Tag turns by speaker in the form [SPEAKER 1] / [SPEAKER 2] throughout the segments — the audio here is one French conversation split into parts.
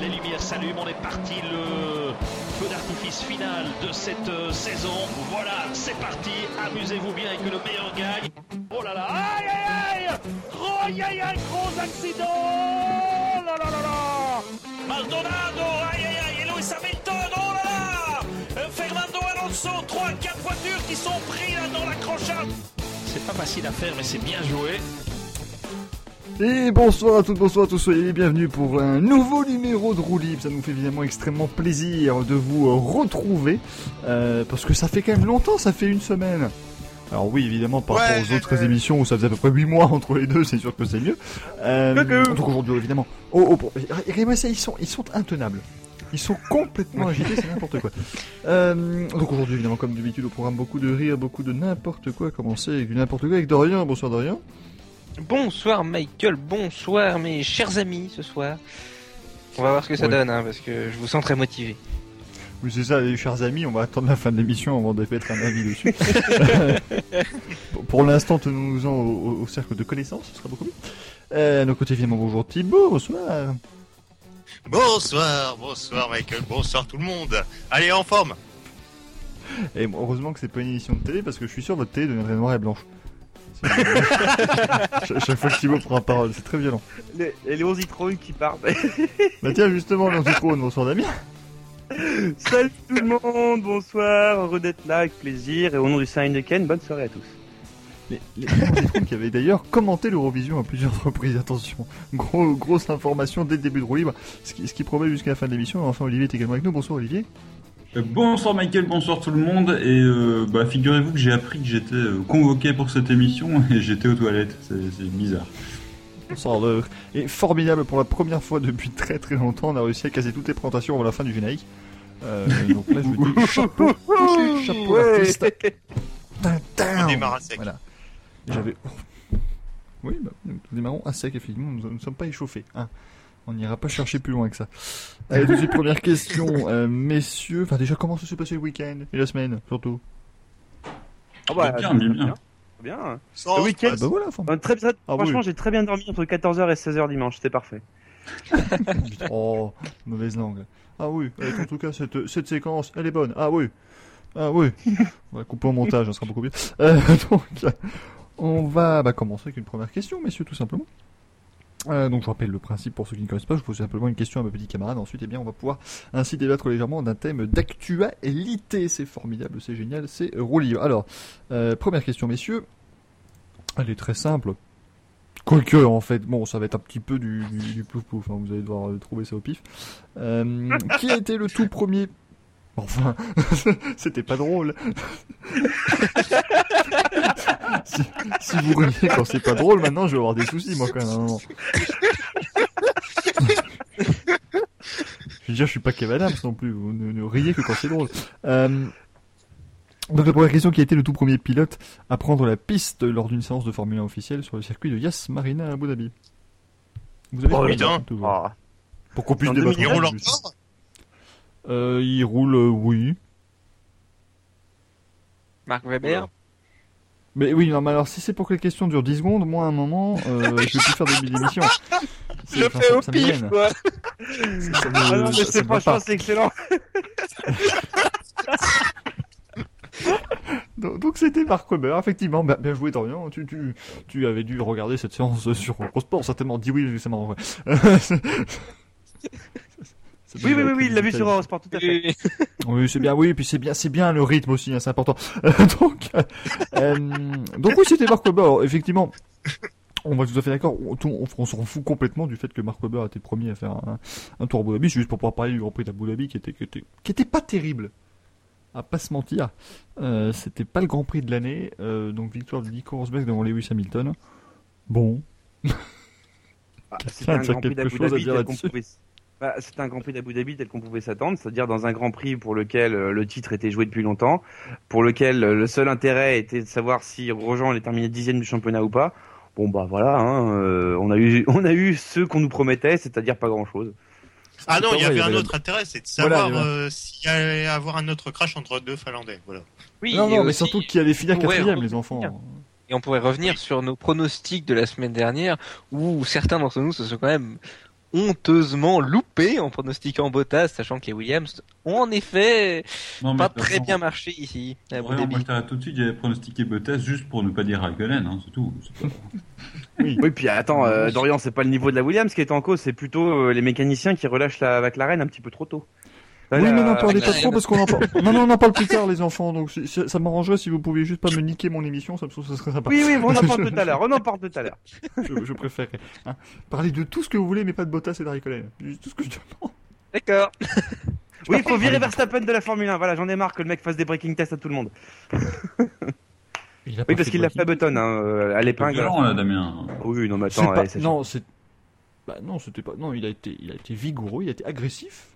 [SPEAKER 1] les lumières s'allument, on est parti, le feu d'artifice final de cette euh, saison. Voilà, c'est parti, amusez-vous bien et que le meilleur gagne. Oh là là, aïe aïe aïe Gros aïe aïe aïe, gros accident Oh là là là là Maldonado, aïe aïe aïe, et Lewis Hamilton, oh là là Euh, Fernando Alonso, 3-4 voitures qui sont prises là dans l'accrochage C'est pas facile à faire mais c'est bien joué.
[SPEAKER 2] Et bonsoir à toutes, bonsoir à tous, soyez les bienvenus pour un nouveau numéro de Roue Libre. Ça nous fait évidemment extrêmement plaisir de vous euh, retrouver, euh, parce que ça fait quand même longtemps, ça fait une semaine. Alors oui, évidemment, par rapport aux autres émissions où ça faisait à peu près 8 mois entre les deux, c'est sûr que c'est mieux. Euh, donc aujourd'hui, évidemment. Oh, oh, regardez-moi ça, ils sont, ils sont intenables. Ils sont complètement agités, c'est n'importe quoi. Euh, donc aujourd'hui, évidemment, comme d'habitude, au programme, beaucoup de rire, beaucoup de n'importe quoi, commencer avec du n'importe quoi, avec Dorian. Bonsoir Dorian.
[SPEAKER 3] Bonsoir Michael, bonsoir mes chers amis ce soir. On va voir ce que ça
[SPEAKER 2] Oui.
[SPEAKER 3] donne hein, parce que je vous sens très motivé.
[SPEAKER 2] Oui, c'est ça, les chers amis, on va attendre la fin de l'émission avant d'émettre un avis dessus. Pour- Pour l'instant, tenons-nous-en au, au- au cercle de connaissances, ce sera beaucoup mieux. Euh, à nos côtés, évidemment, bonjour Thibaut, bonsoir.
[SPEAKER 4] Bonsoir, bonsoir Michael, bonsoir tout le monde. Allez, en forme
[SPEAKER 2] Et bon, heureusement que c'est pas une émission de télé, parce que je suis sûr que votre télé deviendrait noire et blanche. C'est- Cha- Chaque fois que Thibaut prend la parole, c'est très violent.
[SPEAKER 5] Les, les Léons Zitrone qui partent.
[SPEAKER 2] Bah tiens, justement, dans du trône, bonsoir Damien.
[SPEAKER 5] Salut tout le monde, bonsoir, heureux d'être là avec plaisir. Et au nom du Saint Heineken, bonne soirée à tous.
[SPEAKER 2] Les, les Léon Zitrone qui avait d'ailleurs commenté l'Eurovision à plusieurs reprises, attention. Gros, grosse information dès le début de roue libre, ce qui, ce qui promet jusqu'à la fin de l'émission. Enfin, Olivier est également avec nous, bonsoir Olivier.
[SPEAKER 6] Euh, Bonsoir Michael, bonsoir tout le monde et euh, bah, figurez-vous que j'ai appris que j'étais euh, convoqué pour cette émission et j'étais aux toilettes, c'est c'est bizarre.
[SPEAKER 2] Bonsoir, le- Et formidable, pour la première fois depuis très très longtemps, on a réussi à casser toutes les présentations avant la fin du générique. Euh, donc là, je vous dis chapeau, chapeau l'artiste. Tintin.
[SPEAKER 4] On démarre à sec.
[SPEAKER 2] Voilà. J'avais. Oui, bah, nous démarrons à sec, effectivement, nous ne sommes pas échauffés. hein. On n'ira pas chercher plus loin que ça. Allez, tout de suite, première question, euh, messieurs. Enfin, déjà, comment ça s'est passé le week-end et la semaine, surtout
[SPEAKER 5] Ah
[SPEAKER 6] bah, Bien, bien, bien.
[SPEAKER 5] Bien.
[SPEAKER 4] Sans-
[SPEAKER 5] Le week-end.
[SPEAKER 2] Ah, Bah voilà, enfin.
[SPEAKER 5] Euh, très, très-
[SPEAKER 2] Ah oui.
[SPEAKER 5] franchement, j'ai très bien dormi entre 14h et 16h dimanche, c'était parfait.
[SPEAKER 2] Oh, mauvaise langue. Ah oui, euh, en tout cas, cette, cette séquence, elle est bonne. Ah oui. Ah oui. On va couper au montage, ça sera beaucoup mieux. Euh, donc, on va bah, commencer avec une première question, messieurs, tout simplement. Euh, donc je rappelle le principe pour ceux qui ne connaissent pas, je pose simplement une question à mes petits camarades, ensuite eh bien, on va pouvoir ainsi débattre légèrement d'un thème d'actualité, c'est formidable, c'est génial, c'est roue libre. Alors, euh, première question messieurs, elle est très simple, Quoique, en fait, bon, ça va être un petit peu du, du, du plouf plouf, hein, vous allez devoir euh, trouver ça au pif. Euh, qui a été le tout premier Enfin, c'était pas drôle. si, si vous riez quand c'est pas drôle, maintenant je vais avoir des soucis, moi, quand même. à un moment. je veux dire, je suis pas Kevin Adams non plus, vous ne, ne riez que quand c'est drôle. Euh, donc la première question qui a été le tout premier pilote à prendre la piste lors d'une séance de Formule 1 officielle sur le circuit de Yas Marina à Abu Dhabi. Vous avez
[SPEAKER 5] Oh,
[SPEAKER 2] trouvé,
[SPEAKER 4] putain.
[SPEAKER 2] hein, toujours.
[SPEAKER 5] Ah.
[SPEAKER 2] Pour qu'on puisse
[SPEAKER 5] Dans
[SPEAKER 2] débattre.
[SPEAKER 4] Et on
[SPEAKER 5] deux
[SPEAKER 2] en
[SPEAKER 4] l'entend
[SPEAKER 2] plus. Euh, il roule, euh, oui.
[SPEAKER 3] Marc Weber,
[SPEAKER 2] Mais oui, non, mais alors si c'est pour que les questions durent 10 secondes, moi à un moment, euh, je vais plus faire des mille émissions. C'est- enfin, ça- ça me gêne.
[SPEAKER 5] quoi.
[SPEAKER 2] Ça me-
[SPEAKER 5] Ah non,
[SPEAKER 2] ça
[SPEAKER 5] mais c'est
[SPEAKER 2] me va
[SPEAKER 5] franchement,
[SPEAKER 2] pas.
[SPEAKER 5] c'est excellent.
[SPEAKER 2] Donc donc, c'était Mark Weber, effectivement. Bah, Bien, bien joué, Dorian. Tu, tu, tu avais dû regarder cette séance euh, sur Eurosport. Ça t'a dit oui, vu, ça m'a renvoyé.
[SPEAKER 5] Oui, oui, oui, oui, il l'a vu sur Eurosport, tout à fait.
[SPEAKER 2] Oui, c'est bien, oui, puis c'est bien, c'est bien le rythme aussi, hein, c'est important. Euh, donc, euh, euh, donc oui, c'était Mark Webber. Alors, effectivement, on va être tout à fait d'accord. On, tout- on, on s'en fout complètement du fait que Mark Webber a été le premier à faire un, un tour à Abu Dhabi, c'est juste pour pouvoir parler du Grand Prix d'Abu Dhabi qui était, qui était, qui était pas terrible. À pas se mentir, euh, c'était pas le Grand Prix de l'année, euh, donc victoire de Nico Rosberg devant Lewis Hamilton. Bon,
[SPEAKER 5] Ah, C'était
[SPEAKER 2] Quelqu'un
[SPEAKER 5] un
[SPEAKER 2] a
[SPEAKER 5] Grand Prix
[SPEAKER 2] quelque
[SPEAKER 5] d'Abu
[SPEAKER 2] chose à
[SPEAKER 5] Dhabi
[SPEAKER 2] dire
[SPEAKER 5] tel qu'on
[SPEAKER 2] là-dessus
[SPEAKER 5] pouvait. Bah, c'était un Grand Prix d'Abu Dhabi tel qu'on pouvait s'attendre, c'est-à-dire dans un Grand Prix pour lequel euh, le titre était joué depuis longtemps, pour lequel euh, le seul intérêt était de savoir si Grosjean allait terminer dixième du championnat ou pas. Bon bah voilà, hein, euh, on a eu on a eu ce qu'on nous promettait, c'est-à-dire pas grand-chose.
[SPEAKER 4] Ah non,
[SPEAKER 2] C'est pas
[SPEAKER 4] il y
[SPEAKER 2] vrai,
[SPEAKER 4] avait
[SPEAKER 2] il
[SPEAKER 4] un
[SPEAKER 2] y avait-
[SPEAKER 4] autre intérêt, c'est de
[SPEAKER 2] Voilà,
[SPEAKER 4] savoir
[SPEAKER 2] il y avait-
[SPEAKER 4] euh, s'il y allait avoir un autre crash entre deux Finlandais. Voilà.
[SPEAKER 3] oui,
[SPEAKER 2] non,
[SPEAKER 3] et
[SPEAKER 2] non, mais
[SPEAKER 3] aussi-
[SPEAKER 2] surtout qu'il allait finir
[SPEAKER 3] Ouais,
[SPEAKER 2] quatrième,
[SPEAKER 3] on-
[SPEAKER 2] les enfants.
[SPEAKER 3] Et on pourrait revenir sur nos pronostics de la semaine dernière où certains d'entre nous se sont quand même honteusement loupé en pronostiquant Bottas, sachant que les Williams ont en effet
[SPEAKER 6] Non, mais
[SPEAKER 3] pas
[SPEAKER 6] attends,
[SPEAKER 3] très bien marché ici. à Abu
[SPEAKER 6] Vraiment,
[SPEAKER 3] Dhabi.
[SPEAKER 6] moi je t'arrête tout de suite, j'avais pronostiqué Bottas juste pour ne pas dire Raikkonen, hein, c'est tout. c'est pas-
[SPEAKER 5] Oui, puis attends, euh, Dorian, c'est pas le niveau de la Williams qui est en cause, c'est plutôt euh, les mécaniciens qui relâchent la McLaren un petit peu trop tôt. Euh, Là,
[SPEAKER 2] Oui,
[SPEAKER 5] la-
[SPEAKER 2] mais n'en parlez
[SPEAKER 3] la
[SPEAKER 2] pas
[SPEAKER 3] haine.
[SPEAKER 2] trop parce qu'on en parle. Non, non, on en parle plus tard, les enfants. Donc, si- si- ça m'arrangerait si vous pouviez juste pas me niquer mon émission, ça me ça serait sympa.
[SPEAKER 5] Oui, oui, on en parle tout à l'heure, on en parle tout à l'heure.
[SPEAKER 2] Je, je préférerais. hein. Parlez de tout ce que vous voulez, mais pas de Bottas et de Raikkonen. Tout ce que je demande.
[SPEAKER 3] D'accord.
[SPEAKER 5] Oui, il faut virer Verstappen de la Formule 1. Voilà, j'en ai marre que le mec fasse des breaking tests à tout le monde. Oui, parce qu'il l'a fait à Button, hein, euh, à
[SPEAKER 6] C'est
[SPEAKER 5] l'épingle. Ah
[SPEAKER 6] violent là, Damien.
[SPEAKER 5] Oui, non, mais
[SPEAKER 2] C'est
[SPEAKER 5] attends,
[SPEAKER 2] pas-
[SPEAKER 5] ouais, c'est
[SPEAKER 2] Non, c'est. Bah non, c'était pas. Non, il a été, il a été vigoureux, il a été agressif.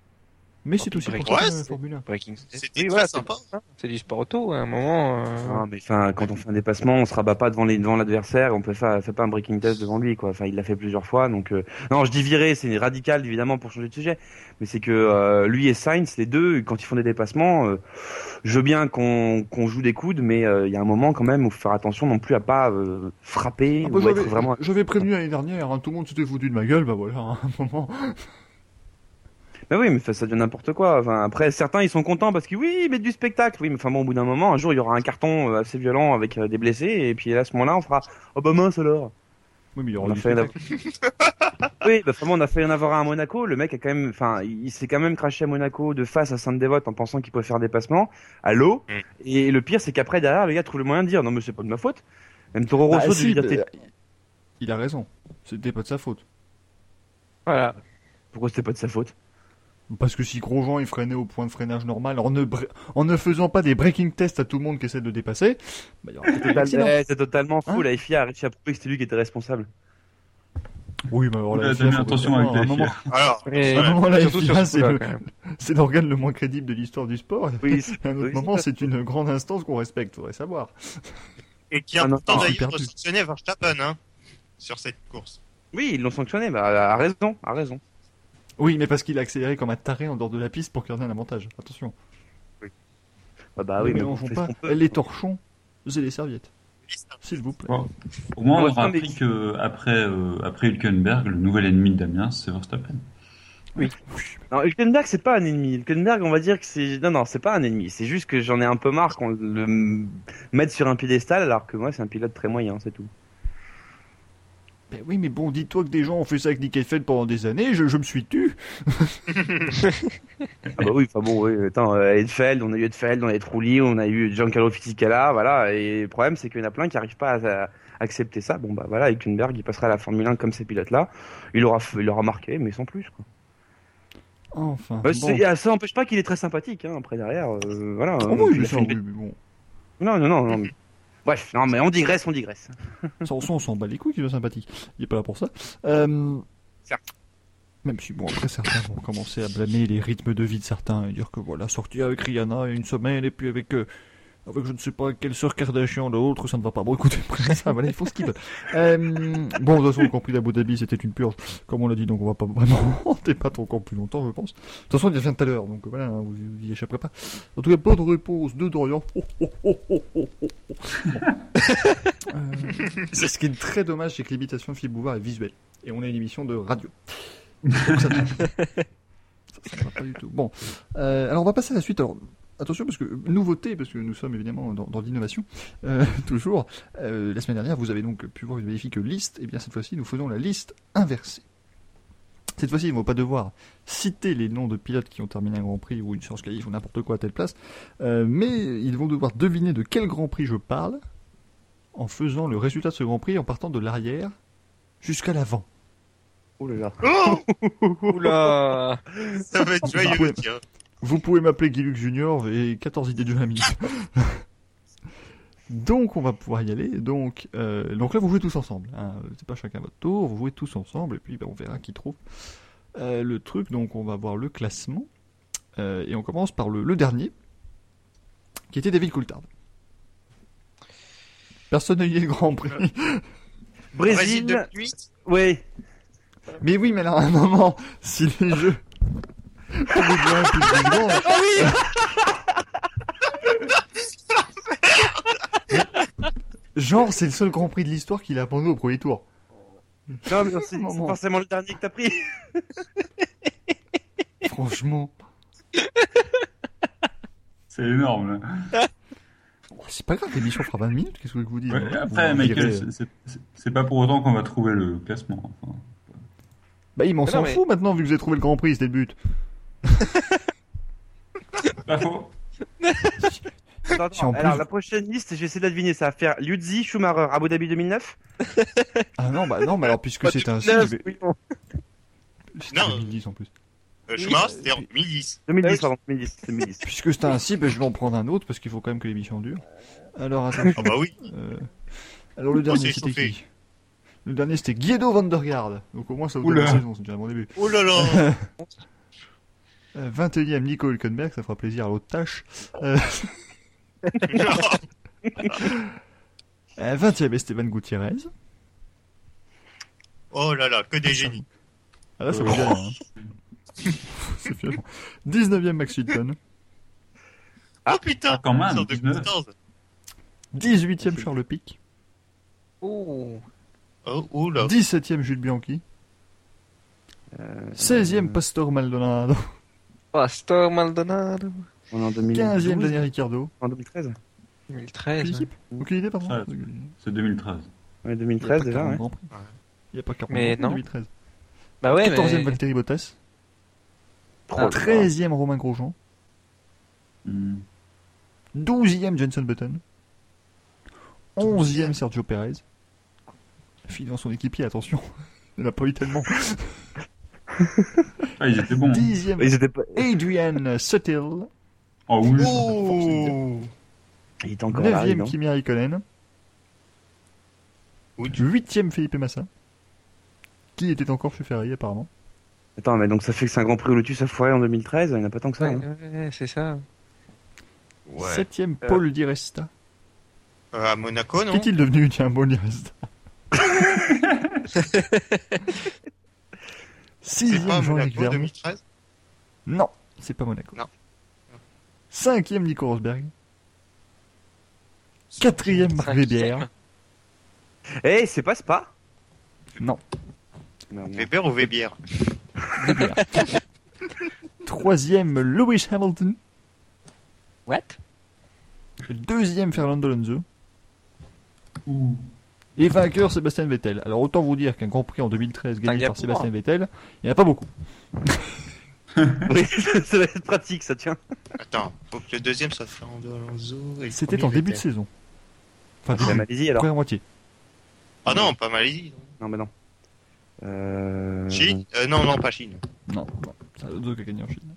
[SPEAKER 2] Mais
[SPEAKER 5] Oh,
[SPEAKER 2] c'est aussi pour
[SPEAKER 3] break.
[SPEAKER 2] ça
[SPEAKER 4] Ouais,
[SPEAKER 2] que la
[SPEAKER 4] c'est-
[SPEAKER 2] Formule 1.
[SPEAKER 3] Breaking
[SPEAKER 4] C'était
[SPEAKER 3] Oui,
[SPEAKER 4] très
[SPEAKER 3] voilà,
[SPEAKER 4] sympa.
[SPEAKER 3] c'est- C'est du sport auto à un moment. euh,
[SPEAKER 5] Non, Ah, mais enfin, quand on fait un dépassement, on se rabat pas devant les devant l'adversaire, on peut faire fait pas un breaking test devant lui quoi. Enfin, il l'a fait plusieurs fois donc euh, non, je dis virer, c'est radical évidemment pour changer de sujet, mais c'est que euh, lui et Sainz les deux quand ils font des dépassements, euh, je veux bien qu'on qu'on joue des coudes mais euh, il y a un moment quand même où faut faire attention non plus à pas euh, frapper
[SPEAKER 2] Ah, bah,
[SPEAKER 5] ou être
[SPEAKER 2] J'avais
[SPEAKER 5] vraiment
[SPEAKER 2] j'avais prévenu l'année dernière, hein, tout le monde s'était foutu de ma gueule, bah voilà, à un moment.
[SPEAKER 5] Ben oui, mais ça ça devient n'importe quoi. Enfin, après, certains ils sont contents parce que oui, ils mettent du spectacle. Oui, mais enfin bon, au bout d'un moment, un jour il y aura un carton euh, assez violent avec euh, des blessés, et puis à ce moment-là, on fera oh bah mince alors.
[SPEAKER 2] Oui, mais il y
[SPEAKER 5] On
[SPEAKER 2] aura
[SPEAKER 5] a
[SPEAKER 2] du
[SPEAKER 5] fait un...
[SPEAKER 2] spectacle.
[SPEAKER 5] oui, bah, vraiment, on a fait en avoir un à Monaco. Le mec a quand même, enfin, il s'est quand même craché à Monaco de face à Sainte-Dévote en pensant qu'il pouvait faire des passements à l'eau.
[SPEAKER 4] Mm.
[SPEAKER 5] Et le pire, c'est qu'après derrière, le gars trouve le moyen de dire non mais c'est pas de ma faute. Même Toro
[SPEAKER 2] Bah,
[SPEAKER 5] Rosso de lui
[SPEAKER 2] si,
[SPEAKER 5] dire t'es-
[SPEAKER 2] bah, Il a raison, c'était pas de sa faute.
[SPEAKER 3] Voilà.
[SPEAKER 5] pourquoi c'était pas de sa faute.
[SPEAKER 2] Parce que si Grosjean il freinait au point de freinage normal en ne, bre- en ne faisant pas des breaking tests à tout le monde qui essaie de dépasser, bah, il y aura peut-être un
[SPEAKER 5] Total-
[SPEAKER 2] accident.
[SPEAKER 5] eh, C'est totalement fou.
[SPEAKER 2] Hein
[SPEAKER 5] la FIA a réussi à prouver que c'était lui qui était responsable.
[SPEAKER 2] Oui, bah, mais alors
[SPEAKER 6] Ouais,
[SPEAKER 2] la
[SPEAKER 6] t'as
[SPEAKER 2] FIA,
[SPEAKER 6] mis
[SPEAKER 2] faut-
[SPEAKER 6] attention avec
[SPEAKER 2] à
[SPEAKER 6] la
[SPEAKER 2] un moment-
[SPEAKER 4] Alors,
[SPEAKER 3] Et-
[SPEAKER 2] à un moment, la
[SPEAKER 3] surtout sur
[SPEAKER 2] FIA,
[SPEAKER 3] ce
[SPEAKER 2] c'est
[SPEAKER 3] coup-là,
[SPEAKER 2] le-
[SPEAKER 3] quand même.
[SPEAKER 2] c'est l'organe le moins crédible de l'histoire du sport.
[SPEAKER 5] Oui, c'est-
[SPEAKER 2] À un autre
[SPEAKER 5] Oui,
[SPEAKER 2] moment,
[SPEAKER 5] c'est
[SPEAKER 2] c'est une grande instance qu'on respecte, faudrait savoir.
[SPEAKER 4] et qui
[SPEAKER 5] Ah
[SPEAKER 4] a
[SPEAKER 5] non,
[SPEAKER 4] pourtant
[SPEAKER 2] non,
[SPEAKER 4] d'ailleurs
[SPEAKER 2] perdu.
[SPEAKER 4] sanctionné Verstappen hein, sur cette course.
[SPEAKER 5] Oui, ils l'ont sanctionné, bah, à raison, à raison.
[SPEAKER 2] Oui, mais parce qu'il a accéléré comme un taré en dehors de la piste pour qu'il y en ait un avantage. Attention.
[SPEAKER 5] Bah, bah oui,
[SPEAKER 2] ne
[SPEAKER 5] mais on
[SPEAKER 2] mélangeons
[SPEAKER 5] fait ce
[SPEAKER 2] pas
[SPEAKER 5] qu'on peut.
[SPEAKER 2] les torchons et les serviettes, s'il vous plaît.
[SPEAKER 6] Bon. Au moins, on
[SPEAKER 5] Ouais,
[SPEAKER 6] aura
[SPEAKER 5] mais-
[SPEAKER 6] appris que après, euh, après Hülkenberg, le nouvel ennemi de Damien, c'est Verstappen.
[SPEAKER 5] Non, Hülkenberg, c'est pas un ennemi. Hülkenberg, on va dire que c'est... Non, non, c'est pas un ennemi. C'est juste que j'en ai un peu marre qu'on le mette sur un piédestal, alors que moi, c'est un pilote très moyen, c'est tout.
[SPEAKER 2] Ben oui, mais bon, dis-toi que des gens ont fait ça avec Nick Heidfeld pendant des années, je, je me suis tu.
[SPEAKER 5] Ah bah oui, enfin bon, oui, attends, euh, Edfeld, on a eu Edfeld, on a eu Trulli, on a eu Giancarlo Fisichella, voilà, et le problème, c'est qu'il y en a plein qui arrivent pas à, à accepter ça. Bon, bah voilà, Hülkenberg, il passera à la Formule 1 comme ces pilotes-là. Il aura, f- il aura marqué, mais sans plus, quoi.
[SPEAKER 2] Enfin. bon.
[SPEAKER 5] Bah, c'est- ah, Ça n'empêche pas qu'il est très sympathique, hein, après derrière, euh, voilà.
[SPEAKER 2] Oh
[SPEAKER 5] euh,
[SPEAKER 2] oui,
[SPEAKER 5] il
[SPEAKER 2] mais
[SPEAKER 5] a
[SPEAKER 2] ça,
[SPEAKER 5] fait une
[SPEAKER 2] oui, mais bon.
[SPEAKER 5] Non, non, non, non. mais- Bref, non, mais on digresse, on digresse.
[SPEAKER 2] Ça, on s'en- on s'en bat les couilles qu'il soit sympathique. Il est pas là pour ça. Euh,
[SPEAKER 5] Certes.
[SPEAKER 2] Même si, bon, après, certains vont commencer à blâmer les rythmes de vie de certains et dire que voilà, sortir avec Rihanna il y a une semaine et puis avec, euh, avec je ne sais pas quelle sœur Kardashian, l'autre, ça ne va pas. Bon, écoutez, après ça, voilà, il faut ce qu'ils veulent. Euh, bon, de toute façon, on a compris d'Abu Dhabi, c'était une purge, comme on l'a dit, donc on va pas vraiment t'es pas trop encore plus longtemps, je pense. De toute façon, il vient tout à l'heure, donc voilà, hein, vous, vous y échapperez pas. En tout cas, bonne réponse de Dorian. Oh, oh, oh, oh, oh, oh. Euh, c'est ce qui est très dommage, c'est que l'imitation de Philippe Bouvard est visuelle. Et on a une émission de radio. Donc ça, ça, ça ne va pas du tout. Bon, Euh, alors on va passer à la suite. Alors, attention, parce que nouveauté, parce que nous sommes évidemment dans, dans l'innovation, euh, toujours. Euh, la semaine dernière, vous avez donc pu voir une magnifique liste. Et bien cette fois-ci, nous faisons la liste inversée. Cette fois-ci, ils ne vont pas devoir citer les noms de pilotes qui ont terminé un Grand Prix ou une science qualif ou n'importe quoi à telle place, Euh, mais ils vont devoir deviner de quel Grand Prix je parle en faisant le résultat de ce Grand Prix en partant de l'arrière jusqu'à l'avant.
[SPEAKER 5] Oh là là.
[SPEAKER 4] Oh
[SPEAKER 3] Oula
[SPEAKER 4] Ça va être joyeux, tiens.
[SPEAKER 2] Vous pouvez m'appeler Guy Luc Junior et 14 idées de la minute. donc on va pouvoir y aller. Donc, euh, donc là vous jouez tous ensemble. hein. C'est pas chacun votre tour. Vous jouez tous ensemble et puis ben, on verra qui trouve euh, le truc. Donc on va voir le classement Euh, et on commence par le, le dernier qui était David Coulthard. Personne n'a eu le Grand Prix.
[SPEAKER 5] Brésil,
[SPEAKER 4] Brésil 2008,
[SPEAKER 5] oui.
[SPEAKER 2] Mais oui, mais alors à un moment, si les jeux. Au bout de vingt, plus de dix secondes, Genre, c'est le seul Grand Prix de l'histoire qu'il a abandonné au premier tour.
[SPEAKER 5] Non, mais c'est c'est
[SPEAKER 2] Maman.
[SPEAKER 5] forcément le dernier que t'as pris.
[SPEAKER 2] Franchement,
[SPEAKER 6] C'est énorme. là.
[SPEAKER 2] Oh, c'est pas grave, l'émission fera 20 minutes, qu'est-ce que vous voulez que vous
[SPEAKER 6] Ouais,
[SPEAKER 2] dites
[SPEAKER 6] et après,
[SPEAKER 2] Vous
[SPEAKER 6] Michael,
[SPEAKER 2] direz-
[SPEAKER 6] c'est- c'est- c'est- c'est pas pour autant qu'on va trouver le classement. enfin.
[SPEAKER 2] Bah, il m'en
[SPEAKER 3] Non,
[SPEAKER 2] s'en
[SPEAKER 3] mais-
[SPEAKER 2] fout maintenant, vu que vous avez trouvé le Grand Prix, c'était le but.
[SPEAKER 6] Pas faux.
[SPEAKER 5] Attends,
[SPEAKER 2] Si, en
[SPEAKER 5] attends.
[SPEAKER 2] plus-
[SPEAKER 5] Alors, la prochaine liste, je vais essayer de la deviner. Ça va faire Liuzzi, Schumacher, Abu Dhabi 2009.
[SPEAKER 2] Ah non, bah non, mais alors, puisque c'est un
[SPEAKER 3] Neuf,
[SPEAKER 2] site,
[SPEAKER 3] oui, bon.
[SPEAKER 2] c'est
[SPEAKER 4] Non.
[SPEAKER 2] 2010 en plus.
[SPEAKER 4] Euh, Schumacher, c'était en 2010.
[SPEAKER 5] 2010,
[SPEAKER 3] oui.
[SPEAKER 5] pardon, 2010. 2010.
[SPEAKER 2] Puisque c'est un site, bah, je vais en prendre un autre, parce qu'il faut quand même que l'émission dure. Alors, attends.
[SPEAKER 4] Ah bah oui.
[SPEAKER 2] euh, Alors, le
[SPEAKER 4] Oh,
[SPEAKER 2] dernier,
[SPEAKER 4] c'est
[SPEAKER 2] c'était
[SPEAKER 4] chauffé.
[SPEAKER 2] qui Le dernier, c'était Guido van der Garde. Donc, au moins, ça vous donne
[SPEAKER 6] Oula.
[SPEAKER 2] la saison, c'est déjà un bon début.
[SPEAKER 4] Oh là là.
[SPEAKER 2] Euh, 21 e Nico Hülkenberg, ça fera plaisir à l'autre tâche.
[SPEAKER 4] Non.
[SPEAKER 2] 20 e Esteban Gutiérrez.
[SPEAKER 4] oh là là, que des génies.
[SPEAKER 2] Ah là, ça va bien. hein. c'est violent. 19 e Max Hilton.
[SPEAKER 4] Oh putain.
[SPEAKER 6] Ah, quand même,
[SPEAKER 4] Sort de
[SPEAKER 6] 19.
[SPEAKER 4] 14.
[SPEAKER 2] 18 e Charles Pic.
[SPEAKER 3] Oh.
[SPEAKER 4] Oh, oh là.
[SPEAKER 2] 17 e Jules Bianchi. 16 e Pastor Maldonado.
[SPEAKER 3] Pastor Maldonado.
[SPEAKER 5] On est en 2012,
[SPEAKER 2] 15 e Daniel Ricciardo.
[SPEAKER 5] En 2013
[SPEAKER 2] Quelle
[SPEAKER 3] 2013. ouais.
[SPEAKER 2] équipe Aucune idée, pardon
[SPEAKER 6] Ah, C'est 2013.
[SPEAKER 5] Ouais,
[SPEAKER 2] Il y a pas
[SPEAKER 5] 2013 déjà,
[SPEAKER 2] 40
[SPEAKER 5] ouais.
[SPEAKER 2] Grands Prix. Il n'y a pas 40 Grands
[SPEAKER 3] Mais
[SPEAKER 2] Prix en
[SPEAKER 3] non.
[SPEAKER 2] 2013.
[SPEAKER 3] Bah ouais,
[SPEAKER 2] 14 e
[SPEAKER 3] mais...
[SPEAKER 2] Valtteri Bottas.
[SPEAKER 5] Oh
[SPEAKER 3] Ah,
[SPEAKER 2] 13 e Romain Grosjean.
[SPEAKER 6] Hmm.
[SPEAKER 2] 12 e Jenson Button. 11 e Sergio Perez. Fille dans son équipier, attention. Il n'a pas eu tellement.
[SPEAKER 6] Ah, ils étaient bons.
[SPEAKER 2] 10 e
[SPEAKER 5] Ils étaient pas...
[SPEAKER 2] Adrian Suttil.
[SPEAKER 6] En oui.
[SPEAKER 4] Oh.
[SPEAKER 5] Il était encore là,
[SPEAKER 2] 9ème
[SPEAKER 5] non
[SPEAKER 2] Kimi Raikkonen.
[SPEAKER 4] Oui.
[SPEAKER 2] 8ème Felipe Massa. Qui était encore chez Ferrari apparemment.
[SPEAKER 5] Attends, mais donc ça fait que c'est un Grand Prix au Lotus à foirer en 2013 Il n'y en a pas tant que ça.
[SPEAKER 3] Ouais,
[SPEAKER 5] hein.
[SPEAKER 3] ouais, c'est ça.
[SPEAKER 4] Ouais.
[SPEAKER 2] 7ème Paul Di Resta.
[SPEAKER 4] Euh, à Monaco, non
[SPEAKER 2] Qu'est-il devenu Tiens, Paul Di Resta.
[SPEAKER 4] C'est pas à
[SPEAKER 2] 6ème Jean-Luc
[SPEAKER 4] Monaco
[SPEAKER 2] Vergne.
[SPEAKER 4] 2013
[SPEAKER 2] Non, c'est pas Monaco.
[SPEAKER 4] Non.
[SPEAKER 2] 5ème Nico Rosberg. 4ème Marc Weber.
[SPEAKER 3] Cinquième.
[SPEAKER 5] Eh, c'est pas Spa
[SPEAKER 2] Non.
[SPEAKER 5] Non, non.
[SPEAKER 4] Weber ou Webière
[SPEAKER 2] 3ème Lewis Hamilton.
[SPEAKER 3] What
[SPEAKER 2] 2ème Fernando Alonso.
[SPEAKER 6] Ouh.
[SPEAKER 2] Et vainqueur Sébastien Vettel. Alors autant vous dire qu'un Grand Prix en 2013
[SPEAKER 3] Ah, il y
[SPEAKER 2] gagné
[SPEAKER 3] a
[SPEAKER 2] par
[SPEAKER 3] pas.
[SPEAKER 2] Sébastien Vettel, il n'y en a pas beaucoup.
[SPEAKER 5] Oui, ça va être pratique, ça tient.
[SPEAKER 4] Attends, faut que le deuxième soit Fernando Alonso. et le
[SPEAKER 2] C'était en
[SPEAKER 4] premier,
[SPEAKER 2] début de
[SPEAKER 4] Vettel.
[SPEAKER 2] saison. Enfin,
[SPEAKER 5] Ah, La
[SPEAKER 2] début,
[SPEAKER 5] Malaisie, Eh ben, alors
[SPEAKER 2] première moitié.
[SPEAKER 4] Ah non, pas Malaisie.
[SPEAKER 5] Non, mais non. Euh...
[SPEAKER 4] Chine Euh, Non, non, pas Chine.
[SPEAKER 2] Non, non. C'est Alonso qui a gagné en Chine.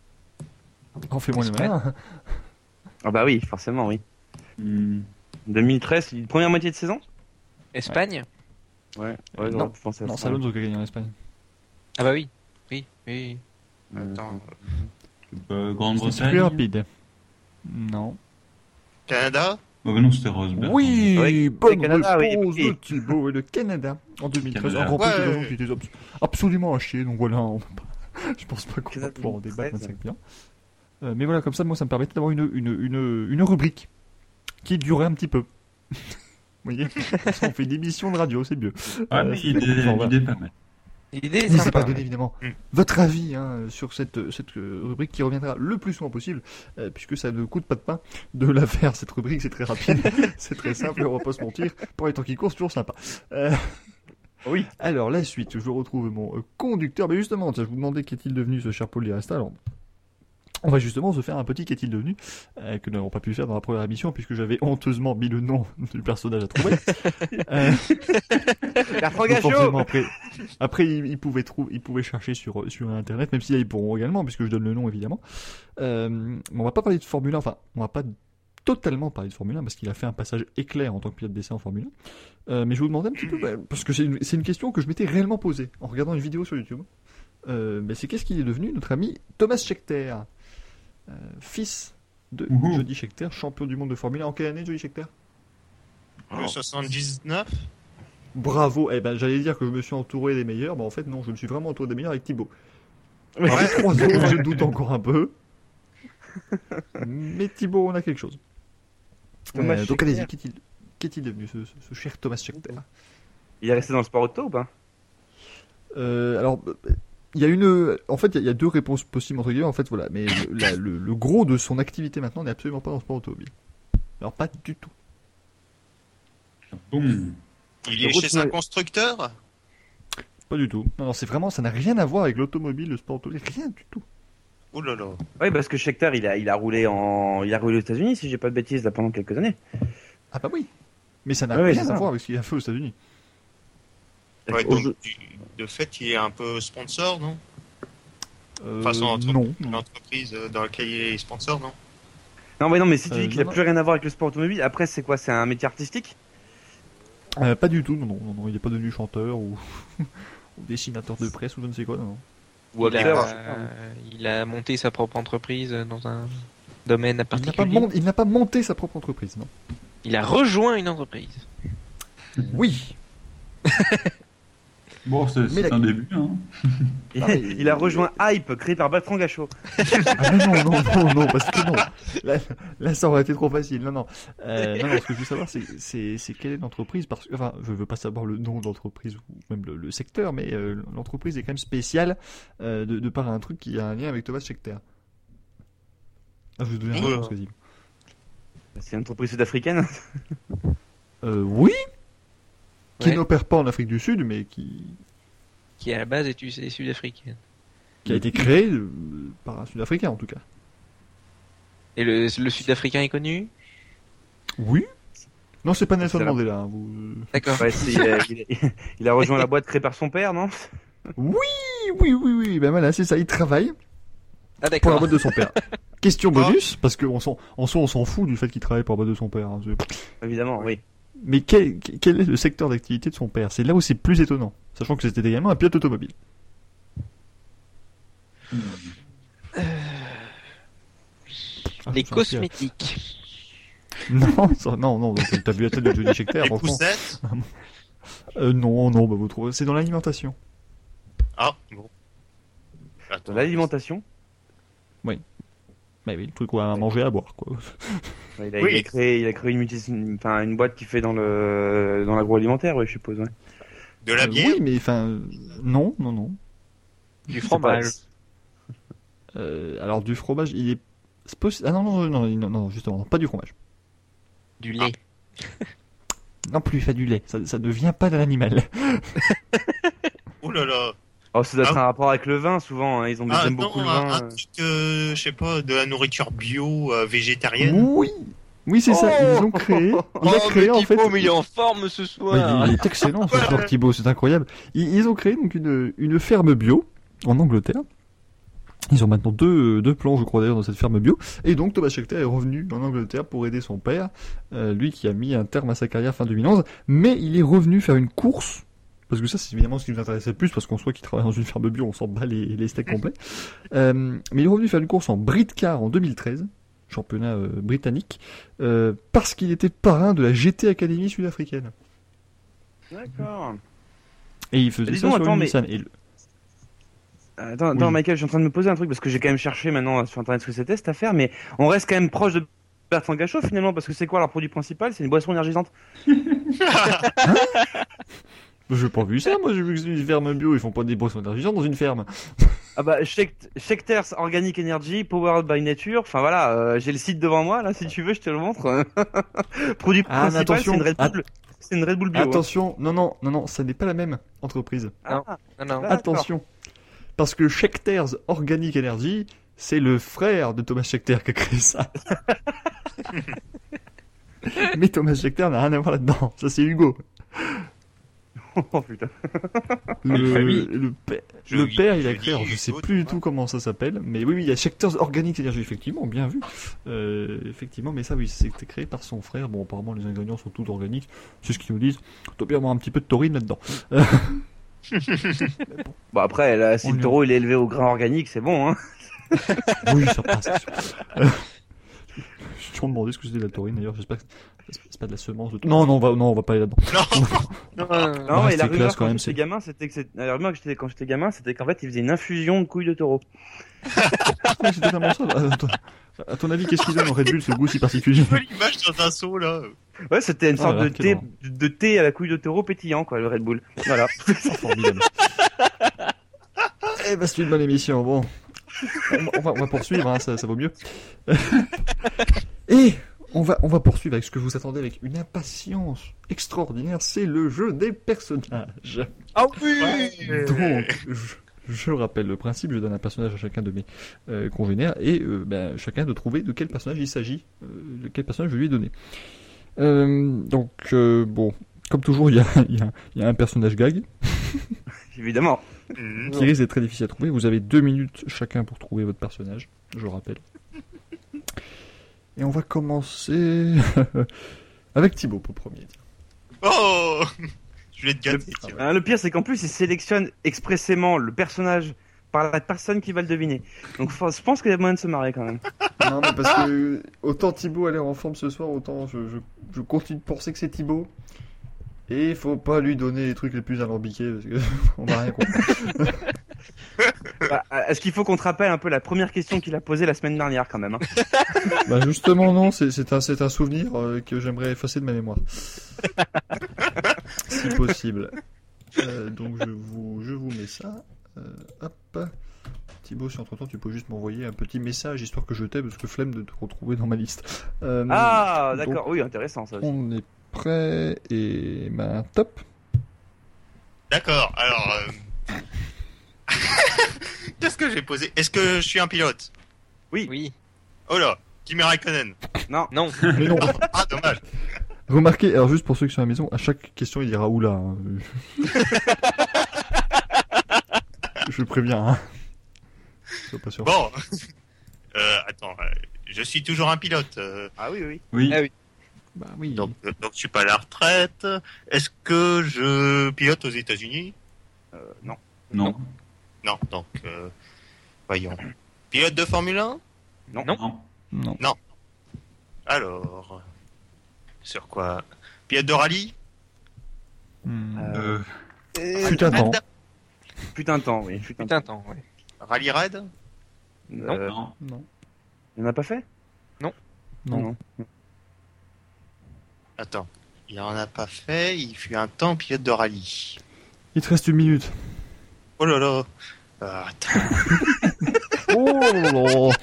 [SPEAKER 2] On fait moins les
[SPEAKER 3] Exprès.
[SPEAKER 2] malins.
[SPEAKER 5] Ah bah oui, forcément, oui.
[SPEAKER 6] Hmm.
[SPEAKER 5] 2013, une première moitié de saison
[SPEAKER 3] Espagne
[SPEAKER 5] Ouais,
[SPEAKER 2] Euh,
[SPEAKER 5] ouais,
[SPEAKER 2] non.
[SPEAKER 5] j'aurais pu penser à
[SPEAKER 2] Non, c'est
[SPEAKER 5] ça.
[SPEAKER 2] Alonso qui a gagné en Espagne.
[SPEAKER 3] Ah bah oui. Oui, oui.
[SPEAKER 5] Euh,
[SPEAKER 4] Attends.
[SPEAKER 6] C'est pas
[SPEAKER 2] C'est plus
[SPEAKER 6] Grande-Bretagne.
[SPEAKER 2] rapide. Non.
[SPEAKER 4] Canada
[SPEAKER 6] Oh, bah non, c'était Rosberg.
[SPEAKER 2] Oui,
[SPEAKER 5] Oui,
[SPEAKER 2] bonne
[SPEAKER 5] c'est le Canada, oui,
[SPEAKER 2] réponse
[SPEAKER 5] oui.
[SPEAKER 2] de Thibaut et le Canada en 2013.
[SPEAKER 6] Canada.
[SPEAKER 2] Un Grand Prix de toute
[SPEAKER 4] Ouais.
[SPEAKER 2] façon, qui était abs- absolument à chier, donc voilà, on... je pense pas qu'on va
[SPEAKER 5] Canada
[SPEAKER 2] pouvoir en débattre
[SPEAKER 5] 2013.
[SPEAKER 2] 25 bien. Euh, mais voilà, comme ça, moi, ça me permettait d'avoir une, une, une, une rubrique qui durait un petit peu. Vous voyez On fait des missions de radio, c'est mieux.
[SPEAKER 6] Ah, mais il est, il est pas mal.
[SPEAKER 3] L'idée est
[SPEAKER 2] N'hésitez pas à
[SPEAKER 3] sympa.
[SPEAKER 2] donner évidemment
[SPEAKER 4] Mm.
[SPEAKER 2] votre avis hein, sur cette, cette euh, rubrique qui reviendra le plus souvent possible, euh, puisque ça ne coûte pas de pain de la faire cette rubrique, c'est très rapide, c'est très simple, on va pas se mentir, pour les temps qui courent, c'est toujours sympa. Euh,
[SPEAKER 5] Oui.
[SPEAKER 2] Alors la suite, je retrouve mon euh, conducteur, mais justement, tiens, je vous demandais qu'est-il devenu ce cher Paul Di Resta, alors, on va justement se faire un petit qu'est-il devenu, euh, que nous n'avons pas pu faire dans la première émission, puisque j'avais honteusement mis le nom du personnage à trouver. Euh,
[SPEAKER 5] Bertrand
[SPEAKER 2] donc forcément,
[SPEAKER 5] Gachot
[SPEAKER 2] après, après ils, ils pouvaient trouver, ils pouvaient chercher sur sur internet, même si là ils pourront également, puisque je donne le nom évidemment. Euh, mais on va pas parler de Formule 1, enfin, on va pas totalement parler de Formule 1 parce qu'il a fait un passage éclair en tant que pilote d'essai en Formule 1. Euh, mais je vous demandais un petit peu, bah, parce que c'est une, c'est une question que je m'étais réellement posée en regardant une vidéo sur YouTube. Euh, mais c'est qu'est-ce qu'il est devenu notre ami Thomas Schechter, Euh, fils de
[SPEAKER 6] Ouhou.
[SPEAKER 2] Jody Schechter, champion du monde de Formule 1. En quelle année Jody Schechter
[SPEAKER 4] Le 79
[SPEAKER 2] Bravo, eh ben j'allais dire que je me suis entouré des meilleurs, mais en fait non, je me suis vraiment entouré des meilleurs avec Thibaut.
[SPEAKER 5] Ouais.
[SPEAKER 2] Alors, les trois autres, je doute encore un peu. Mais Thibaut, on a quelque chose.
[SPEAKER 5] Thomas
[SPEAKER 2] Euh, donc
[SPEAKER 5] Schechter.
[SPEAKER 2] allez-y, qu'est-il qu'est-il devenu ce, ce- ce cher Thomas Schechter
[SPEAKER 5] hein. Il est resté dans le sport auto ou pas
[SPEAKER 2] Euh, Alors, euh, il y a une, en fait, il y a- il y a deux réponses possibles entre guillemets. En fait, voilà. Mais le, la- le- le gros de son activité maintenant n'est absolument pas dans le sport automobile. Alors pas du tout.
[SPEAKER 6] Bon.
[SPEAKER 4] Il est
[SPEAKER 5] Route,
[SPEAKER 4] chez un
[SPEAKER 5] ouais.
[SPEAKER 4] constructeur
[SPEAKER 2] Pas du tout. Non, non, c'est vraiment, ça n'a rien à voir avec l'automobile, le sport automobile, rien du tout.
[SPEAKER 4] Ouh Oh là là.
[SPEAKER 5] Oui, parce que Schechter, il a, il a roulé en, il a roulé aux États-Unis, si j'ai pas de bêtises, là pendant quelques années.
[SPEAKER 2] Ah bah oui. Mais ça n'a
[SPEAKER 5] Ouais,
[SPEAKER 2] rien
[SPEAKER 5] c'est
[SPEAKER 2] à
[SPEAKER 5] ça.
[SPEAKER 2] voir avec ce qu'il a fait aux États-Unis.
[SPEAKER 4] Ouais,
[SPEAKER 5] Aux-
[SPEAKER 4] donc, du- de fait, il est un peu sponsor, non
[SPEAKER 2] Euh,
[SPEAKER 4] Enfin, son entre-
[SPEAKER 2] non. non.
[SPEAKER 4] L'entreprise euh, dans laquelle il est sponsor, non
[SPEAKER 5] Non, mais non, mais si tu
[SPEAKER 2] Euh,
[SPEAKER 5] dis qu'il a
[SPEAKER 2] non,
[SPEAKER 5] plus rien à voir avec le sport automobile, après c'est quoi C'est un métier artistique
[SPEAKER 2] Euh, pas du tout. Non, non, non, non, il n'est pas devenu chanteur ou... ou dessinateur de presse ou je ne sais quoi. Non. non.
[SPEAKER 5] Ou
[SPEAKER 3] il,
[SPEAKER 5] acteur,
[SPEAKER 3] a,
[SPEAKER 5] je sais pas.
[SPEAKER 3] il a monté sa propre entreprise dans un domaine
[SPEAKER 2] Il n'a pas,
[SPEAKER 3] particulier.
[SPEAKER 2] mon- il n'a pas monté sa propre entreprise. Non.
[SPEAKER 3] Il a rejoint une entreprise.
[SPEAKER 2] Oui.
[SPEAKER 6] Bon, c'est c'est
[SPEAKER 2] la-
[SPEAKER 6] un début. Hein.
[SPEAKER 2] Ah, mais-
[SPEAKER 5] Il a rejoint Hype, créé par Bertrand Gachot.
[SPEAKER 2] Ah non, non, non, non, non, parce que non. Là, là, ça aurait été trop facile. Non, non. Euh, non, non, ce que je veux savoir, c'est- c'est c'est quelle est l'entreprise. Parce que, enfin, je veux pas savoir le nom de l'entreprise ou même le, le secteur, mais euh, l'entreprise est quand même spéciale euh, de, de par un truc qui a un lien avec Thomas Schechter. Ah, je vais donner un
[SPEAKER 4] Voilà.
[SPEAKER 2] réponse quasi.
[SPEAKER 5] C'est une entreprise sud-africaine.
[SPEAKER 2] Euh, oui Qui
[SPEAKER 3] Ouais.
[SPEAKER 2] n'opère pas en Afrique du Sud, mais qui,
[SPEAKER 3] Qui à la base est, est sud-africaine.
[SPEAKER 2] qui a été créée euh, par un Sud-Africain, en tout cas.
[SPEAKER 3] Et le, le sud-africain est connu
[SPEAKER 2] Oui Non, c'est pas Nelson
[SPEAKER 5] C'est la-
[SPEAKER 2] Mandela. hein, vous...
[SPEAKER 3] D'accord.
[SPEAKER 5] Ouais, c'est- il, a, il a- il a rejoint la boîte créée par son père, non
[SPEAKER 2] Oui, oui, oui, ben voilà, c'est ça, il travaille.
[SPEAKER 3] Ah
[SPEAKER 2] pour la
[SPEAKER 3] d'accord.
[SPEAKER 2] boîte de son père. Question
[SPEAKER 4] Ah.
[SPEAKER 2] bonus, parce que on s'en- en soi on s'en fout du fait qu'il travaille pour la boîte de son père. hein, c'est-
[SPEAKER 5] Évidemment, oui.
[SPEAKER 2] Mais quel, quel est le secteur d'activité de son père C'est là où c'est plus étonnant, sachant que c'était également un pilote automobile.
[SPEAKER 3] Hmm.
[SPEAKER 2] Ah,
[SPEAKER 3] Les
[SPEAKER 2] je me suis inspiré.
[SPEAKER 3] cosmétiques.
[SPEAKER 2] Non, ça- non, non, t'as vu la tête de Johnny Schechter,
[SPEAKER 4] Les
[SPEAKER 2] franchement.
[SPEAKER 4] poussettes
[SPEAKER 2] Euh, non, non, bah vous trouvez, c'est dans l'alimentation.
[SPEAKER 4] Ah, bon. Attends,
[SPEAKER 5] Dans l'alimentation,
[SPEAKER 2] Bah oui, le truc où on a à manger, à boire, quoi.
[SPEAKER 5] il a,
[SPEAKER 4] Oui.
[SPEAKER 5] il a créé, il a créé une, multi- une- enfin, une boîte qui fait dans le dans l'agroalimentaire, oui, je suppose. ouais.
[SPEAKER 4] De la
[SPEAKER 2] Euh,
[SPEAKER 4] bière
[SPEAKER 2] oui, mais enfin, euh, non, non, non.
[SPEAKER 3] Du
[SPEAKER 5] C'est pas-
[SPEAKER 3] fromage.
[SPEAKER 2] Euh, alors du fromage, il est, c'est possi- ah non, non, non, non, non, non, justement, non, pas du fromage.
[SPEAKER 3] Du lait.
[SPEAKER 2] Non plus, pas du lait. Ça, ça ne vient pas de l'animal.
[SPEAKER 4] Ouh là là
[SPEAKER 5] Oh, ça doit être un rapport avec le vin, souvent. hein, Ils ont ils
[SPEAKER 4] Ah
[SPEAKER 5] aiment beaucoup
[SPEAKER 4] non,
[SPEAKER 5] le
[SPEAKER 4] un,
[SPEAKER 5] vin.
[SPEAKER 4] un truc, euh, je sais pas, de la nourriture bio, euh, végétarienne.
[SPEAKER 2] Oui, oui, c'est ça. Ils l'ont créé. Il a créé en fait.
[SPEAKER 3] Oh, Ah, mais il est en forme ce
[SPEAKER 2] Ouais,
[SPEAKER 3] soir.
[SPEAKER 2] il- il est excellent ce sport Thibaut, c'est incroyable. Ils, ils ont créé donc une, une ferme bio en Angleterre. Ils ont maintenant deux, deux plans, je crois d'ailleurs, dans cette ferme bio. Et donc Thomas Schechter est revenu en Angleterre pour aider son père, euh, lui qui a mis un terme à sa carrière fin 2011. Mais il est revenu faire une course, parce que ça c'est évidemment ce qui nous intéressait le plus, parce qu'on soit qu'il travaille dans une ferme bio, on s'en bat les, les steaks complets. Euh, mais il est revenu faire une course en Britcar en 2013, championnat euh, britannique, euh, parce qu'il était parrain de la GT Academy sud-africaine.
[SPEAKER 5] D'accord.
[SPEAKER 2] Et il faisait
[SPEAKER 5] Ah, Dis
[SPEAKER 2] ça
[SPEAKER 5] donc,
[SPEAKER 2] sur
[SPEAKER 5] attends,
[SPEAKER 2] une
[SPEAKER 5] mais-
[SPEAKER 2] Nissan. Et le-
[SPEAKER 5] Attends, attends,
[SPEAKER 2] Oui.
[SPEAKER 5] Michael, je suis en train de me poser un truc parce que j'ai quand même cherché maintenant euh, sur internet ce que c'était cette affaire, mais on reste quand même proche de Bertrand Gachot finalement parce que c'est quoi leur produit principal C'est une boisson énergisante.
[SPEAKER 2] J'ai pas vu ça, moi j'ai vu que c'est une ferme bio, ils font pas des boissons énergisantes dans une ferme.
[SPEAKER 5] Ah bah, Schect- Schecter's Organic Energy, Powered by Nature. Enfin voilà, euh, j'ai le site devant moi là, si tu veux, je te le montre. produit
[SPEAKER 2] Ah, mais
[SPEAKER 5] principal, c'est
[SPEAKER 2] attention.
[SPEAKER 5] une Red Bull. C'est une Red Bull bio. hein.
[SPEAKER 2] Attention, non, non, non, non, ça n'est pas la même entreprise.
[SPEAKER 5] Ah,
[SPEAKER 3] Non, non.
[SPEAKER 5] Ah, d'accord.
[SPEAKER 2] Attention. Parce que Schecter's Organic Energy, c'est le frère de Thomas Schechter qui a créé ça. Mais Thomas Schechter n'a rien à voir là-dedans, ça c'est Hugo.
[SPEAKER 5] oh putain.
[SPEAKER 6] Une
[SPEAKER 2] Le,
[SPEAKER 6] famille.
[SPEAKER 2] le, pè-
[SPEAKER 4] Je-
[SPEAKER 2] le père, il
[SPEAKER 4] je
[SPEAKER 2] a
[SPEAKER 4] dis
[SPEAKER 2] créé, alors je
[SPEAKER 4] Hugo,
[SPEAKER 2] sais
[SPEAKER 4] tu
[SPEAKER 2] plus du
[SPEAKER 4] vois.
[SPEAKER 2] tout comment ça s'appelle, mais oui, oui, il y a Schecter's Organic Energy, effectivement, bien vu. Euh, effectivement, mais ça, oui, c'était créé par son frère. Bon, apparemment, les ingrédients sont tous organiques, c'est ce qu'ils nous disent. T'as bien avoir un petit peu de taurine là-dedans.
[SPEAKER 5] Bon après, là, si
[SPEAKER 2] On
[SPEAKER 5] le
[SPEAKER 2] y
[SPEAKER 5] taureau il est élevé au grain organique, c'est bon. Hein
[SPEAKER 2] Oui, ça passe. c'est sûr. Euh, je me suis toujours demandé ce que c'était de la taurine, d'ailleurs, j'espère que c'est c'est pas de la semence. De... Non, non, on va, non, on va pas aller là-dedans.
[SPEAKER 3] Non, non, non.
[SPEAKER 5] non,
[SPEAKER 2] Ouais,
[SPEAKER 5] et
[SPEAKER 2] c'est
[SPEAKER 5] la rumeur
[SPEAKER 2] classe, quand
[SPEAKER 5] quand,
[SPEAKER 2] même,
[SPEAKER 5] j'étais
[SPEAKER 2] c'est-
[SPEAKER 5] gamin, c'était que c'est- la rumeur que j'étais quand j'étais gamin, c'était qu'en fait, ils faisaient une infusion de couilles de taureau.
[SPEAKER 2] Ouais, C'était vraiment ça. Ah, attends. À ton avis, qu'est-ce qu'ils donnent en Red Bull ce goût si particulier
[SPEAKER 4] Je vois l'image dans un seau, là.
[SPEAKER 5] Ouais, c'était une
[SPEAKER 2] Oh
[SPEAKER 5] sorte
[SPEAKER 2] là,
[SPEAKER 5] de
[SPEAKER 2] quel
[SPEAKER 5] thé, de thé à la couille de taureau pétillant, quoi, le Red Bull. Voilà.
[SPEAKER 2] Formidable. Eh ben, c'est une bonne émission. Bon, on, va- on va, on va poursuivre, hein, ça, ça vaut mieux. Et on va, on va poursuivre avec ce que vous attendez avec une impatience extraordinaire, c'est le jeu des personnages.
[SPEAKER 3] Ah oui
[SPEAKER 4] Euh.
[SPEAKER 2] Donc, je, je rappelle le principe, je donne un personnage à chacun de mes euh, congénères et euh, ben, chacun de trouver de quel personnage il s'agit, euh, de quel personnage je lui ai donné. Euh, donc, euh, bon, comme toujours, il y a, il y a- il y a un personnage gag
[SPEAKER 5] Évidemment.
[SPEAKER 4] Mhm.
[SPEAKER 2] qui risque d'être très difficile à trouver. Vous avez deux minutes chacun pour trouver votre personnage, je rappelle. Et on va commencer avec Thibaut pour premier.
[SPEAKER 4] Oh Je vais être gâté.
[SPEAKER 2] Ah
[SPEAKER 4] tiens.
[SPEAKER 2] ouais.
[SPEAKER 5] Hein, le pire, c'est qu'en plus, il sélectionne expressément le personnage par la personne qui va le deviner. Donc, faut- je pense qu'il y a moyen de se marrer quand même.
[SPEAKER 2] Non, mais parce que autant Thibaut a l'air en forme ce soir, autant je, je, je continue de penser que c'est Thibaut. Et faut pas lui donner les trucs les plus alambiqués parce que on va rien comprendre.
[SPEAKER 5] Bah, Est-ce qu'il faut qu'on te rappelle un peu la première question qu'il a posée la semaine dernière quand même hein
[SPEAKER 2] bah justement non, c'est- c'est un, c'est un souvenir euh, que j'aimerais effacer de ma mémoire. si possible. Euh, donc je vous, je vous mets ça. Euh, hop. Thibaut, si entre temps tu peux juste m'envoyer un petit message histoire que je t'aie parce que flemme de te retrouver dans ma liste. Euh,
[SPEAKER 5] Ah,
[SPEAKER 2] donc,
[SPEAKER 5] d'accord. Oui, intéressant ça. aussi.
[SPEAKER 2] On est prêt et ben top.
[SPEAKER 4] D'accord, alors... euh, Qu'est-ce que j'ai posé Est-ce que je suis un pilote
[SPEAKER 3] Oui.
[SPEAKER 4] Oh là Kimi Raikkonen
[SPEAKER 3] Non.
[SPEAKER 2] Mais non.
[SPEAKER 4] Ah, dommage
[SPEAKER 2] Remarquez, alors juste pour ceux qui sont à la maison, à chaque question il dira oula. hein. je préviens. Hein. Sois pas sûr.
[SPEAKER 4] Bon euh, Attends, euh, je suis toujours un pilote. euh,
[SPEAKER 5] Ah oui, oui.
[SPEAKER 6] Oui.
[SPEAKER 3] Ah oui.
[SPEAKER 2] Bah oui.
[SPEAKER 4] donc, euh, donc je suis pas à la retraite. Est-ce que je pilote aux États-Unis
[SPEAKER 5] Euh, non.
[SPEAKER 6] Non.
[SPEAKER 4] Non, donc... euh, Voyons. Pilote de Formule 1
[SPEAKER 5] Non.
[SPEAKER 3] Non.
[SPEAKER 6] Non.
[SPEAKER 2] Non.
[SPEAKER 4] Alors... Sur quoi Pilote de rallye
[SPEAKER 2] Hmm.
[SPEAKER 6] Euh,
[SPEAKER 2] Tu t'attends.
[SPEAKER 5] Putain de temps, oui. Putain. de temps.
[SPEAKER 3] Putain, attends, ouais.
[SPEAKER 4] Rallye raid
[SPEAKER 3] Non.
[SPEAKER 5] Euh,
[SPEAKER 6] non.
[SPEAKER 2] Non.
[SPEAKER 5] il en a pas fait
[SPEAKER 2] Non.
[SPEAKER 4] Attends. Il en a pas fait, il fut un temps pilote de rallye.
[SPEAKER 2] Il te reste une minute.
[SPEAKER 4] Oh là là Euh, Attends,
[SPEAKER 2] Oh là là.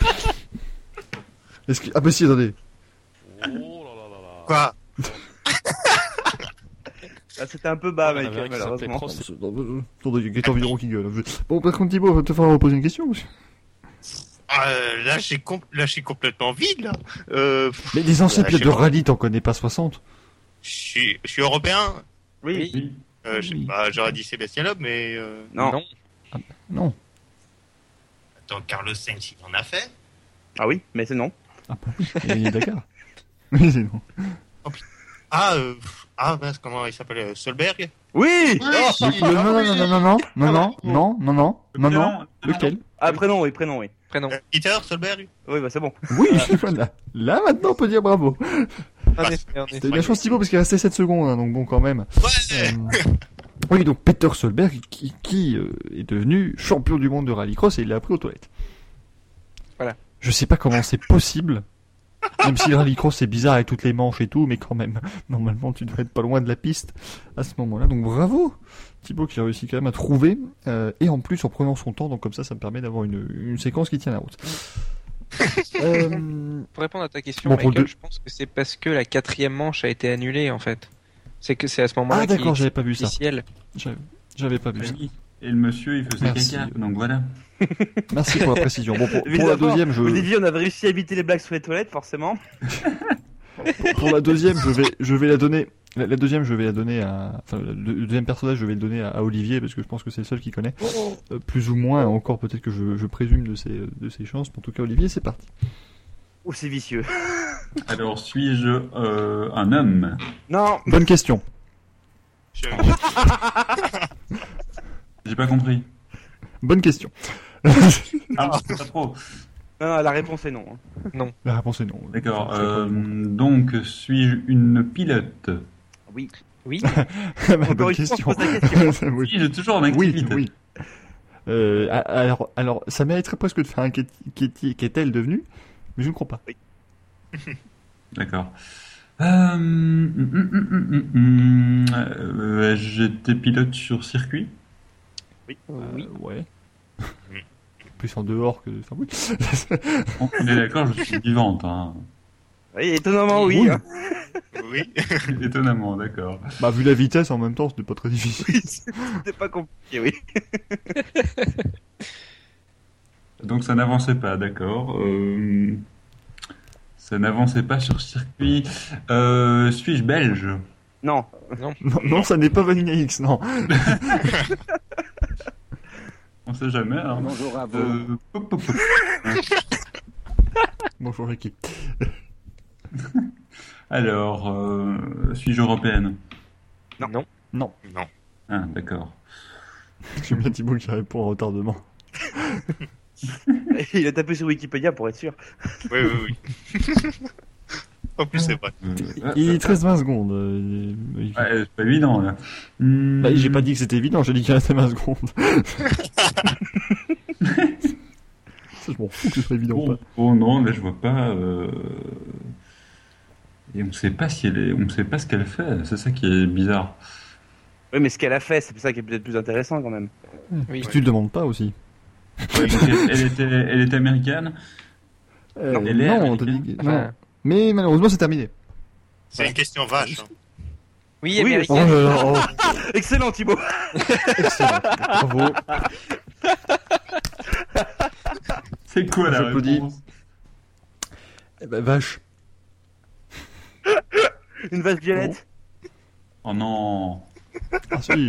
[SPEAKER 2] Est-ce que... Ah bah si, attendez.
[SPEAKER 1] Oh là là là là.
[SPEAKER 4] quoi
[SPEAKER 5] Ah, C'était un peu bas,
[SPEAKER 1] On avait un
[SPEAKER 5] Michael,
[SPEAKER 1] qui s'appelait
[SPEAKER 5] malheureusement.
[SPEAKER 1] Prost.
[SPEAKER 2] Attendez, il y a environ qui gueule. Bon, par contre, Thibaut, va te falloir reposer une question. monsieur.
[SPEAKER 4] Ah, euh, là, j'ai com- là, j'ai complètement vide, là. Euh, pff,
[SPEAKER 2] Mais des anciens
[SPEAKER 4] Ouais,
[SPEAKER 2] pilotes
[SPEAKER 4] je
[SPEAKER 2] de
[SPEAKER 4] sais pas.
[SPEAKER 2] rallye, t'en connais pas 60
[SPEAKER 4] je suis je suis européen.
[SPEAKER 5] Oui.
[SPEAKER 6] Oui.
[SPEAKER 4] Euh, je sais
[SPEAKER 2] Oui.
[SPEAKER 4] pas, j'aurais dit Sébastien Loeb, mais... euh,
[SPEAKER 5] Non.
[SPEAKER 3] Non.
[SPEAKER 2] Non.
[SPEAKER 4] Attends, Carlos Sainz, il en a fait
[SPEAKER 5] Ah oui, mais c'est non.
[SPEAKER 2] Et Dakar. Mais c'est non.
[SPEAKER 4] Ah, euh, pff, ah mince, comment il s'appelait euh, Solberg
[SPEAKER 5] Oui
[SPEAKER 4] Oh,
[SPEAKER 2] Le- le- Non, non, non, non, non, non, non,
[SPEAKER 4] Ah
[SPEAKER 2] non, non, non, non, non, lequel
[SPEAKER 5] Ah, prénom, oui, prénom, oui.
[SPEAKER 3] Prénom.
[SPEAKER 4] Euh, Peter Solberg
[SPEAKER 5] Oui, bah c'est bon.
[SPEAKER 2] Oui, voilà. Là, maintenant, on peut dire bravo.
[SPEAKER 3] En effet, en
[SPEAKER 2] T'as
[SPEAKER 3] effet.
[SPEAKER 2] eu de la chance, Thibaut, parce qu'il restait 7 secondes, hein, donc bon, quand même.
[SPEAKER 4] Ouais
[SPEAKER 2] Euh, Oui, donc Peter Solberg, qui, qui, euh, est devenu champion du monde de rallycross et il l'a appris aux toilettes.
[SPEAKER 3] Voilà.
[SPEAKER 2] Je sais pas comment c'est possible. Même si le rallycross c'est bizarre avec toutes les manches et tout, mais quand même, normalement tu devrais être pas loin de la piste à ce moment-là. Donc bravo Thibaut qui a réussi quand même à trouver, euh, et en plus en prenant son temps, donc comme ça ça me permet d'avoir une, une séquence qui tient la route. Euh,
[SPEAKER 3] Pour répondre à ta question,
[SPEAKER 2] Bon, pour
[SPEAKER 3] Michael,
[SPEAKER 2] le deux-
[SPEAKER 3] je pense que c'est parce que la quatrième manche a été annulée en fait. C'est que c'est à ce moment-là
[SPEAKER 2] Ah
[SPEAKER 3] qu'il
[SPEAKER 2] d'accord,
[SPEAKER 3] est
[SPEAKER 2] j'avais pas vu ça.
[SPEAKER 3] officiel.
[SPEAKER 2] J'avais- J'avais pas vu ça.
[SPEAKER 6] Et le monsieur, il faisait
[SPEAKER 2] Merci.
[SPEAKER 6] caca. Donc voilà.
[SPEAKER 2] Merci pour la précision. Bon, pour, pour la
[SPEAKER 5] Évidemment,
[SPEAKER 2] deuxième, je...
[SPEAKER 5] Au début, on avait réussi à éviter les blagues sur les toilettes, forcément.
[SPEAKER 2] pour la deuxième, je vais, je vais la donner. La, la deuxième, je vais la donner à. Enfin, le, le deuxième personnage, je vais le donner à, à Olivier parce que je pense que c'est le seul qui connaît.
[SPEAKER 5] Oh,
[SPEAKER 2] Euh, plus ou moins, encore peut-être que je, je présume de ses, de ses chances. Mais En tout cas, Olivier, c'est parti.
[SPEAKER 5] Oh, c'est vicieux.
[SPEAKER 6] Alors, suis-je euh, un homme
[SPEAKER 5] Non,
[SPEAKER 2] Bonne question.
[SPEAKER 4] Je-
[SPEAKER 6] J'ai pas compris.
[SPEAKER 2] Bonne question.
[SPEAKER 6] Ah, pas trop.
[SPEAKER 5] non, non, la réponse est non. hein.
[SPEAKER 2] La réponse est non.
[SPEAKER 6] D'accord.
[SPEAKER 2] Je sais pas.
[SPEAKER 6] euh, donc, suis-je une pilote
[SPEAKER 5] Oui.
[SPEAKER 3] Oui.
[SPEAKER 2] Ah bah,
[SPEAKER 5] Encore
[SPEAKER 2] bonne
[SPEAKER 5] une fois,
[SPEAKER 2] question.
[SPEAKER 5] on pose la question.
[SPEAKER 2] oui,
[SPEAKER 6] Oui, j'ai toujours en
[SPEAKER 2] oui.
[SPEAKER 6] activité.
[SPEAKER 2] oui. Euh, a- alors, alors, ça mériterait presque de faire un qu'est- qu'est- qu'est-elle devenue, mais je ne crois pas.
[SPEAKER 6] D'accord. Euh, hum, hum, hum, hum, hum, euh, J'étais pilote sur circuit.
[SPEAKER 2] Euh, ouais. Plus en dehors que. Enfin, oui.
[SPEAKER 6] On est d'accord, je suis vivante. Hein.
[SPEAKER 5] Oui, étonnamment, oui.
[SPEAKER 2] Oui.
[SPEAKER 5] hein.
[SPEAKER 4] Oui.
[SPEAKER 6] Étonnamment, d'accord.
[SPEAKER 2] Bah, vu la vitesse en même temps, c'était pas très difficile.
[SPEAKER 5] C'était pas compliqué, oui.
[SPEAKER 6] Donc ça n'avançait pas, d'accord. Euh, Ça n'avançait pas sur circuit. Euh, Suis-je belge
[SPEAKER 5] Non.
[SPEAKER 2] Non, non, ça n'est pas Vanilla X, non.
[SPEAKER 6] On sait jamais. Hein.
[SPEAKER 7] Bonjour à vous.
[SPEAKER 6] Euh, pop, pop, pop.
[SPEAKER 2] Bonjour, Ricky.
[SPEAKER 6] Alors, euh, suis-je européenne
[SPEAKER 5] Non.
[SPEAKER 3] Non.
[SPEAKER 4] Non.
[SPEAKER 6] Ah, d'accord.
[SPEAKER 2] J'ai bien Thibault qui répond en retardement.
[SPEAKER 5] Il a tapé sur Wikipédia pour être sûr.
[SPEAKER 4] Oui, oui, oui. en plus, c'est vrai.
[SPEAKER 6] Euh, ah,
[SPEAKER 2] Il est 13 20 secondes. euh, il- il-
[SPEAKER 6] ah, ouais, c'est pas évident là. Hmm.
[SPEAKER 2] Bah, j'ai pas dit que c'était évident, j'ai dit qu'il restait 20 secondes. Ça, je m'en fous que ce soit évident ou
[SPEAKER 6] Oh,
[SPEAKER 2] pas.
[SPEAKER 6] oh, non, là je vois pas. euh, Et on sait pas si elle est... on sait pas ce qu'elle fait. C'est ça qui est bizarre.
[SPEAKER 5] Oui, mais ce qu'elle a fait, c'est ça qui est peut-être plus intéressant quand même.
[SPEAKER 2] Si tu le demandes pas aussi.
[SPEAKER 6] Elle était, elle était- elle était américaine.
[SPEAKER 2] Euh,
[SPEAKER 6] elle est
[SPEAKER 2] non, on t'a dit que- non. Mais malheureusement, c'est terminé.
[SPEAKER 4] C'est une question vache. hein.
[SPEAKER 3] Oui,
[SPEAKER 5] Oui,
[SPEAKER 2] Oh
[SPEAKER 3] américaine.
[SPEAKER 2] là là, oh,
[SPEAKER 5] Excellent, Thibaut.
[SPEAKER 2] excellent. Bravo.
[SPEAKER 6] C'est quoi la
[SPEAKER 2] J'applaudis.
[SPEAKER 6] réponse
[SPEAKER 2] Eh ben, vache.
[SPEAKER 5] Une vache violette.
[SPEAKER 6] Oh non
[SPEAKER 2] Ah, si.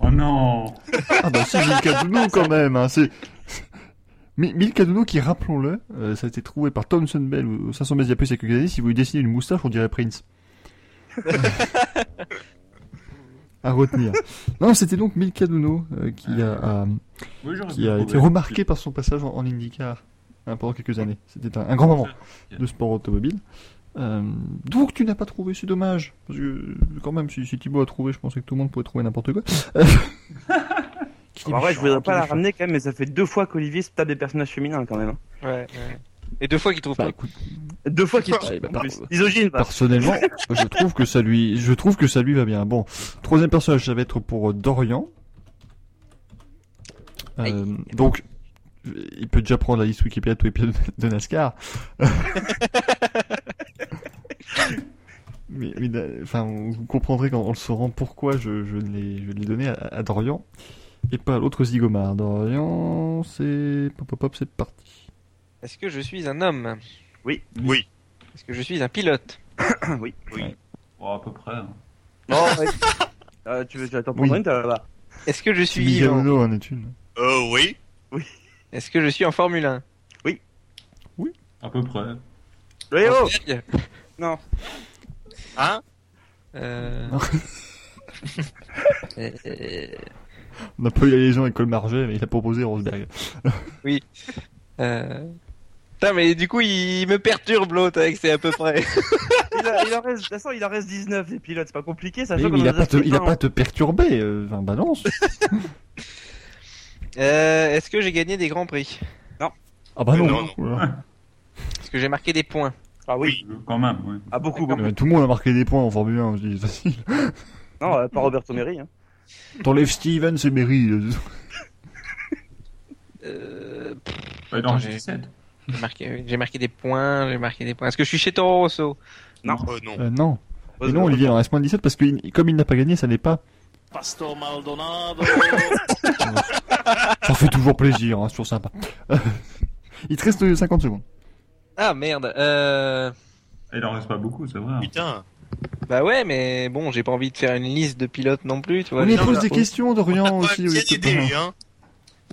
[SPEAKER 6] Oh non
[SPEAKER 2] Ah bah si, Milka quand même. Hein, c'est... Mais Milka qui, rappelons-le, euh, ça a été trouvé par Thomson Bell au au 500 mètres il y a plus il y a quelques années. Si vous lui dessinez une moustache, on dirait Prince. à retenir. Non, c'était donc Milka euh, qui a, a-
[SPEAKER 6] Oui, j'aurais
[SPEAKER 2] qui
[SPEAKER 6] pu
[SPEAKER 2] a
[SPEAKER 6] trouver.
[SPEAKER 2] été remarqué par son passage en, en IndyCar hein, pendant quelques années. C'était un, un grand moment de sport automobile. Euh, donc tu n'as pas trouvé, c'est dommage. Parce que euh, quand même, si, si Thibaut a trouvé, je pensais que tout le monde pouvait trouver n'importe quoi. Euh, qui est
[SPEAKER 5] en vrai, je
[SPEAKER 2] méchant,
[SPEAKER 5] voudrais
[SPEAKER 2] qui est
[SPEAKER 5] pas la
[SPEAKER 2] méchant.
[SPEAKER 5] ramener quand même, mais ça fait deux fois qu'Olivier se tape des personnages féminins quand même. hein.
[SPEAKER 3] Ouais, ouais. Et deux fois qu'il trouve
[SPEAKER 2] Bah,
[SPEAKER 3] pas.
[SPEAKER 2] écoute,
[SPEAKER 5] Deux fois qu'il se
[SPEAKER 2] Ouais, bah,
[SPEAKER 5] tape. en
[SPEAKER 2] par-
[SPEAKER 5] plus. Misogyne, va.
[SPEAKER 2] personnellement, je trouve que ça lui, je trouve que ça lui va bien. Bon, troisième personnage, ça va être pour euh, Dorian. Euh,
[SPEAKER 3] Aïe.
[SPEAKER 2] donc, euh, il peut déjà prendre la liste Wikipédia de tous les pilotes de NASCAR. mais, mais, euh, enfin, vous comprendrez quand en le saurant pourquoi je, je l'ai, je l'ai donné à, à Dorian et pas à l'autre Zigomar. Dorian, c'est pop pop pop, c'est parti.
[SPEAKER 3] Est-ce que je suis un homme
[SPEAKER 4] Oui.
[SPEAKER 3] Est-ce que je suis un pilote
[SPEAKER 5] oui.
[SPEAKER 6] Oh, à peu près. hein.
[SPEAKER 5] Bon, ouais. Euh, tu veux, tu vas t'en prendre
[SPEAKER 2] Oui.
[SPEAKER 5] une, t'as là-bas.
[SPEAKER 3] Est-ce que je suis vivant
[SPEAKER 2] Miguel en est une.
[SPEAKER 4] Euh, oui.
[SPEAKER 3] Est-ce que je suis en Formule 1
[SPEAKER 6] À peu près.
[SPEAKER 5] Oui, oh
[SPEAKER 4] Hein
[SPEAKER 3] Euh, euh, euh,
[SPEAKER 2] On n'a pas eu la liaison avec Colmarget, mais il a proposé Rosberg.
[SPEAKER 3] euh. Putain, mais du coup, il me perturbe l'autre avec c'est à peu près.
[SPEAKER 5] il, a- il en reste, de toute façon, il en reste 19 des pilotes, c'est pas compliqué, sachant
[SPEAKER 2] Mais
[SPEAKER 5] qu'on
[SPEAKER 2] il
[SPEAKER 5] en
[SPEAKER 2] a, pas te,
[SPEAKER 5] inscrit
[SPEAKER 2] il a
[SPEAKER 5] un.
[SPEAKER 2] pas te perturber, euh, enfin, balance.
[SPEAKER 3] Euh, Est-ce que j'ai gagné des grands prix
[SPEAKER 2] Ah bah
[SPEAKER 4] Mais
[SPEAKER 2] non.
[SPEAKER 4] non, non.
[SPEAKER 2] Voilà.
[SPEAKER 3] Est-ce que j'ai marqué des points
[SPEAKER 5] Ah oui,
[SPEAKER 6] Quand même, oui.
[SPEAKER 5] ah beaucoup, beaucoup.
[SPEAKER 2] Mais tout le monde a marqué des points en Formule 1, je dis, facile.
[SPEAKER 5] Non, euh, pas Roberto Neri. Hein.
[SPEAKER 2] T'enlèves Stevens et Berry.
[SPEAKER 3] Euh, pff,
[SPEAKER 6] Bah, il en reste
[SPEAKER 3] Attendez.
[SPEAKER 6] 17.
[SPEAKER 3] J'ai marqué, j'ai marqué des points, j'ai marqué des points. Est-ce que je suis chez Toro Rosso
[SPEAKER 5] Non.
[SPEAKER 4] Euh, non.
[SPEAKER 2] Euh, non. Et non, Olivier, il en reste moins de 17 parce que il- comme il n'a pas gagné, ça n'est pas.
[SPEAKER 1] Pastor Maldonado.
[SPEAKER 2] Ça fait toujours plaisir, hein, c'est toujours sympa. Euh, il te reste 50 secondes.
[SPEAKER 3] Ah merde. Euh...
[SPEAKER 6] Ah, Il en reste pas beaucoup, c'est vrai.
[SPEAKER 4] Putain.
[SPEAKER 3] Bah ouais, mais bon, j'ai pas envie de faire une liste de pilotes non plus, tu vois.
[SPEAKER 2] On est
[SPEAKER 3] les gens,
[SPEAKER 2] pose
[SPEAKER 3] là.
[SPEAKER 2] des questions, Dorian
[SPEAKER 4] Pas
[SPEAKER 2] aussi.
[SPEAKER 4] bien
[SPEAKER 2] oui, c'est pas
[SPEAKER 4] aidé,
[SPEAKER 2] mal.
[SPEAKER 4] hein.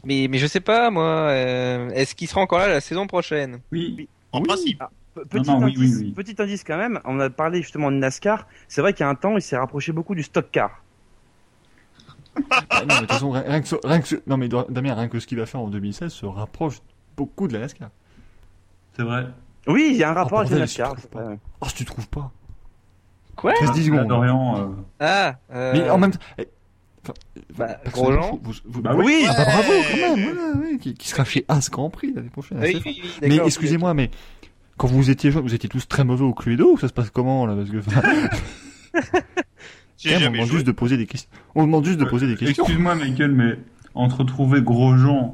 [SPEAKER 3] Mais, mais je sais pas, moi. euh, Est-ce qu'il sera encore là la saison prochaine
[SPEAKER 6] Oui.
[SPEAKER 4] En
[SPEAKER 2] Oui.
[SPEAKER 4] principe.
[SPEAKER 5] Pe- Petit,
[SPEAKER 6] non, oui,
[SPEAKER 5] indice,
[SPEAKER 6] oui, oui.
[SPEAKER 5] petit indice quand même, on a parlé justement de NASCAR. C'est vrai qu'il y a un temps, il s'est rapproché beaucoup du stock car.
[SPEAKER 2] Ah, non, mais de toute façon, rien, rien que ce- rien que ce- non, mais Damien, rien que ce qu'il va faire en 2016 se rapproche beaucoup de la NASCAR.
[SPEAKER 6] C'est vrai.
[SPEAKER 5] Oui, il y a un rapport
[SPEAKER 2] Oh,
[SPEAKER 5] avec le
[SPEAKER 2] bordel, je
[SPEAKER 5] NASCAR.
[SPEAKER 2] trouve
[SPEAKER 5] c'est
[SPEAKER 2] pas.
[SPEAKER 5] vrai.
[SPEAKER 2] Ah, si tu trouves pas.
[SPEAKER 3] Quoi
[SPEAKER 2] Il reste 10 secondes. hein.
[SPEAKER 6] Dorian, euh,
[SPEAKER 3] Ah. Euh...
[SPEAKER 2] Mais en même temps. eh, enfin,
[SPEAKER 3] Bah,
[SPEAKER 2] personnellement,
[SPEAKER 3] Grosjean.
[SPEAKER 2] vous- vous-
[SPEAKER 6] Bah
[SPEAKER 2] vous-
[SPEAKER 5] Oui,
[SPEAKER 2] Ah bah bravo
[SPEAKER 4] Ouais.
[SPEAKER 2] quand même, voilà, oui, qui, qui sera chez As Grand Prix l'année prochaine.
[SPEAKER 3] oui,
[SPEAKER 2] assez
[SPEAKER 3] oui,
[SPEAKER 2] fort.
[SPEAKER 3] oui,
[SPEAKER 2] mais
[SPEAKER 3] d'accord.
[SPEAKER 2] excusez-moi, mais quand vous étiez jeunes, vous étiez tous très mauvais au Cluedo ou ça se passe comment là Parce que enfin,
[SPEAKER 4] J'ai
[SPEAKER 2] on
[SPEAKER 4] jamais
[SPEAKER 2] demande
[SPEAKER 4] joué.
[SPEAKER 2] Eh, juste de poser des questions. On demande juste de poser des questions.
[SPEAKER 6] Excuse-moi, Michael, mais entre trouver Grosjean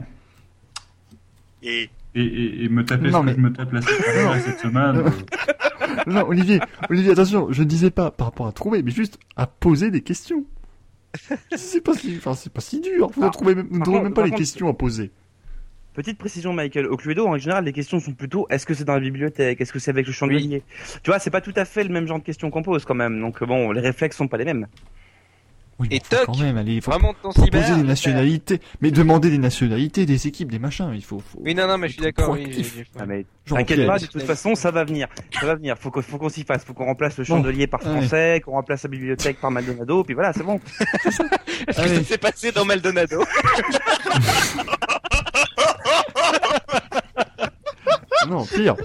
[SPEAKER 4] Et
[SPEAKER 6] et, et, et me taper
[SPEAKER 2] Non,
[SPEAKER 6] ce
[SPEAKER 2] mais-
[SPEAKER 6] que je me tape la
[SPEAKER 2] Non.
[SPEAKER 6] semaine, cette semaine, euh,
[SPEAKER 2] Non, Olivier, Olivier, attention, je ne disais pas par rapport à trouver, mais juste à poser des questions. C'est pas si, enfin, c'est pas si dur. Vous ne
[SPEAKER 5] Ah,
[SPEAKER 2] trouvez même, vous ne trouvez
[SPEAKER 5] contre-
[SPEAKER 2] même pas
[SPEAKER 5] par
[SPEAKER 2] les
[SPEAKER 5] contre-
[SPEAKER 2] questions à poser.
[SPEAKER 5] Petite précision, Michael. Au Cluedo, en général, les questions sont plutôt est-ce que c'est dans la bibliothèque Est-ce que c'est avec le chandelier Tu vois, c'est pas tout à fait le même genre de questions qu'on pose quand même. Donc, bon, les réflexes sont pas les mêmes.
[SPEAKER 2] Oui,
[SPEAKER 3] Et
[SPEAKER 2] mais enfin,
[SPEAKER 3] toc,
[SPEAKER 2] quand même, allez, il faut
[SPEAKER 3] Vraiment dans
[SPEAKER 2] proposer
[SPEAKER 3] cyber, euh,
[SPEAKER 2] des
[SPEAKER 3] je sais pas.
[SPEAKER 2] nationalités, mais demander des nationalités, des équipes, des machins. Il faut. faut-
[SPEAKER 3] Oui, non, non, mais je suis
[SPEAKER 2] faut être
[SPEAKER 3] d'accord. Oui,
[SPEAKER 2] proactif.
[SPEAKER 3] j'ai- j'ai-
[SPEAKER 5] Ah, mais
[SPEAKER 2] Genre,
[SPEAKER 5] t'inquiète
[SPEAKER 2] ok,
[SPEAKER 5] pas, de toute façon, ça va venir. Ça va venir. Faut qu'on faut qu'on s'y fasse. Faut qu'on remplace le
[SPEAKER 2] Bon.
[SPEAKER 5] chandelier par
[SPEAKER 2] Ouais.
[SPEAKER 5] français, qu'on remplace la bibliothèque par Maldonado. Puis voilà, c'est bon.
[SPEAKER 3] Est-ce
[SPEAKER 2] Allez.
[SPEAKER 3] que ça s'est passé dans Maldonado
[SPEAKER 2] Non, pire.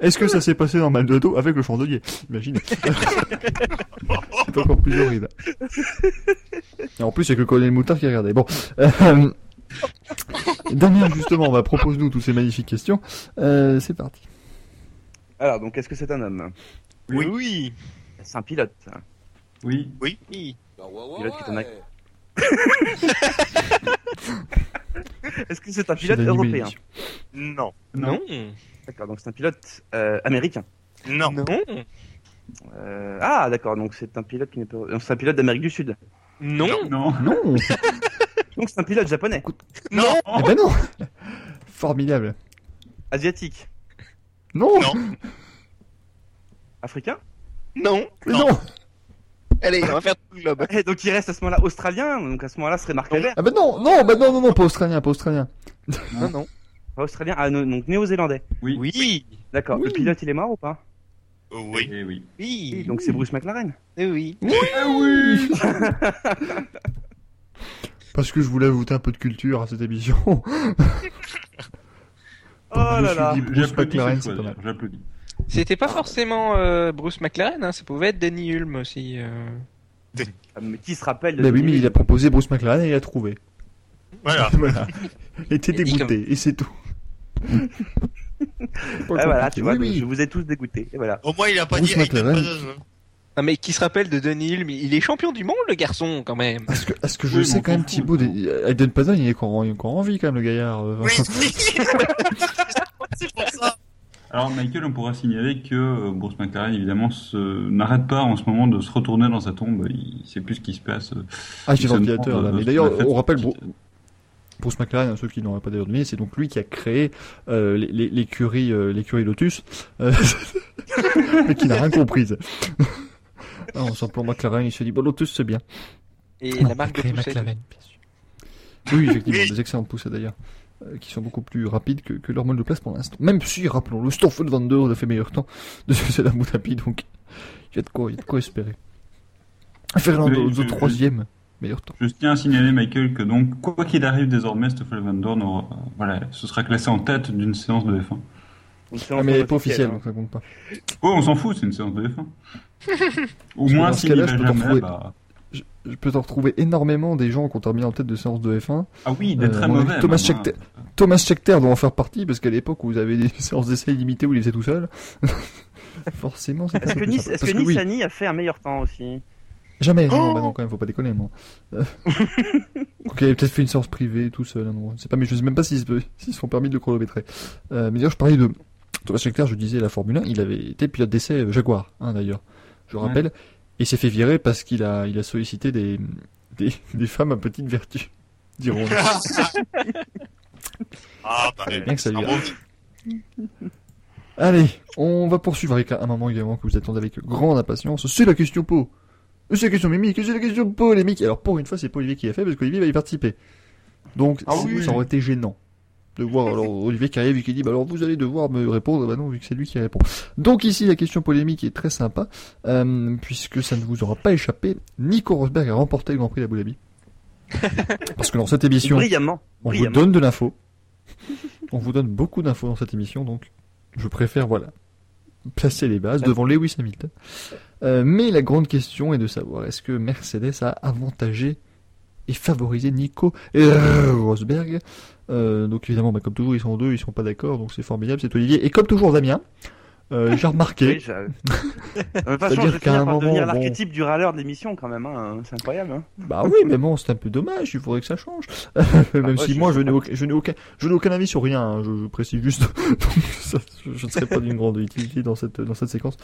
[SPEAKER 2] Est-ce que ça s'est passé dans Maldonado avec le chandelier Imaginez. C'est encore plus horrible. Et en plus, il y a que Colin Moutard qui regardait. Bon. Euh, Damien, justement, va propose-nous toutes ces magnifiques questions. Euh, c'est parti.
[SPEAKER 5] Alors, donc, est-ce que c'est un homme
[SPEAKER 6] Oui.
[SPEAKER 3] oui.
[SPEAKER 5] C'est un pilote.
[SPEAKER 6] oui.
[SPEAKER 3] oui.
[SPEAKER 5] Pilote qui t'en a- Est-ce que c'est un pilote
[SPEAKER 2] C'est l'animé
[SPEAKER 5] européen
[SPEAKER 2] d'émission.
[SPEAKER 4] non.
[SPEAKER 3] Non.
[SPEAKER 5] D'accord, donc c'est un pilote euh, américain.
[SPEAKER 4] Non.
[SPEAKER 3] Non.
[SPEAKER 5] Euh, ah, d'accord, donc c'est un pilote qui n'est pas. non, C'est un pilote d'Amérique du Sud.
[SPEAKER 3] Non.
[SPEAKER 6] Non.
[SPEAKER 2] Non
[SPEAKER 5] Donc c'est un pilote japonais,
[SPEAKER 4] Non.
[SPEAKER 2] Eh ben non Formidable.
[SPEAKER 5] asiatique,
[SPEAKER 2] Non
[SPEAKER 4] Non.
[SPEAKER 5] africain.
[SPEAKER 3] Non.
[SPEAKER 2] Mais non
[SPEAKER 3] Allez, on va faire tout le globe.
[SPEAKER 5] Et donc il reste à ce moment-là australien, donc à ce moment-là ce serait Marc Albert.
[SPEAKER 2] Ah ben non Non, bah non, non, non, pas australien, pas australien.
[SPEAKER 3] Non, non.
[SPEAKER 5] Pas australien, ah, no- donc néo-zélandais.
[SPEAKER 6] Oui.
[SPEAKER 3] Oui.
[SPEAKER 5] D'accord,
[SPEAKER 2] Oui.
[SPEAKER 5] le pilote il est mort ou pas
[SPEAKER 4] Euh, Oui.
[SPEAKER 6] Eh oui.
[SPEAKER 3] Oui.
[SPEAKER 5] Donc c'est Bruce McLaren.
[SPEAKER 3] Eh oui.
[SPEAKER 2] oui Parce que je voulais ajouter un peu de culture à cette émission.
[SPEAKER 5] Oh là
[SPEAKER 2] suis
[SPEAKER 5] là
[SPEAKER 2] dit- Ah, Bruce
[SPEAKER 6] J'applaudis
[SPEAKER 2] McLaren,
[SPEAKER 6] cette
[SPEAKER 2] c'est
[SPEAKER 6] fois,
[SPEAKER 2] pas mal.
[SPEAKER 6] d'ailleurs, j'applaudis.
[SPEAKER 3] C'était pas forcément euh, Bruce McLaren, hein, ça pouvait être Danny Hulme aussi. euh.
[SPEAKER 5] Ah, mais Qui se rappelle de
[SPEAKER 2] Bah oui, mais il a proposé Bruce McLaren et il a trouvé.
[SPEAKER 4] Voilà.
[SPEAKER 2] Voilà. Et t'es
[SPEAKER 3] Il a dit
[SPEAKER 2] dégoûté, et c'est tout.
[SPEAKER 5] Ah voilà, tu vois,
[SPEAKER 2] Oui,
[SPEAKER 5] donc,
[SPEAKER 2] oui.
[SPEAKER 5] je vous ai tous dégoûté. Et voilà.
[SPEAKER 4] Au moins, il a pas
[SPEAKER 2] Bruce
[SPEAKER 4] dit Ayrton
[SPEAKER 2] McLaren.
[SPEAKER 4] Senna.
[SPEAKER 3] Non Ah, mais qui se rappelle de Danny Hulme Il est champion du monde le garçon quand même.
[SPEAKER 2] Est-ce que, est-ce que je
[SPEAKER 6] Oui, mais
[SPEAKER 2] sais
[SPEAKER 6] on
[SPEAKER 2] quand même,
[SPEAKER 6] s'en
[SPEAKER 2] Thibaut,
[SPEAKER 6] fout,
[SPEAKER 2] des- Aiden Pazan, il est encore, en- il est encore en vie quand même, le gaillard. euh,
[SPEAKER 4] Oui. C'est pour ça.
[SPEAKER 6] Alors, Michael, on pourra signaler que euh, Bruce McLaren, évidemment, se... n'arrête pas en ce moment de se retourner dans sa tombe. Il sait plus ce qui se passe. euh,
[SPEAKER 2] Ah, j'ai
[SPEAKER 6] Il se
[SPEAKER 2] l'ordinateur,
[SPEAKER 6] demande,
[SPEAKER 2] là.
[SPEAKER 6] euh,
[SPEAKER 2] Mais
[SPEAKER 6] ce
[SPEAKER 2] d'ailleurs,
[SPEAKER 6] qu'on a fait
[SPEAKER 2] on rappelle,
[SPEAKER 6] pour-
[SPEAKER 2] Bru- Bruce McLaren, hein, ceux qui n'auraient pas d'ailleurs deviné, c'est donc lui qui a créé euh, les- les- l'écurie euh, l'écurie Lotus, euh, mais qui n'a rien comprise. Ah, on s'en plante McLaren, il se dit, bon, Lotus, c'est bien.
[SPEAKER 3] Et
[SPEAKER 2] Non,
[SPEAKER 3] la marque de
[SPEAKER 2] créé
[SPEAKER 3] poussette.
[SPEAKER 2] Ah, McLaren, bien sûr. Oui, effectivement,
[SPEAKER 4] Oui.
[SPEAKER 2] des excellentes poussées d'ailleurs, euh, qui sont beaucoup plus rapides que, que leur mode de place pour l'instant. Même si, rappelons-le, Stoffel Van Der Hoorn a fait meilleur temps de ce la Dhabi, donc il y a de quoi, il y a de quoi espérer. Fernando,
[SPEAKER 6] Oui,
[SPEAKER 2] le
[SPEAKER 6] je-
[SPEAKER 2] troisième meilleur temps.
[SPEAKER 6] Je tiens à signaler, Michael, que donc, quoi qu'il arrive désormais, Stoffel Van Dorn aura- euh, voilà, se sera classé en tête d'une séance de F1.
[SPEAKER 5] Donc, c'est
[SPEAKER 2] Ah, mais elle est
[SPEAKER 5] l'ensemble
[SPEAKER 2] pas officielle, donc
[SPEAKER 5] officiel,
[SPEAKER 2] ça compte pas.
[SPEAKER 6] Oh, on s'en fout, c'est une séance de F1. Au
[SPEAKER 2] Parce que
[SPEAKER 6] moins,
[SPEAKER 2] dans ce
[SPEAKER 6] s'il n'y
[SPEAKER 2] cas-là,
[SPEAKER 6] va
[SPEAKER 2] je peux t'en
[SPEAKER 6] jamais,
[SPEAKER 2] trouver.
[SPEAKER 6] bah...
[SPEAKER 2] Je, je peux t'en retrouver énormément des gens qui ont terminé en tête de séance de F1.
[SPEAKER 6] Ah oui, il
[SPEAKER 2] Euh,
[SPEAKER 6] est très
[SPEAKER 2] mon ami
[SPEAKER 6] mauvais.
[SPEAKER 2] Thomas
[SPEAKER 6] même,
[SPEAKER 2] Schechter.
[SPEAKER 6] hein.
[SPEAKER 2] Thomas Schechter doit en faire partie, parce qu'à l'époque où vous avez des séances d'essai illimitées où il faisait tout seul, forcément c'est
[SPEAKER 5] hein. Est-ce que Nice, est-ce que
[SPEAKER 2] oui,
[SPEAKER 5] Nissani a fait un meilleur temps aussi
[SPEAKER 2] Jamais, non, bah non, quand même, faut pas déconner, moi. Euh, ok, il a peut-être fait une séance privée, tout seul, un endroit. C'est pas, mais je sais même pas s'ils se- s'ils se sont permis de le chronométrer. Euh, mais d'ailleurs, je parlais de Thomas Schechter, je disais la Formule 1, il avait été pilote d'essai euh, Jaguar, hein, d'ailleurs. Je rappelle. Et s'est fait virer parce qu'il a, il a sollicité des, des, des femmes à petite vertu. Dirons-nous.
[SPEAKER 4] Ah, bah,
[SPEAKER 2] Bien que ça lui
[SPEAKER 4] un
[SPEAKER 2] a-
[SPEAKER 4] bon-
[SPEAKER 2] Allez, on va poursuivre avec un moment également que vous attendez avec grande impatience. C'est la question Po. C'est la question mimique, c'est la question polémique. Alors pour une fois, c'est pas Olivier qui l'a fait parce qu'Olivier va y participer. Donc
[SPEAKER 6] Ah
[SPEAKER 2] c'est-
[SPEAKER 6] oui.
[SPEAKER 2] ça aurait été gênant de voir alors Olivier qui arrive et qui dit bah alors vous allez devoir me répondre. Bah non, vu que c'est lui qui répond. Donc ici la question polémique est très sympa euh, puisque ça ne vous aura pas échappé. Nico Rosberg a remporté le Grand Prix d'Abu Dhabi. Parce que dans cette émission,
[SPEAKER 5] Brillamment.
[SPEAKER 2] on vous
[SPEAKER 5] Brillamment.
[SPEAKER 2] donne de l'info. On vous donne beaucoup d'infos dans cette émission, donc je préfère, voilà, placer les bases devant Lewis Hamilton. Euh, mais la grande question est de savoir est-ce que Mercedes a avantagé et favorisé Nico euh, Rosberg Euh, Donc évidemment, bah, comme toujours, ils sont deux, ils sont pas d'accord, donc c'est formidable, c'est Olivier. Et comme toujours, Damien, Euh, J'ai remarqué.
[SPEAKER 5] Oui, je- de toute façon,
[SPEAKER 2] C'est-à-dire
[SPEAKER 5] je vais
[SPEAKER 2] qu'à un
[SPEAKER 5] finir par
[SPEAKER 2] moment,
[SPEAKER 5] devenir
[SPEAKER 2] bon.
[SPEAKER 5] l'archétype du râleur de l'émission quand même. hein. C'est incroyable. hein.
[SPEAKER 2] Bah oui, mais bon, c'est un peu dommage, il faudrait que ça change. Même
[SPEAKER 5] ouais,
[SPEAKER 2] si
[SPEAKER 5] je-
[SPEAKER 2] moi, je n'ai aucun, je n'ai aucun, je n'ai aucun avis sur rien, hein, je, je précise juste. donc, ça, je, je ne serai pas d'une grande utilité dans cette, dans cette séquence.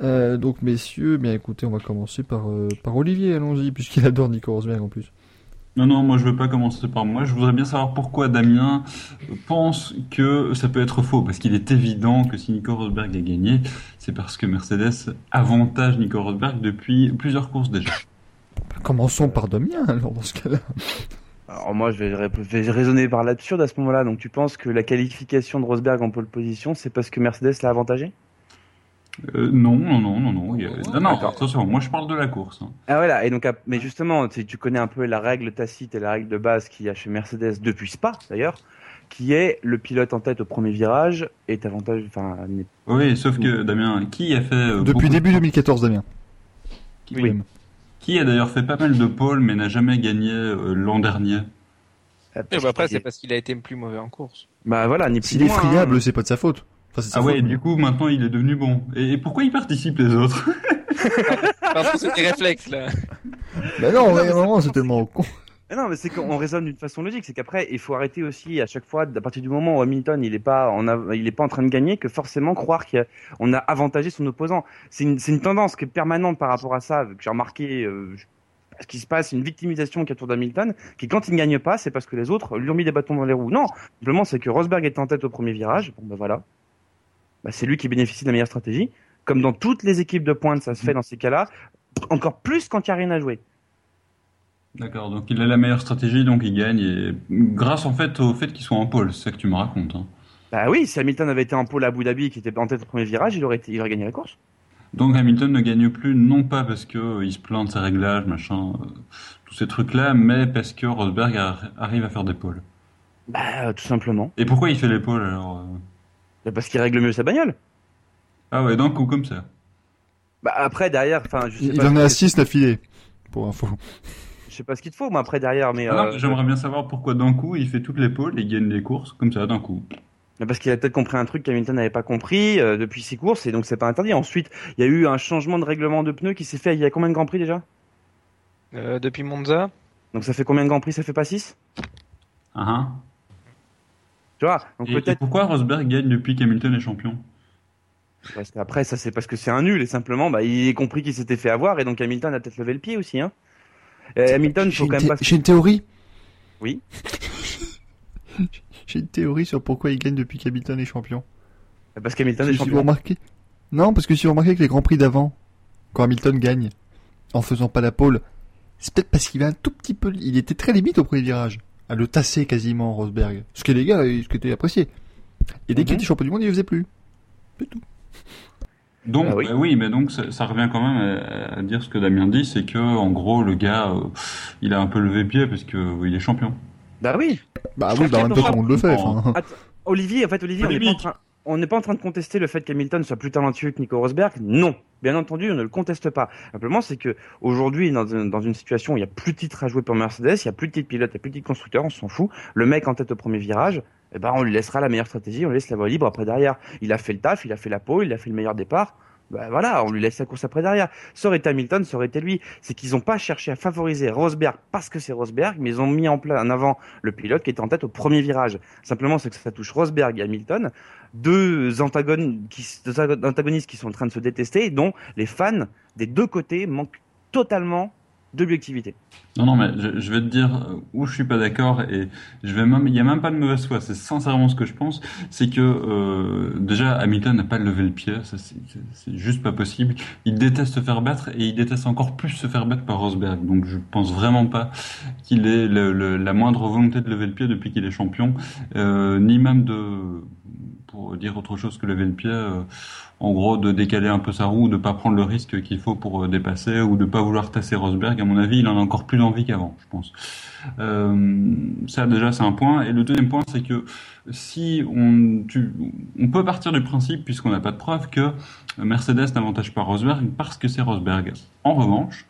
[SPEAKER 2] Euh, donc, messieurs, bien écoutez, on va commencer par, euh, par Olivier, allons-y, puisqu'il adore Nico Rosberg en plus.
[SPEAKER 6] Non, non, moi je veux pas commencer par moi. Je voudrais bien savoir pourquoi Damien pense que ça peut être faux. Parce qu'il est évident que si Nico Rosberg a gagné, c'est parce que Mercedes avantage Nico Rosberg depuis plusieurs courses déjà.
[SPEAKER 2] Bah, commençons par Damien, alors, dans ce cas-là.
[SPEAKER 5] Alors moi, je vais, ré- je vais raisonner par l'absurde à ce moment-là. Donc tu penses que la qualification de Rosberg en pole position, c'est parce que Mercedes l'a avantagé
[SPEAKER 6] Euh, non, non, non, non, non. il y a- Non, non,
[SPEAKER 7] Attends.
[SPEAKER 6] attention, moi je parle de la course. hein.
[SPEAKER 5] Ah voilà. Et donc, à- mais justement, tu, tu connais un peu la règle tacite et la règle de base qu'il y a chez Mercedes depuis Spa d'ailleurs, qui est le pilote en tête au premier virage est avantage. Enfin, n'est-
[SPEAKER 6] Oui, sauf que Damien, qui a fait. euh, beaucoup-
[SPEAKER 2] Depuis début 2014, Damien.
[SPEAKER 6] Oui.
[SPEAKER 2] Même.
[SPEAKER 6] Qui a d'ailleurs fait pas mal de pôles mais n'a jamais gagné euh, l'an dernier.
[SPEAKER 3] Mais bah, après, c'est parce qu'il a été plus mauvais en course.
[SPEAKER 5] Bah voilà, ni plus
[SPEAKER 2] S'il est
[SPEAKER 5] ni moins, hein.
[SPEAKER 2] friable, c'est pas de sa faute. Enfin, c'est de sa
[SPEAKER 6] Ah ouais,
[SPEAKER 2] faute,
[SPEAKER 6] du coup maintenant il est devenu bon. Et, et pourquoi il participe les autres
[SPEAKER 3] Parce que c'était réflexe, là.
[SPEAKER 2] Mais non,
[SPEAKER 5] Non,
[SPEAKER 2] ouais,
[SPEAKER 5] mais c'est-
[SPEAKER 2] vraiment, c'est tellement con.
[SPEAKER 5] Mais non, mais c'est qu'on raisonne d'une façon logique. C'est qu'après, il faut arrêter aussi à chaque fois, à partir du moment où Hamilton il est pas, en av- il est pas en train de gagner, que forcément croire qu'on a avantagé son opposant. C'est une, c'est une tendance qui est permanente par rapport à ça. Que j'ai remarqué euh, je- ce qui se passe, une victimisation qui est autour d'Hamilton, qui quand il ne gagne pas, c'est parce que les autres lui ont mis des bâtons dans les roues. Non, simplement c'est que Rosberg était en tête au premier virage. Bon bah voilà, Bah, c'est lui qui bénéficie de la meilleure stratégie. Comme dans toutes les équipes de pointe, ça se fait dans ces cas-là. Encore plus quand il n'y a rien à jouer.
[SPEAKER 6] D'accord, donc il a la meilleure stratégie, donc il gagne, et grâce en fait au fait qu'il soit en pôle, c'est ça que tu me racontes. hein.
[SPEAKER 5] Bah oui, si Hamilton avait été en pôle à Abu Dhabi, qui était en tête au premier virage, il aurait, été- il aurait gagné la course.
[SPEAKER 6] Donc Hamilton ne gagne plus, non pas parce que euh, il se plaint de ses réglages, machin, euh, tous ces trucs-là, mais parce que Rosberg ar- arrive à faire des pôles.
[SPEAKER 5] Bah, euh, tout simplement.
[SPEAKER 6] Et pourquoi il fait les pôles alors euh
[SPEAKER 5] Bah, Parce qu'il règle mieux sa bagnole.
[SPEAKER 6] Ah ouais, d'un coup comme ça.
[SPEAKER 5] Bah, après, derrière, enfin, je sais
[SPEAKER 2] Il
[SPEAKER 5] pas.
[SPEAKER 2] en
[SPEAKER 5] ce
[SPEAKER 2] a
[SPEAKER 5] que-
[SPEAKER 2] 6 d'affilée. Pour info.
[SPEAKER 5] Je sais pas ce qu'il te faut, moi, après, derrière, mais.
[SPEAKER 6] Ah
[SPEAKER 5] euh,
[SPEAKER 6] non, J'aimerais bien savoir pourquoi d'un coup il fait toutes les pôles et gagne les courses comme ça d'un coup.
[SPEAKER 5] mais Parce qu'il a peut-être compris un truc qu'Hamilton n'avait pas compris euh, depuis ses courses, et donc c'est pas interdit. Ensuite, il y a eu un changement de règlement de pneus qui s'est fait il y a combien de Grands Prix déjà
[SPEAKER 3] Euh, depuis Monza.
[SPEAKER 5] Donc ça fait combien de Grands Prix Ça fait pas 6
[SPEAKER 6] Ah hein.
[SPEAKER 5] Tu vois Donc
[SPEAKER 6] Et, et
[SPEAKER 5] peut-être.
[SPEAKER 6] pourquoi Rosberg gagne depuis qu'Hamilton est champion
[SPEAKER 5] Parce qu'après, ça, c'est parce que c'est un nul, et simplement, bah, il a compris qu'il s'était fait avoir, et donc Hamilton a peut-être levé le pied aussi, hein. Euh, Hamilton,
[SPEAKER 2] J'ai
[SPEAKER 5] faut
[SPEAKER 2] une,
[SPEAKER 5] quand
[SPEAKER 2] thé-
[SPEAKER 5] même pas. se-
[SPEAKER 2] j'ai une théorie.
[SPEAKER 5] Oui.
[SPEAKER 2] J'ai une théorie sur pourquoi il gagne depuis qu'Hamilton est champion.
[SPEAKER 5] Parce qu'Hamilton est
[SPEAKER 2] Si vous
[SPEAKER 5] champion.
[SPEAKER 2] remarquez Non, parce que si vous remarquez que les grands prix d'avant, quand Hamilton gagne, en faisant pas la pole, c'est peut-être parce qu'il a un tout petit peu. Il était très limite au premier virage, à le tasser quasiment Rosberg. Ce qui est les gars, ce qui était apprécié. Et dès qu'il
[SPEAKER 5] Mhm.
[SPEAKER 2] était champion du monde, il le faisait plus. C'est tout.
[SPEAKER 6] Donc,
[SPEAKER 5] Ah
[SPEAKER 6] bah oui.
[SPEAKER 5] oui.
[SPEAKER 6] mais donc ça, ça revient quand même à, à dire ce que Damien dit, c'est que en gros le gars, euh, il a un peu levé pied parce que euh, il est champion.
[SPEAKER 5] Bah oui.
[SPEAKER 2] Bah
[SPEAKER 5] Je
[SPEAKER 2] oui,
[SPEAKER 5] crois
[SPEAKER 2] bah, en même temps,
[SPEAKER 5] qu'il y a
[SPEAKER 2] tout le monde le fait.
[SPEAKER 6] beaucoup
[SPEAKER 2] enfin.
[SPEAKER 5] Olivier, en fait, Olivier, on n'est pas en
[SPEAKER 6] Polémique.
[SPEAKER 5] train- on n'est pas, en train de contester le fait qu'Hamilton soit plus talentueux que Nico Rosberg. Non. Bien entendu, on ne le conteste pas. Simplement, c'est que aujourd'hui, dans, un- dans une situation où il n'y a plus de titre à jouer pour Mercedes, il n'y a plus de titre pilote, il n'y a plus de titre constructeur, on s'en fout. Le mec en tête au premier virage, eh ben, on lui laissera la meilleure stratégie, on lui laisse la voie libre après derrière. Il a fait le taf, il a fait la peau, il a fait le meilleur départ. Ben voilà, on lui laisse la course après derrière. Ça aurait été Hamilton, ça aurait été lui. C'est qu'ils n'ont pas cherché à favoriser Rosberg parce que c'est Rosberg, mais ils ont mis en place en avant le pilote qui était en tête au premier virage. Simplement, c'est que ça touche Rosberg et Hamilton, deux, antagones qui, deux antagonistes qui sont en train de se détester, et dont les fans des deux côtés manquent totalement d'objectivité.
[SPEAKER 6] Non, non, mais je, je vais te dire euh, où je suis pas d'accord et je vais même, il y a même pas de mauvaise foi. C'est sincèrement ce que je pense, c'est que euh, déjà Hamilton n'a pas levé le pied, ça c'est- c'est c'est juste pas possible. Il déteste se faire battre et il déteste encore plus se faire battre par Rosberg. Donc je pense vraiment pas qu'il ait le- le- la moindre volonté de lever le pied depuis qu'il est champion, euh, ni même de, pour dire autre chose que lever le pied, euh, en gros de décaler un peu sa roue, de pas prendre le risque qu'il faut pour euh, dépasser ou de pas vouloir tasser Rosberg. À mon avis, il en a encore plus envie qu'avant, je pense. Euh, ça déjà, c'est un point. Et le deuxième point, c'est que si on, tu, on peut partir du principe, puisqu'on n'a pas de preuve, que Mercedes n'avantage pas Rosberg parce que c'est Rosberg. En revanche,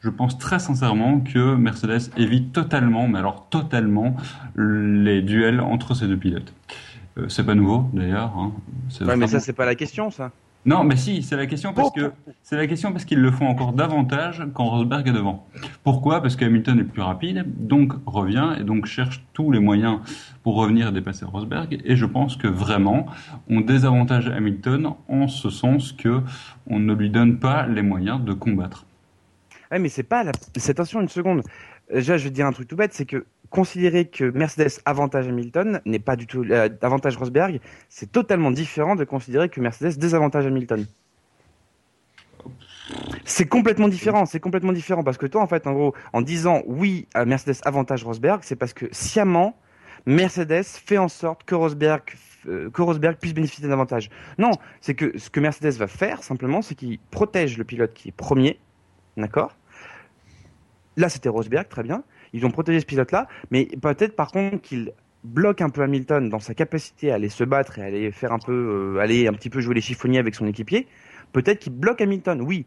[SPEAKER 6] je pense très sincèrement que Mercedes évite totalement, mais alors totalement, les duels entre ces deux pilotes. Euh, c'est pas nouveau d'ailleurs. hein. C'est
[SPEAKER 5] Ouais, mais
[SPEAKER 6] vraiment-
[SPEAKER 5] ça, c'est pas la question, ça.
[SPEAKER 6] Non, mais si, c'est la question parce que c'est la question parce qu'ils le font encore davantage quand Rosberg est devant. Pourquoi Parce qu'Hamilton est plus rapide, donc revient et donc cherche tous les moyens pour revenir et dépasser Rosberg. Et je pense que vraiment, on désavantage Hamilton en ce sens que on ne lui donne pas les moyens de combattre.
[SPEAKER 5] Ouais, mais c'est pas la. c'est- Attention une seconde. Euh, Déjà, je vais te dire un truc tout bête, c'est que considérer que Mercedes avantage Hamilton n'est pas du tout euh, avantage Rosberg, c'est totalement différent de considérer que Mercedes désavantage Hamilton. C'est complètement différent, c'est complètement différent parce que toi, en fait, en gros, en disant oui à Mercedes avantage Rosberg, c'est parce que sciemment Mercedes fait en sorte que Rosberg euh, que Rosberg puisse bénéficier d'un avantage. Non, c'est que ce que Mercedes va faire simplement, c'est qu'il protège le pilote qui est premier, d'accord Là, c'était Rosberg, très bien. Ils ont protégé ce pilote-là, mais peut-être par contre qu'il bloque un peu Hamilton dans sa capacité à aller se battre et à aller faire un peu, euh, aller un petit peu jouer les chiffonniers avec son équipier. Peut-être qu'il bloque Hamilton, oui,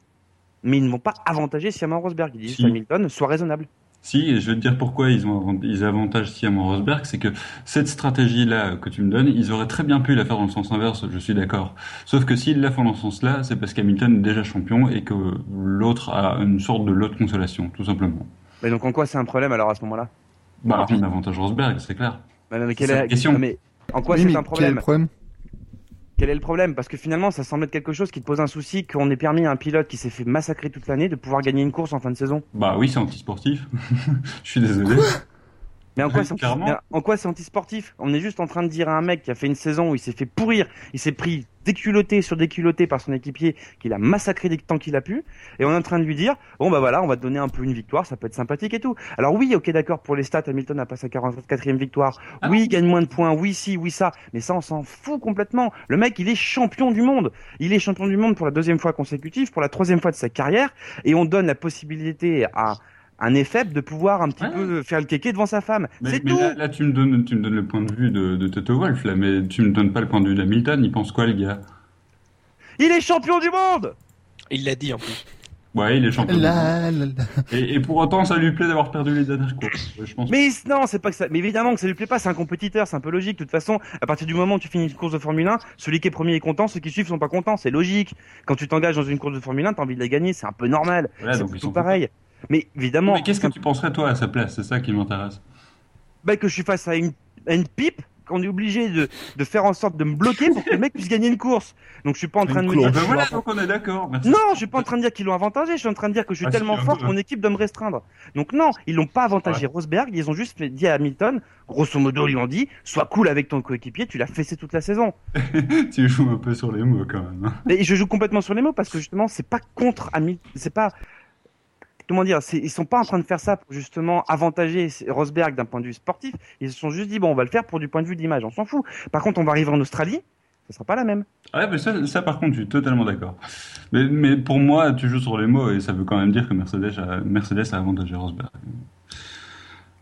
[SPEAKER 5] mais ils ne vont pas avantager sciemment Rosberg. Ils disent
[SPEAKER 6] Si.
[SPEAKER 5] Hamilton, sois raisonnable.
[SPEAKER 6] Si, et je vais te dire pourquoi ils, ont avant- ils avantagent sciemment Rosberg, c'est que cette stratégie-là que tu me donnes, ils auraient très bien pu la faire dans le sens inverse, je suis d'accord. Sauf que s'ils la font dans ce sens-là, c'est parce qu'Hamilton est déjà champion et que l'autre a une sorte de lot de consolation, tout simplement.
[SPEAKER 5] Mais donc en quoi c'est un problème alors à ce moment-là Ah
[SPEAKER 6] Bah, on avantage Rosberg, c'est clair.
[SPEAKER 5] mais, mais
[SPEAKER 6] C'est la question.
[SPEAKER 5] mais en quoi
[SPEAKER 2] Oui, mais
[SPEAKER 5] c'est
[SPEAKER 2] Quel
[SPEAKER 5] un
[SPEAKER 2] est
[SPEAKER 5] problème
[SPEAKER 2] le problème
[SPEAKER 5] Quel est le problème Parce que finalement, ça semble être quelque chose qui te pose un souci qu'on ait permis à un pilote qui s'est fait massacrer toute l'année de pouvoir gagner une course en fin de saison.
[SPEAKER 6] Bah oui, c'est anti-sportif. je suis désolé.
[SPEAKER 5] Mais en quoi
[SPEAKER 6] Oui,
[SPEAKER 5] c'est anti-
[SPEAKER 6] clairement.
[SPEAKER 5] mais en quoi c'est anti-sportif On est juste en train de dire à un mec qui a fait une saison où il s'est fait pourrir, il s'est pris déculotté sur déculotté par son équipier, qu'il a massacré des temps qu'il a pu, et on est en train de lui dire bon bah voilà, on va te donner un peu une victoire, ça peut être sympathique et tout. Alors oui, ok d'accord pour les stats, Hamilton a passé sa 44e victoire.
[SPEAKER 6] Ah.
[SPEAKER 5] Oui, il gagne moins de points. Oui, si, oui ça. Mais ça, on s'en fout complètement. Le mec, il est champion du monde. Il est champion du monde pour la deuxième fois consécutive, pour la troisième fois de sa carrière, et on donne la possibilité à un effet de pouvoir un petit
[SPEAKER 6] Ouais.
[SPEAKER 5] peu faire le kéké devant sa femme.
[SPEAKER 6] Ah. Mais,
[SPEAKER 5] C'est
[SPEAKER 6] mais
[SPEAKER 5] tout.
[SPEAKER 6] là, là, tu me donnes, tu me donnes le point de vue de, de Toto Wolf, là, mais tu me donnes pas le point de vue d'Hamilton. Il pense quoi, le gars
[SPEAKER 5] Il est champion du monde
[SPEAKER 3] Il l'a dit en plus.
[SPEAKER 6] Ouais, il est champion.
[SPEAKER 2] La, la, la.
[SPEAKER 6] Et, et pour autant, ça lui plaît d'avoir perdu les dernières courses. Je pense
[SPEAKER 5] Mais il- non, c'est pas que ça. Mais évidemment que ça lui plaît pas, c'est un compétiteur, c'est un peu logique. De toute façon, à partir du moment où tu finis une course de Formule 1, celui qui est premier est content, ceux qui suivent sont pas contents, c'est logique. Quand tu t'engages dans une course de Formule 1, t'as envie de la gagner, c'est un peu normal.
[SPEAKER 6] Voilà,
[SPEAKER 5] c'est
[SPEAKER 6] donc ils
[SPEAKER 5] tout
[SPEAKER 6] sont
[SPEAKER 5] pareil. Mais évidemment,
[SPEAKER 6] Mais qu'est-ce que tu penserais toi à sa place C'est ça qui m'intéresse.
[SPEAKER 5] bah, que je suis face à une, à une pipe, qu'on est obligé de, de faire en sorte de me bloquer pour que le mec puisse gagner une course. Donc je suis pas en train de me
[SPEAKER 6] Ah
[SPEAKER 5] dire.
[SPEAKER 6] ben
[SPEAKER 5] que je suis
[SPEAKER 6] voilà,
[SPEAKER 5] un-
[SPEAKER 6] donc on est d'accord. merci.
[SPEAKER 5] Non, je suis pas en train de dire qu'ils l'ont avantagé, je suis en train de dire que je suis
[SPEAKER 6] Ah, si,
[SPEAKER 5] tellement
[SPEAKER 6] un
[SPEAKER 5] fort
[SPEAKER 6] peu.
[SPEAKER 5] que mon équipe doit me restreindre. Donc non, ils l'ont pas avantagé Rosberg, ils ont juste fait- dit à Hamilton, grosso modo, ils lui ont dit, sois cool avec ton coéquipier, tu l'as fessé toute la saison.
[SPEAKER 6] tu joues un peu sur les mots quand même. hein.
[SPEAKER 5] Mais je joue complètement sur les mots parce que justement, c'est pas contre Hamilton, c'est pas... Comment dire, c'est- ils sont pas en train de faire ça pour justement avantager Rosberg d'un point de vue sportif, ils se sont juste dit, bon, on va le faire pour du point de vue de l'image, on s'en fout. Par contre, on va arriver en Australie, ça sera pas la même.
[SPEAKER 6] Ah mais ça, ça, par contre, je suis totalement d'accord. Mais, mais pour moi, tu joues sur les mots et ça veut quand même dire que Mercedes a, Mercedes a avantagé Rosberg.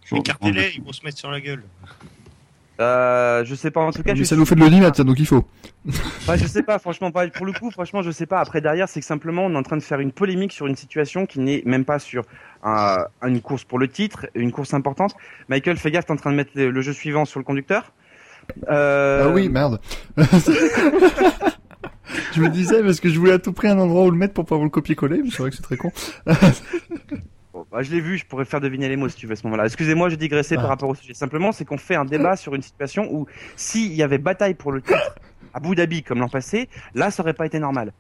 [SPEAKER 6] Je-
[SPEAKER 4] Écartez-les, ils vont se mettre sur la gueule.
[SPEAKER 5] Euh, je sais pas, en tout cas, je
[SPEAKER 2] Mais
[SPEAKER 5] suis
[SPEAKER 2] ça nous fait de l'audimat, ça, donc il faut.
[SPEAKER 5] Ouais, je sais pas, franchement, pas, pour le coup, franchement, je sais pas. Après, derrière, c'est que simplement, on est en train de faire une polémique sur une situation qui n'est même pas sur un- une course pour le titre, une course importante. Michael, fais gaffe, t'es en train de mettre le le jeu suivant sur le conducteur. Euh,
[SPEAKER 2] Ah oui, merde. je me disais, parce que je voulais à tout prix un endroit où le mettre pour pas vous le copier-coller, mais c'est vrai que c'est très con.
[SPEAKER 5] bon, bah, je l'ai vu, je pourrais faire deviner les mots si tu veux à ce moment-là. Excusez-moi, j'ai digressé par
[SPEAKER 2] Ah.
[SPEAKER 5] rapport au sujet. Simplement, c'est qu'on fait un débat sur une situation où, s'il y avait bataille pour le titre à Abu Dhabi comme l'an passé, là, ça aurait pas été normal.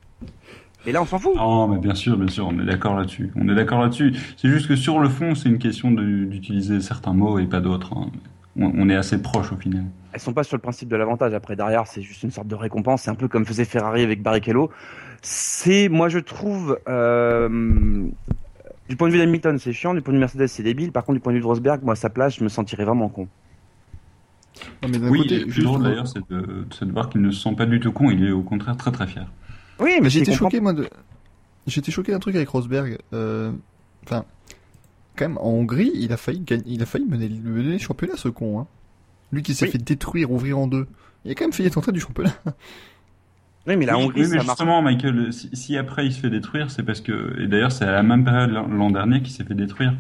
[SPEAKER 5] Et là, on s'en fout.
[SPEAKER 6] Non, Oh, mais bien sûr, bien sûr, on est d'accord là-dessus. On est d'accord là-dessus. C'est juste que sur le fond, c'est une question de- d'utiliser certains mots et pas d'autres. hein. On, on est assez proche au final.
[SPEAKER 5] elles sont pas sur le principe de l'avantage. Après, derrière, c'est juste une sorte de récompense. C'est un peu comme faisait Ferrari avec Barrichello. C'est, moi, je trouve, euh, du point de vue d'Hamilton, c'est chiant. Du point de vue de Mercedes, c'est débile. Par contre, du point de vue de Rosberg, moi, à sa place, je me sentirais vraiment con.
[SPEAKER 2] Non, mais d'un
[SPEAKER 6] oui,
[SPEAKER 2] côté,
[SPEAKER 6] le plus
[SPEAKER 2] juste-
[SPEAKER 6] drôle d'ailleurs, c'est de, c'est de voir qu'il ne se sent pas du tout con. Il est au contraire très très fier.
[SPEAKER 5] Oui,
[SPEAKER 2] Eh, Mais j'étais choqué, moi, de. J'étais choqué d'un truc avec Rosberg. euh, Enfin, quand même, en Hongrie, il a failli, gagner... il a failli mener... mener le championnat, ce con. Hein. Lui qui s'est
[SPEAKER 5] Oui.
[SPEAKER 2] fait détruire, ouvrir en deux. Il a quand même failli être en tête du championnat.
[SPEAKER 5] Oui, mais la
[SPEAKER 6] Oui,
[SPEAKER 5] Hongrie,
[SPEAKER 6] oui, mais
[SPEAKER 5] ça marche.
[SPEAKER 6] justement, Michael, si, si après il se fait détruire, c'est parce que, et d'ailleurs, c'est à la même période l'an l'an dernier qu'il s'est fait détruire.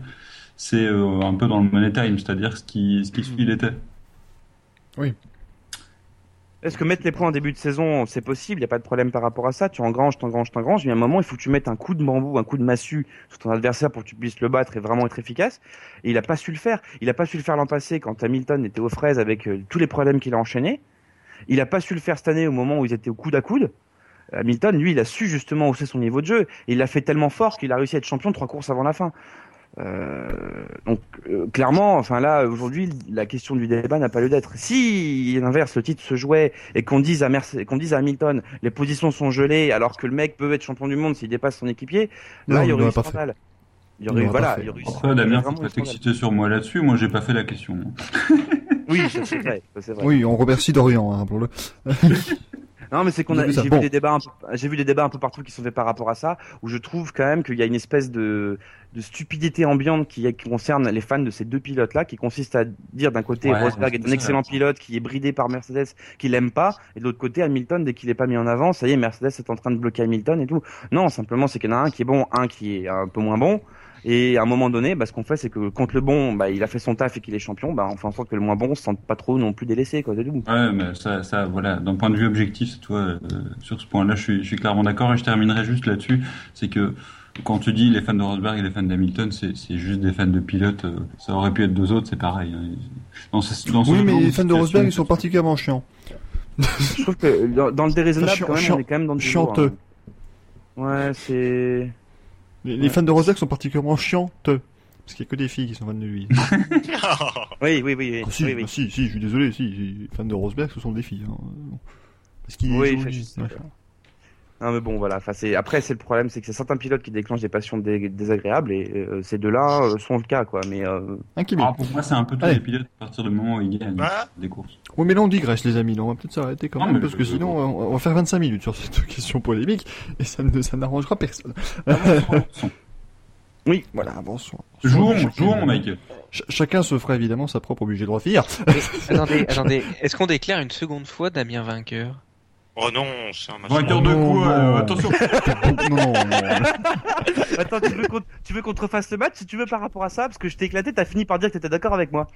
[SPEAKER 6] C'est euh,
[SPEAKER 5] Hmm.
[SPEAKER 6] un peu dans le money time, c'est-à-dire ce qui, ce qui suit l'été.
[SPEAKER 2] Oui.
[SPEAKER 5] Est-ce que mettre les points en début de saison, c'est possible Il n'y a pas de problème par rapport à ça. Tu engranges, t'engranges, t'engranges. Mais à un moment, il faut que tu mettes un coup de bambou, un coup de massue sur ton adversaire pour que tu puisses le battre et vraiment être efficace. Et il n'a pas su le faire. Il n'a pas su le faire l'an passé quand Hamilton était aux fraises avec euh, tous les problèmes qu'il a enchaînés. Il n'a pas su le faire cette année au moment où ils étaient au coude à coude. Hamilton, lui, il a su justement hausser son niveau de jeu. Et il l'a fait tellement fort qu'il a réussi à être champion trois courses avant la fin. Euh, donc euh, clairement, enfin là aujourd'hui, la question du débat n'a pas lieu d'être. Si l'inverse, le titre se jouait et qu'on dise à Merce- qu'on dise à Hamilton, les positions sont gelées alors que le mec peut être champion du monde s'il dépasse son équipier,
[SPEAKER 2] Non,
[SPEAKER 5] là il y
[SPEAKER 2] il
[SPEAKER 5] aurait eu
[SPEAKER 2] l'aurait pas fait.
[SPEAKER 5] scandale. Il y
[SPEAKER 2] Il
[SPEAKER 5] aurait eu
[SPEAKER 2] l'aurait pas
[SPEAKER 5] voilà,
[SPEAKER 2] fait.
[SPEAKER 5] il y aurait eu
[SPEAKER 6] Après, Damien, faut
[SPEAKER 5] vraiment
[SPEAKER 6] pas
[SPEAKER 5] eu scandale.
[SPEAKER 6] t'exciter sur moi là-dessus. Moi, j'ai pas fait la question.
[SPEAKER 5] Oui, ça, c'est vrai, ça, c'est vrai.
[SPEAKER 2] Oui, on remercie Dorian, hein, pour le.
[SPEAKER 5] Non, mais c'est qu'on
[SPEAKER 2] J'ai
[SPEAKER 5] a,
[SPEAKER 2] vu ça.
[SPEAKER 5] j'ai vu
[SPEAKER 2] Bon.
[SPEAKER 5] des débats, un peu- j'ai vu des débats un peu partout qui sont faits par rapport à ça, où je trouve quand même qu'il y a une espèce de, de stupidité ambiante qui, qui concerne les fans de ces deux pilotes-là, qui consiste à dire d'un côté
[SPEAKER 6] Ouais,
[SPEAKER 5] Rosberg est
[SPEAKER 6] c'est
[SPEAKER 5] un
[SPEAKER 6] ça.
[SPEAKER 5] excellent pilote qui est bridé par Mercedes, qui l'aime pas, et de l'autre côté Hamilton dès qu'il est pas mis en avant, ça y est Mercedes est en train de bloquer Hamilton et tout. Non, simplement c'est qu'il y en a un qui est bon, un qui est un peu moins bon. Et à un moment donné, bah, ce qu'on fait, c'est que contre le bon, bah, il a fait son taf et qu'il est champion, bah, on fait en sorte que le moins bon se sente pas trop non plus délaissé, quoi, c'est tout.
[SPEAKER 6] Ouais, mais ça, ça, voilà, d'un point de vue objectif, c'est toi, euh, sur ce point-là, je suis, je suis clairement d'accord et je terminerai juste là-dessus. C'est que quand tu dis les fans de Rosberg et les fans d'Hamilton, c'est c'est juste des fans de pilotes. euh, ça aurait pu être deux autres, c'est pareil. hein. Dans ce- dans ce
[SPEAKER 2] Oui,
[SPEAKER 6] genre
[SPEAKER 2] mais les fans de
[SPEAKER 6] situation,
[SPEAKER 2] Rosberg, ils sont
[SPEAKER 6] c'est-
[SPEAKER 2] particulièrement chiants.
[SPEAKER 5] Je trouve que dans, dans le déraisonnable,
[SPEAKER 2] Chiant-
[SPEAKER 5] quand même,
[SPEAKER 2] chiant-
[SPEAKER 5] on est quand même dans du
[SPEAKER 2] chianteux.
[SPEAKER 5] lourd, hein. Ouais, c'est.
[SPEAKER 2] Les, les fans de Rosberg sont particulièrement chianteux. Parce qu'il n'y a que des filles qui sont fans de lui.
[SPEAKER 5] Oui, oui, oui, oui.
[SPEAKER 2] Ah, si,
[SPEAKER 5] oui, oui.
[SPEAKER 2] ah, si, si, je suis désolé, si, si, les fans de Rosberg, ce sont des filles. hein. Bon. Parce qu'il est
[SPEAKER 5] Oui,
[SPEAKER 2] joli.
[SPEAKER 5] je sais
[SPEAKER 2] Ouais.
[SPEAKER 5] pas. Non, mais bon, voilà. Enfin, c'est après, c'est le problème, c'est que c'est certains pilotes qui déclenchent des passions dé- désagréables et euh, ces deux-là euh, sont le cas, quoi. Mais euh,
[SPEAKER 2] Un kilo.
[SPEAKER 6] Ah, pour moi, c'est un peu tous
[SPEAKER 2] Allez.
[SPEAKER 6] les pilotes à partir du moment où ils gagnent
[SPEAKER 4] Bah.
[SPEAKER 6] des courses.
[SPEAKER 2] Oui, mais là on digresse, les amis. Là, on va peut-être s'arrêter quand
[SPEAKER 6] Non,
[SPEAKER 2] même,
[SPEAKER 6] Ah, mais
[SPEAKER 2] parce que
[SPEAKER 6] je-
[SPEAKER 2] sinon, euh, on va faire 25 minutes sur cette question polémique, et ça ne ça n'arrangera personne.
[SPEAKER 6] Ah,
[SPEAKER 5] oui, voilà.
[SPEAKER 2] Voilà, bonsoir.
[SPEAKER 6] Jouons, jouons, Michael.
[SPEAKER 2] Ch- chacun se fera évidemment sa propre obligé de refaire.
[SPEAKER 3] attendez, attendez. Est-ce qu'on déclare une seconde fois Damien vainqueur
[SPEAKER 4] Renonce, hein, machin.
[SPEAKER 6] Vainqueur de
[SPEAKER 2] Non,
[SPEAKER 6] quoi euh,
[SPEAKER 2] non.
[SPEAKER 6] Attention.
[SPEAKER 2] non, non, non.
[SPEAKER 5] Attends, tu veux qu'on tu veux qu'on te refasse le match si tu veux par rapport à ça, parce que je t'ai éclaté, t'as fini par dire que t'étais d'accord avec moi.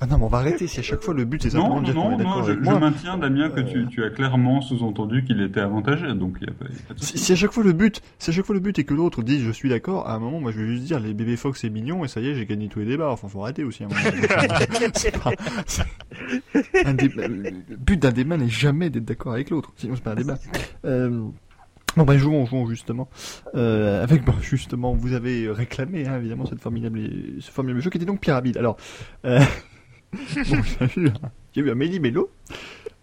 [SPEAKER 2] Ah non, mais on va arrêter si à chaque fois le but c'est simplement
[SPEAKER 6] Non,
[SPEAKER 2] de dire qu'on
[SPEAKER 6] non,
[SPEAKER 2] est d'accord
[SPEAKER 6] non, je,
[SPEAKER 2] avec
[SPEAKER 6] je
[SPEAKER 2] moi. Euh.
[SPEAKER 6] maintiens, Damien, que tu, tu as clairement sous-entendu qu'il était avantagé, donc il n'y a pas, il y a pas de
[SPEAKER 2] Si,
[SPEAKER 6] souci.
[SPEAKER 2] si à chaque fois le but, si à chaque fois le but et que l'autre dit je suis d'accord, à un moment, moi je vais juste dire les bébés Fox c'est mignon et ça y est, j'ai gagné tous les débats. Enfin, faut arrêter aussi à un moment. C'est pas- c'est- un débat- Le but d'un débat n'est jamais d'être d'accord avec l'autre, sinon c'est pas un débat. Euh... Bon ben jouons, jouons justement. Euh, avec bon, justement, vous avez réclamé hein, évidemment cette formidable, ce formidable jeu qui était donc pyramide. Alors, euh... bon, il y a eu un- il y a eu un Méli Mélo,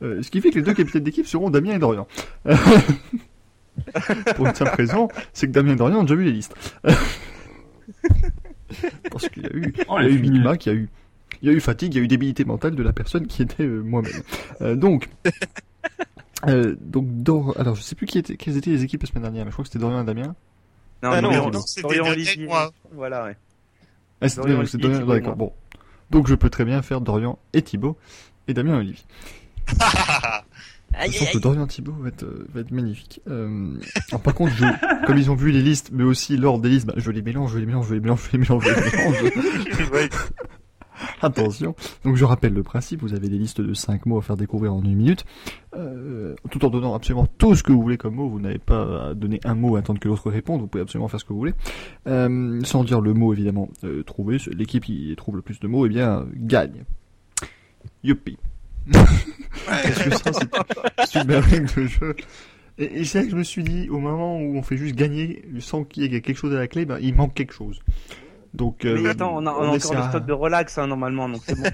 [SPEAKER 2] euh, ce qui fait que les deux capitaines d'équipe seront Damien et Dorian. Euh, Pour une simple raison, c'est que Damien et Dorian ont déjà vu les listes. Euh, Parce qu'il y a eu,
[SPEAKER 6] Oh,
[SPEAKER 2] il y a
[SPEAKER 6] les
[SPEAKER 2] eu
[SPEAKER 6] fumiers.
[SPEAKER 2] micmac, il y a eu, il y a eu fatigue, il y a eu débilité mentale de la personne qui était euh, moi-même. Euh, donc, euh, donc Dor- alors je sais plus qui était, quelles étaient les équipes la semaine dernière, mais je crois que c'était Dorian et Damien.
[SPEAKER 5] Non,
[SPEAKER 4] Ah
[SPEAKER 2] non,
[SPEAKER 5] Dorian-
[SPEAKER 2] non,
[SPEAKER 4] c'était
[SPEAKER 5] Dorian
[SPEAKER 4] Daniel,
[SPEAKER 5] Olivier.
[SPEAKER 4] moi.
[SPEAKER 5] Voilà, ouais.
[SPEAKER 2] Ah, c'est
[SPEAKER 5] Dorian
[SPEAKER 2] Dorian, c'est
[SPEAKER 5] Olivier,
[SPEAKER 2] Dorian,
[SPEAKER 5] Thibaut et
[SPEAKER 2] d'accord, bon. Donc je peux très bien faire Dorian et Thibaut et Damien et Olivier. Je
[SPEAKER 3] Aïe,
[SPEAKER 2] sens que Dorian Thibault va être, euh, va être magnifique. Euh, alors par contre, je- comme ils ont vu les listes, mais aussi l'ordre des listes, bah, je les mélange, je les mélange, je les mélange, je les mélange, je les mélange. Attention. Donc je rappelle le principe, vous avez des listes de 5 mots à faire découvrir en une minute. Euh, tout en donnant absolument tout ce que vous voulez comme mot, vous n'avez pas à donner un mot et attendre que l'autre réponde, vous pouvez absolument faire ce que vous voulez. Euh, sans dire le mot évidemment euh, trouvé, l'équipe qui trouve le plus de mots, eh bien, gagne. Youpi. Parce que ça, c'est- c'est une belle règle de jeu. Et, et c'est là que je me suis dit, au moment où on fait juste gagner sans qu'il y ait quelque chose à la clé, ben, il manque quelque chose. Donc, euh,
[SPEAKER 5] Mais attends, on a, on a encore le
[SPEAKER 2] essaiera-
[SPEAKER 5] stock de relax hein, normalement, donc c'est bon.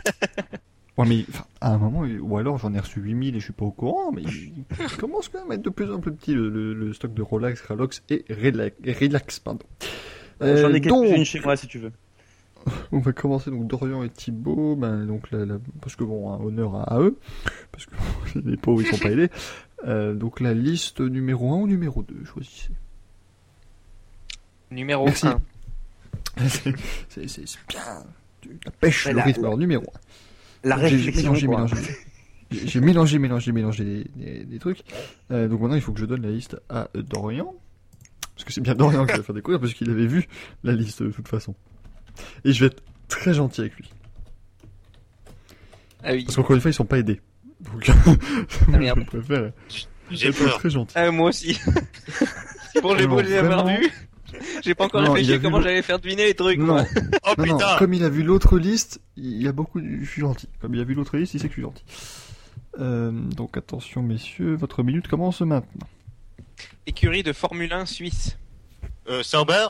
[SPEAKER 2] Ouais, mais enfin, à un moment, ou alors j'en ai reçu 8000 et je suis pas au courant, mais il il commence quand même à être de plus en plus petit le, le- le stock de Relax, Ralox et Relax. et relax pardon. Euh,
[SPEAKER 5] J'en ai
[SPEAKER 2] donc,
[SPEAKER 5] quelques-unes chez moi si tu veux.
[SPEAKER 2] on va commencer donc Dorian et Thibaut, ben, donc la, la- parce que bon, un honneur à, à eux, parce que les pauvres ils sont pas aidés. Euh, donc la liste numéro 1 ou numéro 2, choisissez.
[SPEAKER 3] Numéro
[SPEAKER 2] Merci.
[SPEAKER 3] 1.
[SPEAKER 2] C'est- C'est c'est- c'est bien, tu la pêche
[SPEAKER 5] Mais
[SPEAKER 2] le
[SPEAKER 5] Ben, la-
[SPEAKER 2] rythme, alors numéro 1.
[SPEAKER 5] La
[SPEAKER 2] J'ai- j'ai
[SPEAKER 5] réflexion.
[SPEAKER 2] mélangé,
[SPEAKER 5] quoi.
[SPEAKER 2] mélangé. J'ai j'ai mélangé, mélangé, mélangé les, les- les trucs. Euh, donc maintenant, il faut que je donne la liste à euh, Dorian. Parce que c'est bien Dorian qui va faire découvrir, parce qu'il avait vu la liste de toute façon. Et je vais être très gentil avec lui.
[SPEAKER 3] Ah oui.
[SPEAKER 2] Parce qu'encore une fois, ils sont pas aidés. Donc,
[SPEAKER 3] Ah, merde.
[SPEAKER 2] je préfère.
[SPEAKER 4] J'ai
[SPEAKER 2] C'est
[SPEAKER 4] peur.
[SPEAKER 2] très gentil.
[SPEAKER 3] Ah, moi aussi. Pour les
[SPEAKER 2] Non,
[SPEAKER 3] mots de les avoir
[SPEAKER 2] vraiment.
[SPEAKER 3] vus, j'ai pas encore
[SPEAKER 2] Non, il a
[SPEAKER 3] réfléchi
[SPEAKER 2] vu
[SPEAKER 3] comment
[SPEAKER 2] le-
[SPEAKER 3] j'allais faire deviner les trucs.
[SPEAKER 2] Non,
[SPEAKER 3] quoi.
[SPEAKER 2] non,
[SPEAKER 4] Oh
[SPEAKER 2] non, non,
[SPEAKER 4] putain
[SPEAKER 2] comme il a vu l'autre liste, il y a beaucoup. de- Je suis gentil. Comme il a vu l'autre liste, il sait que je suis gentil. Euh, donc attention, messieurs, votre minute commence maintenant.
[SPEAKER 3] Écurie de Formule 1 suisse.
[SPEAKER 4] euh, Sauber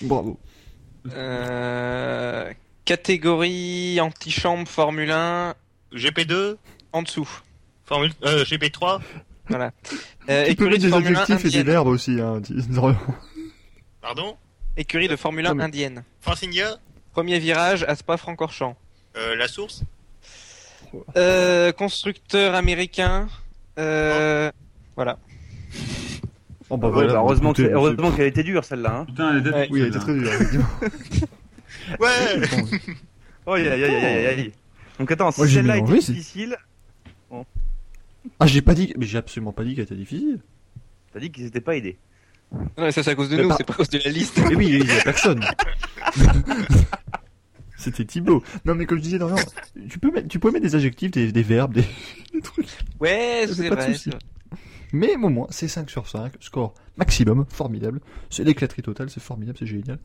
[SPEAKER 2] Bravo.
[SPEAKER 3] Euh, catégorie antichambre Formule 1
[SPEAKER 4] GP2
[SPEAKER 3] en dessous.
[SPEAKER 4] Formule... Euh, GP3
[SPEAKER 3] Voilà. Euh,
[SPEAKER 2] tu peux
[SPEAKER 3] écurie
[SPEAKER 2] mettre
[SPEAKER 3] de
[SPEAKER 2] des
[SPEAKER 3] Formule 1
[SPEAKER 2] adjectifs et des
[SPEAKER 3] indienne.
[SPEAKER 2] verbes aussi, hein. dis- Dorian.
[SPEAKER 4] Pardon
[SPEAKER 3] Écurie de Formule
[SPEAKER 2] Non,
[SPEAKER 3] 1
[SPEAKER 2] mais-
[SPEAKER 3] indienne.
[SPEAKER 4] Francinga
[SPEAKER 3] Premier virage à Spa-Francorchamps.
[SPEAKER 4] euh, La source
[SPEAKER 3] Euh, constructeur américain. Euh,
[SPEAKER 2] Oh,
[SPEAKER 5] Ouais, bah, heureusement
[SPEAKER 2] écoutez,
[SPEAKER 5] que- heureusement qu'elle était dure celle-là. hein.
[SPEAKER 6] Putain, elle était
[SPEAKER 3] Ouais.
[SPEAKER 2] Oui, elle était très dure. effectivement.
[SPEAKER 4] Ouais
[SPEAKER 5] Oh, aïe, aïe, aïe, aïe, aïe. Donc attends, si
[SPEAKER 2] Moi, j'ai
[SPEAKER 5] celle-là
[SPEAKER 2] mélangé,
[SPEAKER 5] était
[SPEAKER 2] c'est-
[SPEAKER 5] difficile,
[SPEAKER 2] ah, j'ai pas dit. Mais j'ai absolument pas dit qu'elle était difficile.
[SPEAKER 5] t'as dit qu'ils étaient pas aidés.
[SPEAKER 3] Non, mais ça c'est à cause de
[SPEAKER 2] Mais
[SPEAKER 3] nous,
[SPEAKER 2] par-
[SPEAKER 3] c'est pas à cause de la liste.
[SPEAKER 2] Mais Eh oui, il y a personne. C'était Thibaut. Non, mais comme je disais, Dorian, tu peux mettre, tu peux mettre des adjectifs, des, des verbes, des, des trucs.
[SPEAKER 3] Ouais,
[SPEAKER 2] C'est
[SPEAKER 3] c'est
[SPEAKER 2] pas de
[SPEAKER 3] vrai.
[SPEAKER 2] souci.
[SPEAKER 3] c'est vrai.
[SPEAKER 2] Mais au moins, c'est 5 sur 5, score maximum, formidable. C'est l'éclaterie totale, c'est formidable, c'est génial.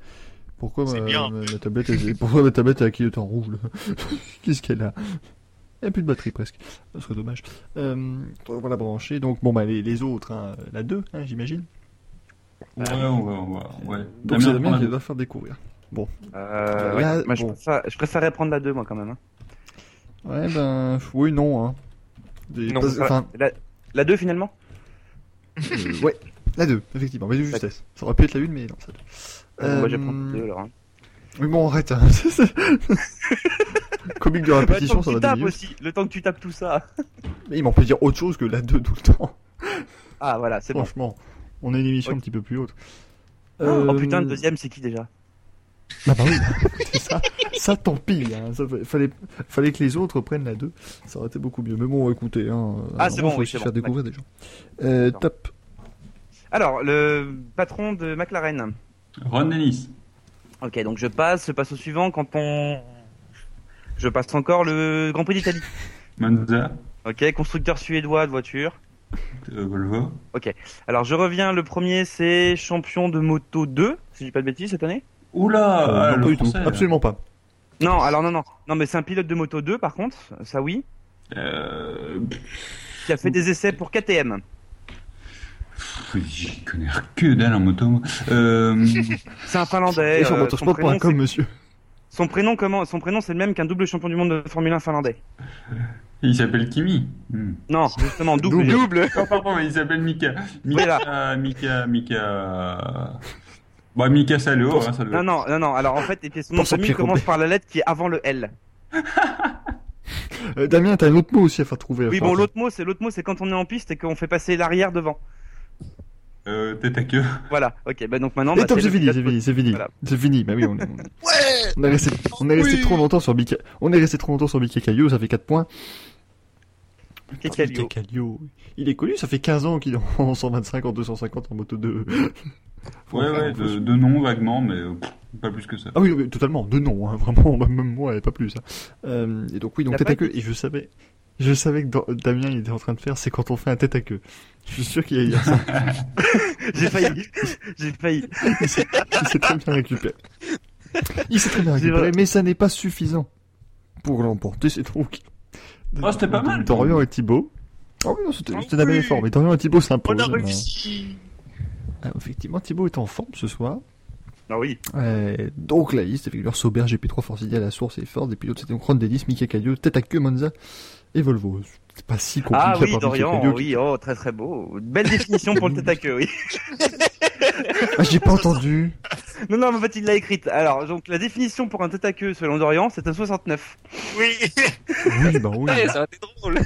[SPEAKER 2] Pourquoi
[SPEAKER 4] C'est
[SPEAKER 2] ma,
[SPEAKER 4] bien.
[SPEAKER 2] ma- ma tablette, elle- pourquoi ma tablette est à qui est en rouge là Qu'est-ce qu'elle a Il n'y a plus de batterie presque. Ce serait dommage. Euh, on va la brancher. Donc, bon, bah, les, les autres, hein, la 2, hein, j'imagine.
[SPEAKER 6] Ouais, ouais, ouais. ouais.
[SPEAKER 2] Donc, c'est la
[SPEAKER 6] prends
[SPEAKER 2] mienne
[SPEAKER 6] la-
[SPEAKER 2] qui doit faire découvrir.
[SPEAKER 5] Euh, ouais,
[SPEAKER 2] Bah, Là,
[SPEAKER 5] moi, je,
[SPEAKER 2] bon.
[SPEAKER 5] préfère- je préférerais prendre la 2 moi quand même. hein.
[SPEAKER 2] Ouais, ben, oui, non, hein. Des-
[SPEAKER 3] Non,
[SPEAKER 2] parce-
[SPEAKER 5] ça-
[SPEAKER 2] enfin,
[SPEAKER 5] La 2 finalement
[SPEAKER 2] euh, ouais, la 2, effectivement, mais de justesse. Ça aurait pu être la 1, mais non, ça
[SPEAKER 5] Euh, Moi je vais
[SPEAKER 2] Euh,
[SPEAKER 5] prendre la 2 alors. hein.
[SPEAKER 2] Oui, bon, arrête. hein. C'est- c'est- Comique de
[SPEAKER 5] Bah, Le temps
[SPEAKER 2] répétition,
[SPEAKER 5] que
[SPEAKER 2] ça va
[SPEAKER 5] tu
[SPEAKER 2] deux
[SPEAKER 5] tapes
[SPEAKER 2] minutes.
[SPEAKER 5] aussi, le temps que tu tapes tout ça.
[SPEAKER 2] Mais ils m'ont fait dire autre chose que la 2 tout le temps.
[SPEAKER 5] Ah voilà, c'est bon.
[SPEAKER 2] Franchement, on a une émission
[SPEAKER 5] Ok.
[SPEAKER 2] un petit peu plus haute.
[SPEAKER 5] Oh
[SPEAKER 2] Euh,
[SPEAKER 5] putain, le deuxième c'est qui déjà
[SPEAKER 2] Bah, bah oui, c'est ça. Ça, tant pis. Hein. Ça, fa- fallait, fallait que les autres prennent la 2. Ça aurait été beaucoup mieux. Mais bon, écoutez. Hein,
[SPEAKER 5] Ah, c'est
[SPEAKER 2] normalement,
[SPEAKER 5] bon,
[SPEAKER 2] faut
[SPEAKER 5] oui,
[SPEAKER 2] aussi
[SPEAKER 5] c'est
[SPEAKER 2] faire
[SPEAKER 5] bon.
[SPEAKER 2] découvrir des gens. Euh,
[SPEAKER 5] D'accord.
[SPEAKER 2] top.
[SPEAKER 5] Alors, le patron de McLaren.
[SPEAKER 6] Ron Dennis.
[SPEAKER 5] Ok, donc je passe, je passe au suivant quand on. Je passe encore le Grand Prix d'Italie.
[SPEAKER 6] Monza.
[SPEAKER 5] Ok, constructeur suédois de voiture.
[SPEAKER 6] euh, Volvo.
[SPEAKER 5] Alors je reviens, le premier c'est champion de moto 2, si je dis pas de bêtises cette année.
[SPEAKER 6] Oula
[SPEAKER 2] Euh,
[SPEAKER 6] ah,
[SPEAKER 2] non,
[SPEAKER 6] le
[SPEAKER 2] pas du tout.
[SPEAKER 6] français, là.
[SPEAKER 2] Absolument pas.
[SPEAKER 5] Non, alors non, non, non, mais c'est un pilote de moto 2 par contre, ça oui,
[SPEAKER 6] Euh,
[SPEAKER 5] qui a fait des essais pour KTM.
[SPEAKER 6] pff, J'y connais que dalle en moto. moi. Euh,
[SPEAKER 5] C'est un finlandais.
[SPEAKER 2] Et sur
[SPEAKER 5] euh, son prénom,
[SPEAKER 2] motorsport.com,
[SPEAKER 5] c'est-
[SPEAKER 2] monsieur.
[SPEAKER 5] son prénom comment Son prénom c'est le même qu'un double champion du monde de Formule 1 finlandais.
[SPEAKER 6] il s'appelle Kimi. Hmm.
[SPEAKER 5] Non, justement double.
[SPEAKER 2] Double.
[SPEAKER 6] Non, pardon, mais il s'appelle Mika. Mika, Mika, Mika. Bah, Mika Salo, hein, ça doit
[SPEAKER 5] Non, non, non, non. Alors en fait, et puis son nom de
[SPEAKER 2] Pense à
[SPEAKER 5] famille
[SPEAKER 2] Pierre
[SPEAKER 5] commence
[SPEAKER 2] Robert.
[SPEAKER 5] par la lettre qui est avant le L.
[SPEAKER 2] Euh, Damien, t'as un autre mot aussi à faire trouver.
[SPEAKER 5] Oui,
[SPEAKER 2] Enfin,
[SPEAKER 5] bon, l'autre mot c'est l'autre mot c'est quand on est en piste et qu'on fait passer l'arrière devant.
[SPEAKER 6] Euh, tête à queue.
[SPEAKER 5] Voilà. Ok, bah donc maintenant.
[SPEAKER 2] Et
[SPEAKER 5] bah,
[SPEAKER 2] Eh, top,
[SPEAKER 5] c'est
[SPEAKER 2] c'est
[SPEAKER 5] le
[SPEAKER 2] fini,
[SPEAKER 5] pilote
[SPEAKER 2] c'est fini, c'est fini.
[SPEAKER 5] Voilà.
[SPEAKER 2] C'est fini, bah oui, on est, on est-
[SPEAKER 4] Ouais
[SPEAKER 2] on est resté, on est resté
[SPEAKER 4] Oui.
[SPEAKER 2] trop longtemps sur Bika, on est resté trop longtemps sur Bika Caillou, ça fait 4 points.
[SPEAKER 5] Bika Caillou.
[SPEAKER 2] Bika Caillou. Il est connu, ça fait 15 ans qu'il est en 125, en 250, en moto 2.
[SPEAKER 6] Ouais, ouais, de, de nom vaguement, mais euh, pff, pas plus que ça.
[SPEAKER 2] Ah oui, oui, totalement, de nom, hein, vraiment, même moi, elle est pas plus. hein. Euh, et donc oui, donc
[SPEAKER 5] T'as
[SPEAKER 2] tête
[SPEAKER 5] pas
[SPEAKER 2] à queue, et je savais, je savais que Dan- Damien, il était en train de faire, c'est quand on fait un tête à queue. Je suis sûr qu'il y a- il y a ça,
[SPEAKER 5] J'ai failli. J'ai failli.
[SPEAKER 2] il s'est il s'est très bien récupéré. Il s'est très bien
[SPEAKER 5] C'est
[SPEAKER 2] récupéré,
[SPEAKER 5] vrai.
[SPEAKER 2] mais ça n'est pas suffisant pour l'emporter, c'est donc
[SPEAKER 6] Oh, c'était pas mal.
[SPEAKER 2] Dorian et Thibaut. Ah oui, non, c'était
[SPEAKER 4] Ah
[SPEAKER 2] c'était la belle
[SPEAKER 4] oui.
[SPEAKER 2] effort, mais Dorian et Thibaut
[SPEAKER 4] On
[SPEAKER 2] s'imposent.
[SPEAKER 4] a réussi
[SPEAKER 2] Ah, effectivement, Thibaut est en forme ce soir.
[SPEAKER 5] Ah oui.
[SPEAKER 2] Euh, donc la liste avec leur Sauber, GP3, Force India, la source et Ford, des pilotes c'était donc Ron Dennis, Mika Caillou, tête à queue Monza et Volvo. C'est pas si compliqué
[SPEAKER 5] Ah
[SPEAKER 2] à
[SPEAKER 5] oui,
[SPEAKER 2] part Mika
[SPEAKER 5] Dorian,
[SPEAKER 2] Caillou qui-
[SPEAKER 5] oui, oh, très très beau. Belle définition pour le tête à queue, oui.
[SPEAKER 2] Ah, j'ai pas entendu.
[SPEAKER 5] Non, non, mais en fait, il l'a écrite. Alors, donc, la définition pour un tête à queue, selon Dorian, c'est un 69.
[SPEAKER 4] Oui
[SPEAKER 2] Oui, bah oui.
[SPEAKER 3] Ouais, ça aurait été drôle.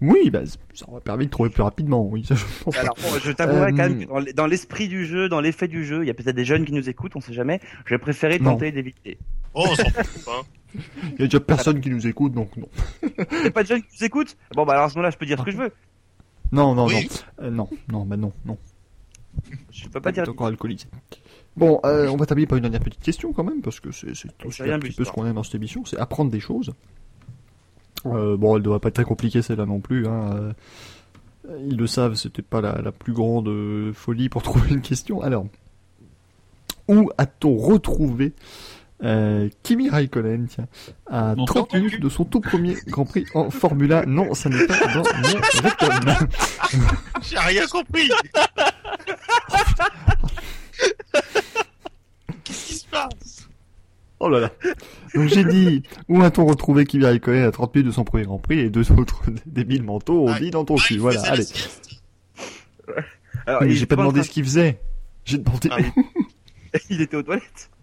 [SPEAKER 2] Oui, bah c- ça aurait permis de trouver plus rapidement, oui, ça je pense.
[SPEAKER 5] Alors, bon, je t'avouerai
[SPEAKER 2] Euh,
[SPEAKER 5] quand même que dans l- dans l'esprit du jeu, dans l'effet du jeu, il y a peut-être des jeunes qui nous écoutent, on sait jamais. J'ai préféré
[SPEAKER 2] Non.
[SPEAKER 5] tenter d'éviter.
[SPEAKER 4] Oh, on s'en fout, hein.
[SPEAKER 2] Il y a déjà personne qui nous écoute, donc non.
[SPEAKER 5] Il y a pas de jeunes qui nous écoutent Bon, bah, alors, à ce moment-là, je peux dire ce que je veux.
[SPEAKER 2] Non, non,
[SPEAKER 4] Oui.
[SPEAKER 2] non. Euh, non, non, bah non, non.
[SPEAKER 5] Je peux pas dire.
[SPEAKER 2] T'es encore alcoolisé. Bon, euh, on va terminer par une dernière petite question quand même, parce que c'est c'est aussi
[SPEAKER 5] rien
[SPEAKER 2] un
[SPEAKER 5] de
[SPEAKER 2] petit
[SPEAKER 5] plus,
[SPEAKER 2] peu ce qu'on aime dans cette émission, c'est apprendre des choses. Euh, bon, elle devrait pas être très compliquée celle-là non plus. Hein. Euh, ils le savent, c'était pas la, la plus grande euh, folie pour trouver une question. Alors, où a-t-on retrouvé euh, Kimi Raikkonen tiens, à
[SPEAKER 6] Dans son
[SPEAKER 2] 30 minutes de son tout premier Grand Prix en Formula Non, ça n'est pas dans mon rectum.
[SPEAKER 4] J'ai rien compris. Qu'est-ce qui se passe
[SPEAKER 2] Oh là là. Donc j'ai dit, où a-t-on retrouvé Kimi Raikkonen à 30 minutes de son premier Grand Prix et deux autres débiles mentaux ont dit dans ton
[SPEAKER 4] Ah,
[SPEAKER 2] cul.
[SPEAKER 4] il
[SPEAKER 2] Voilà,
[SPEAKER 4] faisait la
[SPEAKER 2] allez.
[SPEAKER 4] sieste
[SPEAKER 2] Mais
[SPEAKER 5] Alors, Ah, il
[SPEAKER 2] j'ai pas
[SPEAKER 5] était en
[SPEAKER 2] demandé
[SPEAKER 5] train-
[SPEAKER 2] ce qu'il faisait. J'ai demandé.
[SPEAKER 4] Ah oui.
[SPEAKER 5] Il était aux toilettes.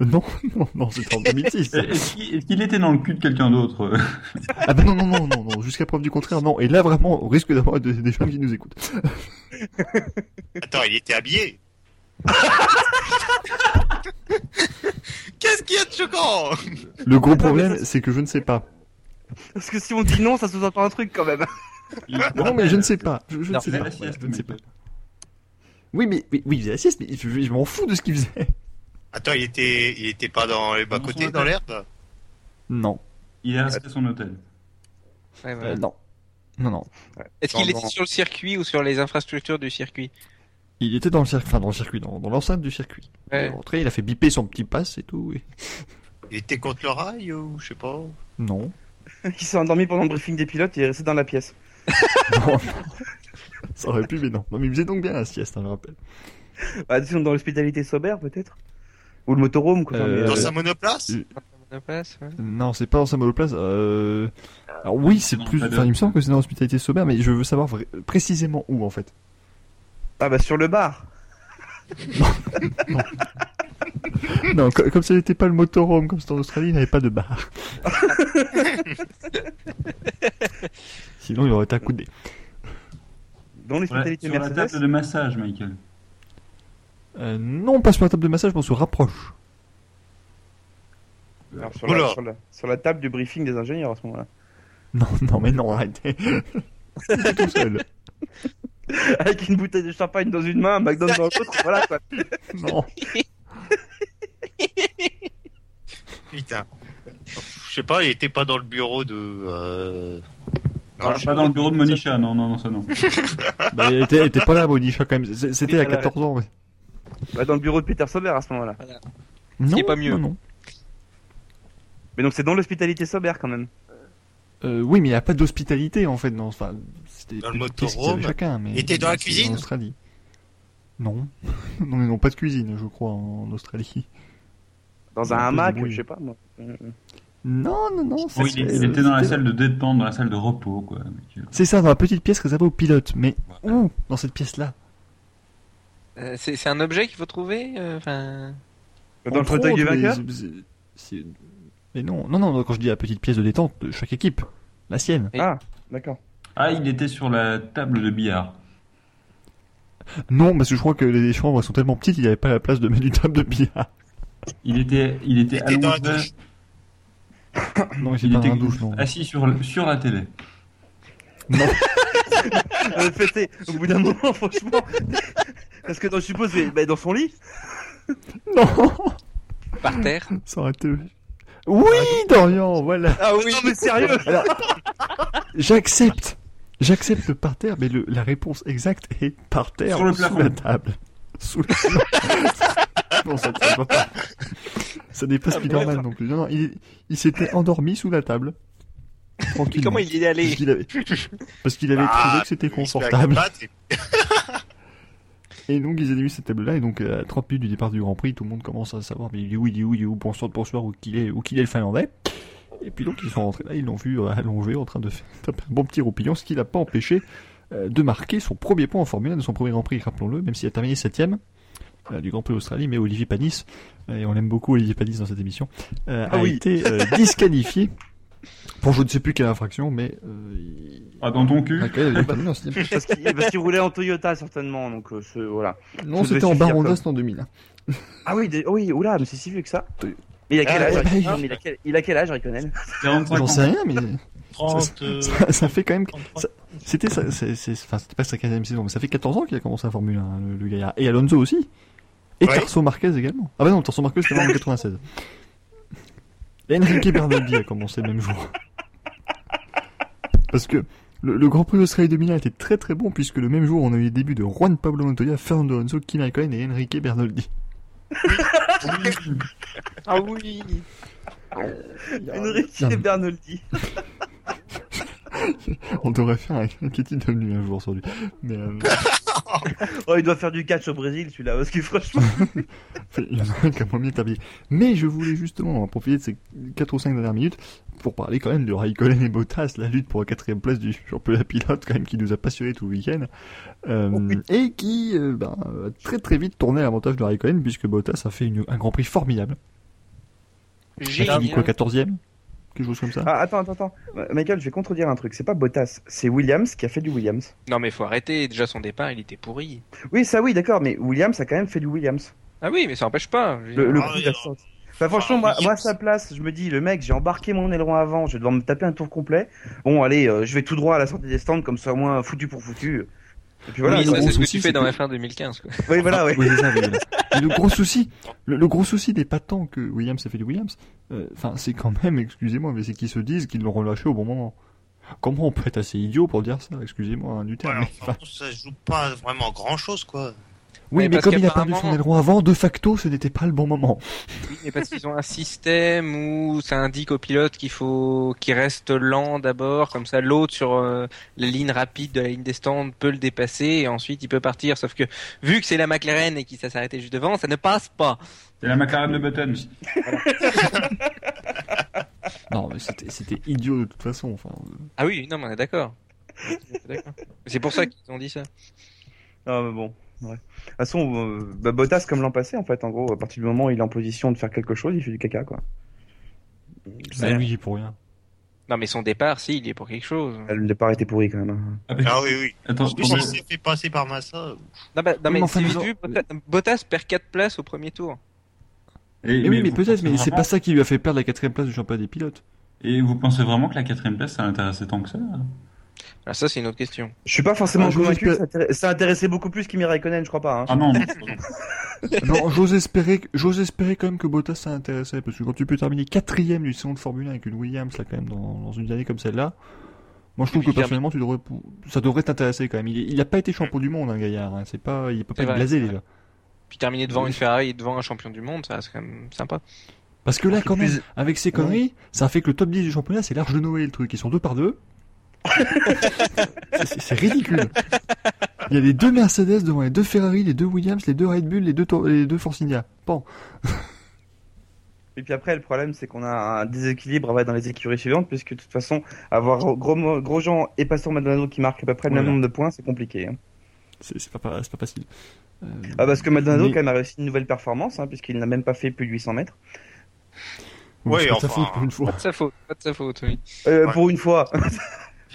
[SPEAKER 2] Non, non, non, c'était en 2006.
[SPEAKER 6] Et- Est-ce qu'il est-ce qu'il était dans le cul de quelqu'un d'autre euh?
[SPEAKER 2] Ah bah non, non, non, non, non, jusqu'à preuve du contraire, non. Et là, vraiment, on risque d'avoir des, des gens qui nous écoutent.
[SPEAKER 4] Attends, il était habillé. Qu'est-ce qu'il y a de choquant
[SPEAKER 2] Le gros problème, c'est que je ne sais pas.
[SPEAKER 5] Parce que si on dit non, ça sous-entend un truc quand même.
[SPEAKER 2] Non, mais je ne sais pas. Je, je ne
[SPEAKER 3] Non,
[SPEAKER 2] sais
[SPEAKER 6] mais
[SPEAKER 2] pas.
[SPEAKER 6] la
[SPEAKER 2] Voilà,
[SPEAKER 6] sieste,
[SPEAKER 2] je ne sais pas.
[SPEAKER 6] mais-
[SPEAKER 2] Oui, mais oui, oui, il faisait la sieste, mais je, je m'en fous de ce qu'il faisait.
[SPEAKER 4] Attends, il était, il était pas dans les bas-côtés, dans l'herbe
[SPEAKER 2] Non,
[SPEAKER 6] Il est resté à son hôtel.
[SPEAKER 3] Ouais, voilà.
[SPEAKER 2] euh, non, non, non.
[SPEAKER 3] Est-ce qu'il
[SPEAKER 5] Pendant-
[SPEAKER 3] était sur le circuit ou sur les infrastructures du circuit
[SPEAKER 2] Il était dans le circuit, enfin dans le circuit, dans, dans l'enceinte du circuit. Il est
[SPEAKER 3] Ouais.
[SPEAKER 2] rentré, il a fait biper son petit passe et tout. et-
[SPEAKER 4] Il était contre le rail ou je sais pas
[SPEAKER 2] Non.
[SPEAKER 5] Il s'est endormi pendant le briefing des pilotes, il est resté dans la pièce.
[SPEAKER 2] Non. Ça aurait pu, mais non. Non, mais il faisait donc bien la sieste, hein, je rappelle.
[SPEAKER 5] Ah, disons dans l'hospitalité Sauber peut-être Ou le motorhome quoi.
[SPEAKER 2] Euh,
[SPEAKER 5] mais-
[SPEAKER 4] Dans sa monoplace
[SPEAKER 3] La place, ouais.
[SPEAKER 2] Non, c'est pas dans sa monoplace. Euh... Alors oui, c'est
[SPEAKER 6] Non,
[SPEAKER 2] plus.
[SPEAKER 6] pas de-
[SPEAKER 2] Enfin, il me semble que c'est dans l'hospitalité sommaire, mais je veux savoir vra- précisément où en fait.
[SPEAKER 5] Ah bah sur le bar.
[SPEAKER 2] Non, co- comme ça n'était pas le motorhome, comme c'était en Australie, il n'avait pas de bar. Sinon, il aurait été accoudé.
[SPEAKER 5] Dans
[SPEAKER 6] Sur la-
[SPEAKER 5] l'hospitalité
[SPEAKER 6] sur la
[SPEAKER 5] Mercedes.
[SPEAKER 6] table de massage, Michael.
[SPEAKER 2] Euh, non, pas sur la table de massage, mais on se rapproche.
[SPEAKER 5] Alors, sur, la,
[SPEAKER 4] Oula.
[SPEAKER 5] sur la- sur la table du briefing des ingénieurs à ce moment-là.
[SPEAKER 2] Non, non, mais non, arrêtez. C'était tout seul.
[SPEAKER 5] Avec une bouteille de champagne dans une main, un McDo dans l'autre, voilà quoi.
[SPEAKER 2] Non.
[SPEAKER 4] Putain. Je sais pas, il était pas dans le bureau de. euh,
[SPEAKER 6] Ah,
[SPEAKER 4] je sais
[SPEAKER 6] pas dans le bureau de Monisha, non, non, non, ça non.
[SPEAKER 2] Bah, il était, il était pas là, Monisha, quand même. C'est- C'était
[SPEAKER 5] Oui,
[SPEAKER 2] à
[SPEAKER 5] voilà.
[SPEAKER 2] 14 ans. mais-
[SPEAKER 5] Bah, dans le bureau de Peter Sauber à ce moment-là.
[SPEAKER 2] Non,
[SPEAKER 3] est pas mieux.
[SPEAKER 2] Non, non.
[SPEAKER 5] Mais donc c'est dans l'hospitalité Sauber quand même.
[SPEAKER 2] Euh, oui, mais il n'y a pas d'hospitalité en fait. Non, enfin, c'était
[SPEAKER 4] Dans
[SPEAKER 2] plus
[SPEAKER 4] le
[SPEAKER 2] de
[SPEAKER 4] motorhome,
[SPEAKER 2] pièces qu'il y avait chacun. Mais
[SPEAKER 4] il était dans la
[SPEAKER 2] c'est
[SPEAKER 4] cuisine
[SPEAKER 2] En Australie. Non, non, ils n'ont pas de cuisine, je crois, en Australie.
[SPEAKER 5] Dans
[SPEAKER 2] Un
[SPEAKER 5] un
[SPEAKER 2] peu
[SPEAKER 5] hamac,
[SPEAKER 2] débrouille.
[SPEAKER 5] je sais pas moi. Euh,
[SPEAKER 2] Non, non, non. c'est-
[SPEAKER 6] Bon, il,
[SPEAKER 2] c'est-
[SPEAKER 6] il était dans la
[SPEAKER 2] c'était-
[SPEAKER 6] salle de détente, dans la salle de repos, quoi. Michael.
[SPEAKER 2] C'est ça, dans la petite pièce réservée aux pilotes. Mais
[SPEAKER 6] Ouais.
[SPEAKER 2] où dans cette pièce-là
[SPEAKER 3] Euh, c'est c'est un objet qu'il faut trouver euh, Enfin,
[SPEAKER 5] Dans le
[SPEAKER 2] Entre
[SPEAKER 5] fauteuil du
[SPEAKER 2] autres, mais
[SPEAKER 5] vainqueur
[SPEAKER 2] c'est- c'est- c'est- Mais non, non, non. Quand je dis la petite pièce de détente de chaque équipe, la sienne.
[SPEAKER 5] Ah, d'accord.
[SPEAKER 6] Ah, il était sur la table de billard.
[SPEAKER 2] Non, parce que je crois que les chambres elles sont tellement petites, il n'y avait pas la place de mettre une table de billard.
[SPEAKER 6] Il était, il était,
[SPEAKER 4] Il
[SPEAKER 6] à
[SPEAKER 4] était dans la
[SPEAKER 6] l'envers,
[SPEAKER 4] douche.
[SPEAKER 2] Non, j'ai
[SPEAKER 6] il
[SPEAKER 2] pas
[SPEAKER 6] était
[SPEAKER 2] un douche, non.
[SPEAKER 6] assis sur, le- sur la télé.
[SPEAKER 5] Euh, fêtez, au bout d'un moment, franchement. Parce que dans, je suppose, mais, bah, dans son lit
[SPEAKER 2] Non,
[SPEAKER 3] par terre
[SPEAKER 2] ça aurait été. Oui, Dorian, voilà.
[SPEAKER 3] Ah
[SPEAKER 5] Non mais sérieux
[SPEAKER 2] Alors, j'accepte. J'accepte le par terre, mais le, la réponse exacte est par terre
[SPEAKER 6] Sur le
[SPEAKER 2] sous
[SPEAKER 6] plafond.
[SPEAKER 2] la table. Sous la- non, ça, ça va pas. Ça n'est pas Spider-Man non plus. Non, non, il, il s'était endormi sous la table.
[SPEAKER 3] Mais
[SPEAKER 2] Tranquille.
[SPEAKER 3] comment il y est allé
[SPEAKER 2] Parce qu'il avait, parce qu'il avait
[SPEAKER 4] Ah,
[SPEAKER 2] trouvé que c'était
[SPEAKER 4] Il se fait
[SPEAKER 2] confortable.
[SPEAKER 4] acrobater.
[SPEAKER 2] Et donc, ils avaient mis cette table-là. Et donc, euh, à 30 minutes du départ du Grand Prix, tout le monde commence à savoir mais il est où, il est où, il est où, bonsoir, bonsoir, où qu'il est, où qu'il est le Finlandais. Et puis, donc, ils sont rentrés là, ils l'ont vu euh, allongé en train de faire taper un bon petit roupillon, ce qui l'a pas empêché euh, de marquer son premier point en Formule 1 de son premier Grand Prix, rappelons-le, même s'il a terminé 7 du Grand Prix d'Australie, mais Olivier Panis, euh, et on l'aime beaucoup Olivier Panis dans cette émission, euh,
[SPEAKER 5] Ah
[SPEAKER 2] a
[SPEAKER 5] oui.
[SPEAKER 2] été euh, disqualifié pour je ne sais plus quelle infraction, mais euh, il-
[SPEAKER 6] Ah, dans ton cul
[SPEAKER 2] laquelle elle avait terminé en septième.
[SPEAKER 5] Parce qu'il parce qu'il roulait en Toyota certainement, donc euh, ce- voilà.
[SPEAKER 2] Non,
[SPEAKER 5] Ça devait
[SPEAKER 2] c'était en
[SPEAKER 5] suffire,
[SPEAKER 2] Baron d'Ost en 2000. hein.
[SPEAKER 5] Ah oui, des- oui, oula, mais c'est si vieux que ça. Mais il a quel
[SPEAKER 4] Ah,
[SPEAKER 5] âge
[SPEAKER 2] ouais,
[SPEAKER 5] Raikkonen
[SPEAKER 2] bah,
[SPEAKER 5] Non, mais il a quel- Il a quel âge, Raikkonen
[SPEAKER 6] 45
[SPEAKER 2] J'en
[SPEAKER 6] ans.
[SPEAKER 2] sais rien, mais...
[SPEAKER 7] 30, euh,
[SPEAKER 2] ça, ça fait quand même.
[SPEAKER 7] 33.
[SPEAKER 2] ça- C'était ça, c'est- c'est- enfin, c'était pas sa 15 saison, mais ça fait 14 ans qu'il a commencé la Formule 1, hein, le, le gaillard. Et Alonso aussi. Et
[SPEAKER 4] Ouais.
[SPEAKER 2] Tarso Marquez également. Ah bah non, Tarso Marquez c'était en 96. Et Enrique Bernardi a commencé le même jour. Parce que le, le Grand Prix d'Australie 2001 était très très bon puisque le même jour on a eu les débuts de Juan Pablo Montoya, Fernando Alonso, Kimi Raikkonen et Enrique Bernoldi.
[SPEAKER 3] Ah oui
[SPEAKER 5] Enrique
[SPEAKER 2] Putain.
[SPEAKER 5] Bernoldi.
[SPEAKER 2] On devrait faire un Kitty devenu un jour sur lui. Mais euh,
[SPEAKER 5] Oh, il doit faire du catch au Brésil, celui-là, parce que franchement.
[SPEAKER 2] il y en a un qui a moins bien terminé. Mais je voulais justement en profiter de ces 4 ou 5 dernières minutes pour parler quand même de Raikkonen et Bottas, la lutte pour la quatrième place du championnat pilote quand même qui nous a passionné tout le week-end. Euh, et qui euh, ben, a très très vite tourné à l'avantage de Raikkonen puisque Bottas a fait une- un Grand Prix formidable. Il a fini quoi,
[SPEAKER 3] Génial.
[SPEAKER 2] 14ème Quelque chose comme ça
[SPEAKER 5] Ah, attends, attends, attends. Ma- Michael, je vais contredire un truc. C'est pas Bottas, c'est Williams qui a fait du Williams.
[SPEAKER 3] Non mais faut arrêter, déjà son départ il était pourri.
[SPEAKER 5] Oui, ça, oui, d'accord, mais Williams a quand même fait du Williams.
[SPEAKER 3] Ah oui, mais ça empêche pas. je veux
[SPEAKER 5] Le,
[SPEAKER 3] dire.
[SPEAKER 5] le
[SPEAKER 4] Ah,
[SPEAKER 5] coup
[SPEAKER 4] oui,
[SPEAKER 5] d'absence. Enfin, franchement,
[SPEAKER 4] Ah,
[SPEAKER 5] moi,
[SPEAKER 4] Williams.
[SPEAKER 5] moi, à sa place, je me dis, le mec, j'ai embarqué mon aileron avant, je vais devoir me taper un tour complet. Bon, allez, euh, je vais tout droit à la sortie des stands, comme ça, au moins, foutu pour foutu. Et puis voilà.
[SPEAKER 3] oui,
[SPEAKER 2] le
[SPEAKER 3] ça,
[SPEAKER 2] gros
[SPEAKER 3] c'est ce que
[SPEAKER 2] souci,
[SPEAKER 3] tu fais
[SPEAKER 2] c'est
[SPEAKER 3] dans
[SPEAKER 2] que-
[SPEAKER 3] F1 2015. Quoi.
[SPEAKER 5] Oui,
[SPEAKER 6] Ah,
[SPEAKER 5] voilà, oui.
[SPEAKER 2] Oui, c'est ça, oui, voilà. Mais le gros souci, le, le gros souci n'est pas tant que Williams a fait du Williams, euh, enfin, c'est quand même, excusez-moi, mais c'est qu'ils se disent qu'ils l'ont relâché au bon moment. Comment on peut être assez idiot pour dire ça, excusez-moi, hein, du terme.
[SPEAKER 4] Ouais,
[SPEAKER 2] mais,
[SPEAKER 4] enfin,
[SPEAKER 2] enfin,
[SPEAKER 4] ça joue pas vraiment grand chose, quoi.
[SPEAKER 2] oui,
[SPEAKER 3] mais
[SPEAKER 2] mais
[SPEAKER 3] parce
[SPEAKER 2] comme il a perdu son
[SPEAKER 3] qu'apparemment-
[SPEAKER 2] aileron avant, de facto, ce n'était pas le bon moment.
[SPEAKER 3] Oui, mais parce qu'ils ont un système où ça indique au pilote qu'il faut qu'il reste lent d'abord, comme ça l'autre sur euh, la ligne rapide de la ligne des stands peut le dépasser et ensuite il peut partir. Sauf que vu que c'est la McLaren et qu'il s'est arrêté juste devant, ça ne passe pas.
[SPEAKER 6] C'est la McLaren de Button.
[SPEAKER 2] Non, mais c'était c'était idiot de toute façon. Enfin,
[SPEAKER 3] Ah oui, non, mais on est d'accord. D'accord. C'est pour ça qu'ils ont dit ça.
[SPEAKER 5] Ah, mais bon, ouais. De toute façon, euh, bah, Bottas, comme l'an passé, en fait, en gros, à partir du moment où il est en position de faire quelque chose, il fait du caca, quoi.
[SPEAKER 2] ça oui, pour rien.
[SPEAKER 3] Non, mais son départ, si, il est pour quelque chose.
[SPEAKER 5] Le départ était pourri, quand même. hein.
[SPEAKER 4] Ah oui, oui.
[SPEAKER 6] Attends,
[SPEAKER 4] Parce que
[SPEAKER 6] pendant-
[SPEAKER 4] s'il s'est fait passer par Massa,
[SPEAKER 3] Non, bah, non
[SPEAKER 2] Oui, mais
[SPEAKER 3] mais
[SPEAKER 2] enfin,
[SPEAKER 3] c'est
[SPEAKER 2] nous
[SPEAKER 3] vite
[SPEAKER 2] en-
[SPEAKER 3] vu, Bottas- Bottas perd 4 places au premier tour.
[SPEAKER 6] Et-
[SPEAKER 2] Mais Eh oui, mais
[SPEAKER 6] vous
[SPEAKER 2] peut-être,
[SPEAKER 6] pensez
[SPEAKER 2] mais c'est
[SPEAKER 6] vraiment-
[SPEAKER 2] pas ça qui lui a fait perdre la quatrième place du championnat des pilotes.
[SPEAKER 6] Et vous pensez vraiment que la quatrième place, ça l'intéressait tant que ça
[SPEAKER 3] Alors Ah, ça, c'est une autre question.
[SPEAKER 5] Je suis pas forcément
[SPEAKER 2] Ah, je vous
[SPEAKER 5] convaincu,
[SPEAKER 2] espère-
[SPEAKER 5] ça intéresse- ça intéressait beaucoup plus Kimi Raikkonen, je crois pas. hein.
[SPEAKER 6] Ah non,
[SPEAKER 2] non, j'ose espérer, que- j'ose espérer quand même que Bottas ça intéressait, parce que quand tu peux terminer quatrième du salon de Formule 1 avec une Williams, là, quand même, dans, dans une année comme celle-là, moi, je trouve
[SPEAKER 3] Et
[SPEAKER 2] que
[SPEAKER 3] puis,
[SPEAKER 2] personnellement, tu devrais, ça devrait t'intéresser quand même. Il, est- il a pas été champion du monde, hein, Gaillard, hein. C'est pas, il peut pas
[SPEAKER 3] C'est
[SPEAKER 2] être
[SPEAKER 3] vrai,
[SPEAKER 2] blasé,
[SPEAKER 3] c'est vrai.
[SPEAKER 2] déjà.
[SPEAKER 3] Puis terminer devant une Ferrari et devant un champion du monde, ça reste quand même sympa.
[SPEAKER 2] Parce que là,
[SPEAKER 5] Surtout
[SPEAKER 2] quand même,
[SPEAKER 5] plus-
[SPEAKER 2] avec Ah ces conneries, ça fait que le top 10 du championnat, c'est l'arche de Noé, le truc. Ils sont deux par deux. C'est- c'est c'est ridicule. Il y a les deux Mercedes devant les deux Ferrari, les deux Williams, les deux Red Bull, les deux, Tor- les deux Force India. Bon.
[SPEAKER 5] Et puis après, le problème, c'est qu'on a un déséquilibre ouais, dans les écuries suivantes, puisque de toute façon, avoir Gros- Grosjean et Pastor Maldonado qui marquent à peu près le
[SPEAKER 2] Voilà.
[SPEAKER 5] même nombre de points, c'est compliqué. hein.
[SPEAKER 2] C'est c'est pas, pas- c'est pas facile. Euh,
[SPEAKER 5] Ah, parce que Maldonado,
[SPEAKER 2] Mais-
[SPEAKER 5] quand même, a réussi une nouvelle performance, hein, puisqu'il n'a même pas fait plus de 800 mètres.
[SPEAKER 2] bon, c'est
[SPEAKER 4] Ouais,
[SPEAKER 2] pas de sa
[SPEAKER 4] enfin.
[SPEAKER 2] faute pour une fois.
[SPEAKER 3] Pas de sa faute, pas de sa faute, oui.
[SPEAKER 5] Euh,
[SPEAKER 4] Ouais.
[SPEAKER 5] Pour une fois.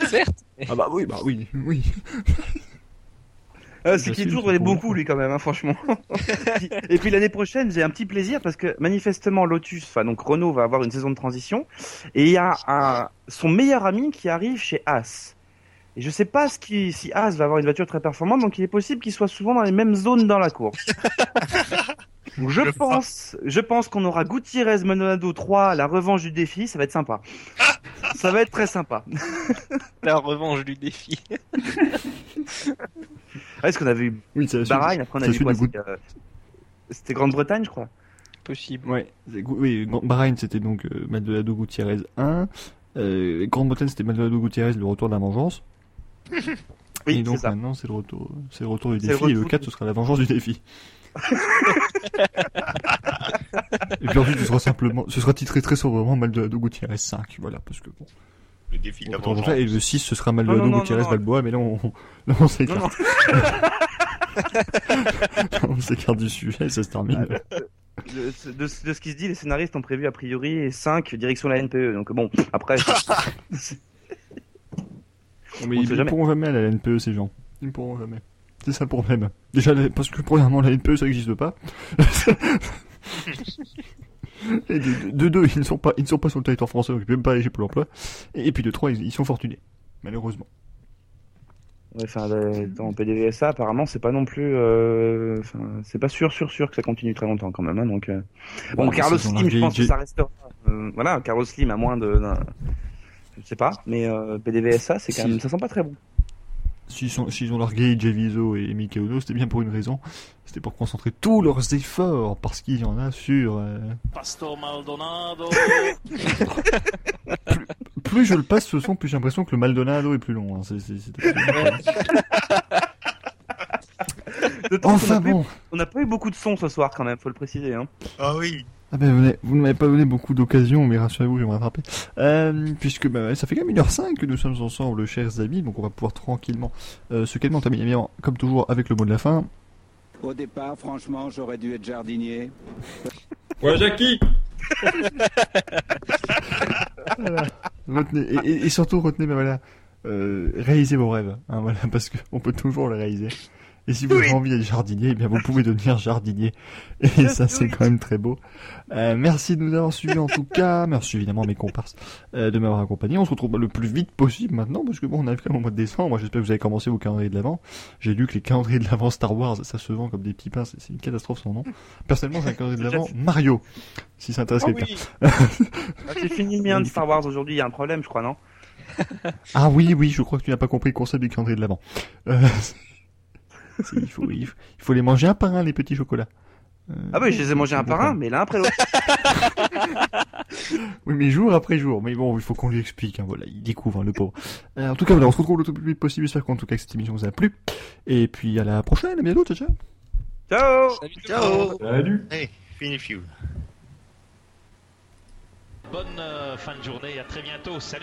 [SPEAKER 3] Certes,
[SPEAKER 2] Ah bah oui, bah oui, oui.
[SPEAKER 5] Euh, c'est
[SPEAKER 2] Bah, si,
[SPEAKER 5] qu'il est toujours
[SPEAKER 2] c'est
[SPEAKER 5] allé
[SPEAKER 2] pour
[SPEAKER 5] beaucoup, lui, quand même, hein, franchement. et puis l'année prochaine, j'ai un petit plaisir parce que manifestement, Lotus, enfin, donc Renault va avoir une saison de transition et il y a un- son meilleur ami qui arrive chez As. Et je sais pas ce qui, si As va avoir une voiture très performante, donc il est possible qu'il soit souvent dans les mêmes zones dans la course. Donc, je
[SPEAKER 4] Je
[SPEAKER 5] pense, je pense qu'on aura Gutiérrez Monado 3, la revanche du défi, ça va être sympa. ça va être très sympa.
[SPEAKER 3] la revanche du défi.
[SPEAKER 5] Ah, Est-ce qu'on avait eu
[SPEAKER 2] Oui, c'est la suite.
[SPEAKER 5] Bahreïn, après on a
[SPEAKER 2] ça
[SPEAKER 5] eu
[SPEAKER 2] suit
[SPEAKER 5] quoi
[SPEAKER 2] du goût-
[SPEAKER 5] c'était, euh, C'était Grande-Bretagne, je crois.
[SPEAKER 3] Possible.
[SPEAKER 2] Ouais, c'est- oui, Grand- Bahreïn c'était donc euh, Maldonado Gutiérrez 1. Euh, Grande-Bretagne c'était Maldonado Gutiérrez, le retour de la vengeance.
[SPEAKER 5] Oui,
[SPEAKER 2] et donc
[SPEAKER 5] c'est ça.
[SPEAKER 2] maintenant c'est le retour, c'est le retour du
[SPEAKER 5] C'est
[SPEAKER 2] défi
[SPEAKER 5] le
[SPEAKER 2] et le
[SPEAKER 5] retour
[SPEAKER 2] 4
[SPEAKER 5] du-
[SPEAKER 2] ce sera la vengeance du défi. et puis ensuite ce sera simplement, ce sera titré très sobrement Maldonado Gutiérrez 5, voilà parce que bon.
[SPEAKER 4] le défi de la
[SPEAKER 2] autant
[SPEAKER 4] vengeance.
[SPEAKER 2] ça, et le 6 ce sera
[SPEAKER 5] Non,
[SPEAKER 2] Maldonado
[SPEAKER 5] non, non,
[SPEAKER 2] Gutiérrez
[SPEAKER 5] non, non.
[SPEAKER 2] Balboa, mais là on, là, on
[SPEAKER 5] Non, non.
[SPEAKER 2] s'écarte, on s'écarte du sujet, ça se termine.
[SPEAKER 5] Ah, De, de- de ce qui se dit, les scénaristes ont prévu a priori 5 direction la NPE. Donc bon, après,
[SPEAKER 2] Mais
[SPEAKER 5] On
[SPEAKER 2] ils
[SPEAKER 5] sait
[SPEAKER 2] ne
[SPEAKER 5] jamais.
[SPEAKER 2] pourront jamais aller à la NPE, ces gens. Ils ne pourront jamais. C'est ça le problème. Déjà, la- parce que premièrement, la NPE, ça n'existe pas. Et de, de deux, ils ne sont pas, ils ne sont pas sur le territoire français, donc ils ne peuvent même pas aller chez Pôle emploi. Et, et puis de trois, ils, ils sont fortunés. Malheureusement.
[SPEAKER 5] ouais, enfin, le- dans PDVSA, apparemment, c'est pas non plus, euh, enfin, c'est pas sûr, sûr, sûr que ça continue très longtemps quand même. hein, donc euh. bon,
[SPEAKER 2] Voilà,
[SPEAKER 5] Carlos
[SPEAKER 2] c'est dans la
[SPEAKER 5] Slim, je
[SPEAKER 2] vieille-
[SPEAKER 5] pense que ça restera. Euh, voilà, Carlos Slim à moins de. d'un- Je sais pas, mais euh, PDVSA, c'est quand même, ça sent pas très bon.
[SPEAKER 2] S'ils sont- s'ils ont largué Jeviso et Mika Ono, c'était bien pour une raison. C'était pour concentrer tous leurs efforts, parce qu'il y en a sur... euh,
[SPEAKER 1] Pastor Maldonado.
[SPEAKER 2] Plus je le passe ce son, plus j'ai l'impression que le Maldonado est plus long. hein. C'est- c'est- c'est-
[SPEAKER 5] D'autant qu'on a
[SPEAKER 2] Enfin
[SPEAKER 5] pas eu-
[SPEAKER 2] bon
[SPEAKER 5] On n'a pas eu beaucoup de sons ce soir quand même, faut le préciser. Hein.
[SPEAKER 4] Ah oui.
[SPEAKER 2] Ah ben, vous n'avez- vous ne m'avez pas donné beaucoup d'occasions, mais rassurez-vous, je vais me rattraper. Euh, puisque bah, ça fait quand même 1h05 que nous sommes ensemble, chers amis, donc on va pouvoir tranquillement euh, se calmer. On termine évidemment, comme toujours, avec le mot de la fin.
[SPEAKER 7] Au départ, franchement, j'aurais dû être jardinier.
[SPEAKER 6] Ouais, Ah, Jackie
[SPEAKER 2] Voilà. Retenez, et, et- et surtout, retenez, mais voilà, euh, réalisez vos rêves, hein, voilà, parce qu'on peut toujours les réaliser. Et si vous avez envie d'être jardinier, eh bien vous pouvez devenir jardinier. Et ça, c'est quand même très beau. Euh, merci de nous avoir suivis en tout cas. Merci évidemment à mes comparses euh, de m'avoir accompagné. On se retrouve le plus vite possible maintenant, parce que bon, on arrive quand même au mois de décembre. Moi, j'espère que vous avez commencé vos calendriers de l'avant. J'ai lu que les calendriers de l'avant Star Wars, ça se vend comme des petits pains. C'est c'est une catastrophe sans nom. Personnellement, j'ai un calendrier de l'avant Mario, si ça intéresse quelqu'un.
[SPEAKER 5] Ah, c'est fini le mien de Star Wars aujourd'hui, il y a un problème, je crois, non
[SPEAKER 2] Ah oui, oui, je crois que tu n'as pas compris le concept du calendrier de l'Avent. Euh, c'est- il, faut, il faut- il faut les manger un par un, les petits chocolats. Euh,
[SPEAKER 5] Ah bah je les ai mangés un par un, mais l'un après l'autre.
[SPEAKER 2] Oui, mais jour après jour. Mais bon, il faut qu'on lui explique. hein, voilà, il découvre, hein, le pauvre. Euh, en tout cas, voilà, on se retrouve le plus vite possible. J'espère qu'en tout cas que cette émission vous a plu. Et puis à la prochaine, à bientôt, ciao, ciao.
[SPEAKER 3] Salut
[SPEAKER 5] Ciao
[SPEAKER 3] tout le monde.
[SPEAKER 4] Ciao.
[SPEAKER 6] Salut
[SPEAKER 4] Hey, fini fuel.
[SPEAKER 1] Bonne euh, fin de journée, à très bientôt. Salut.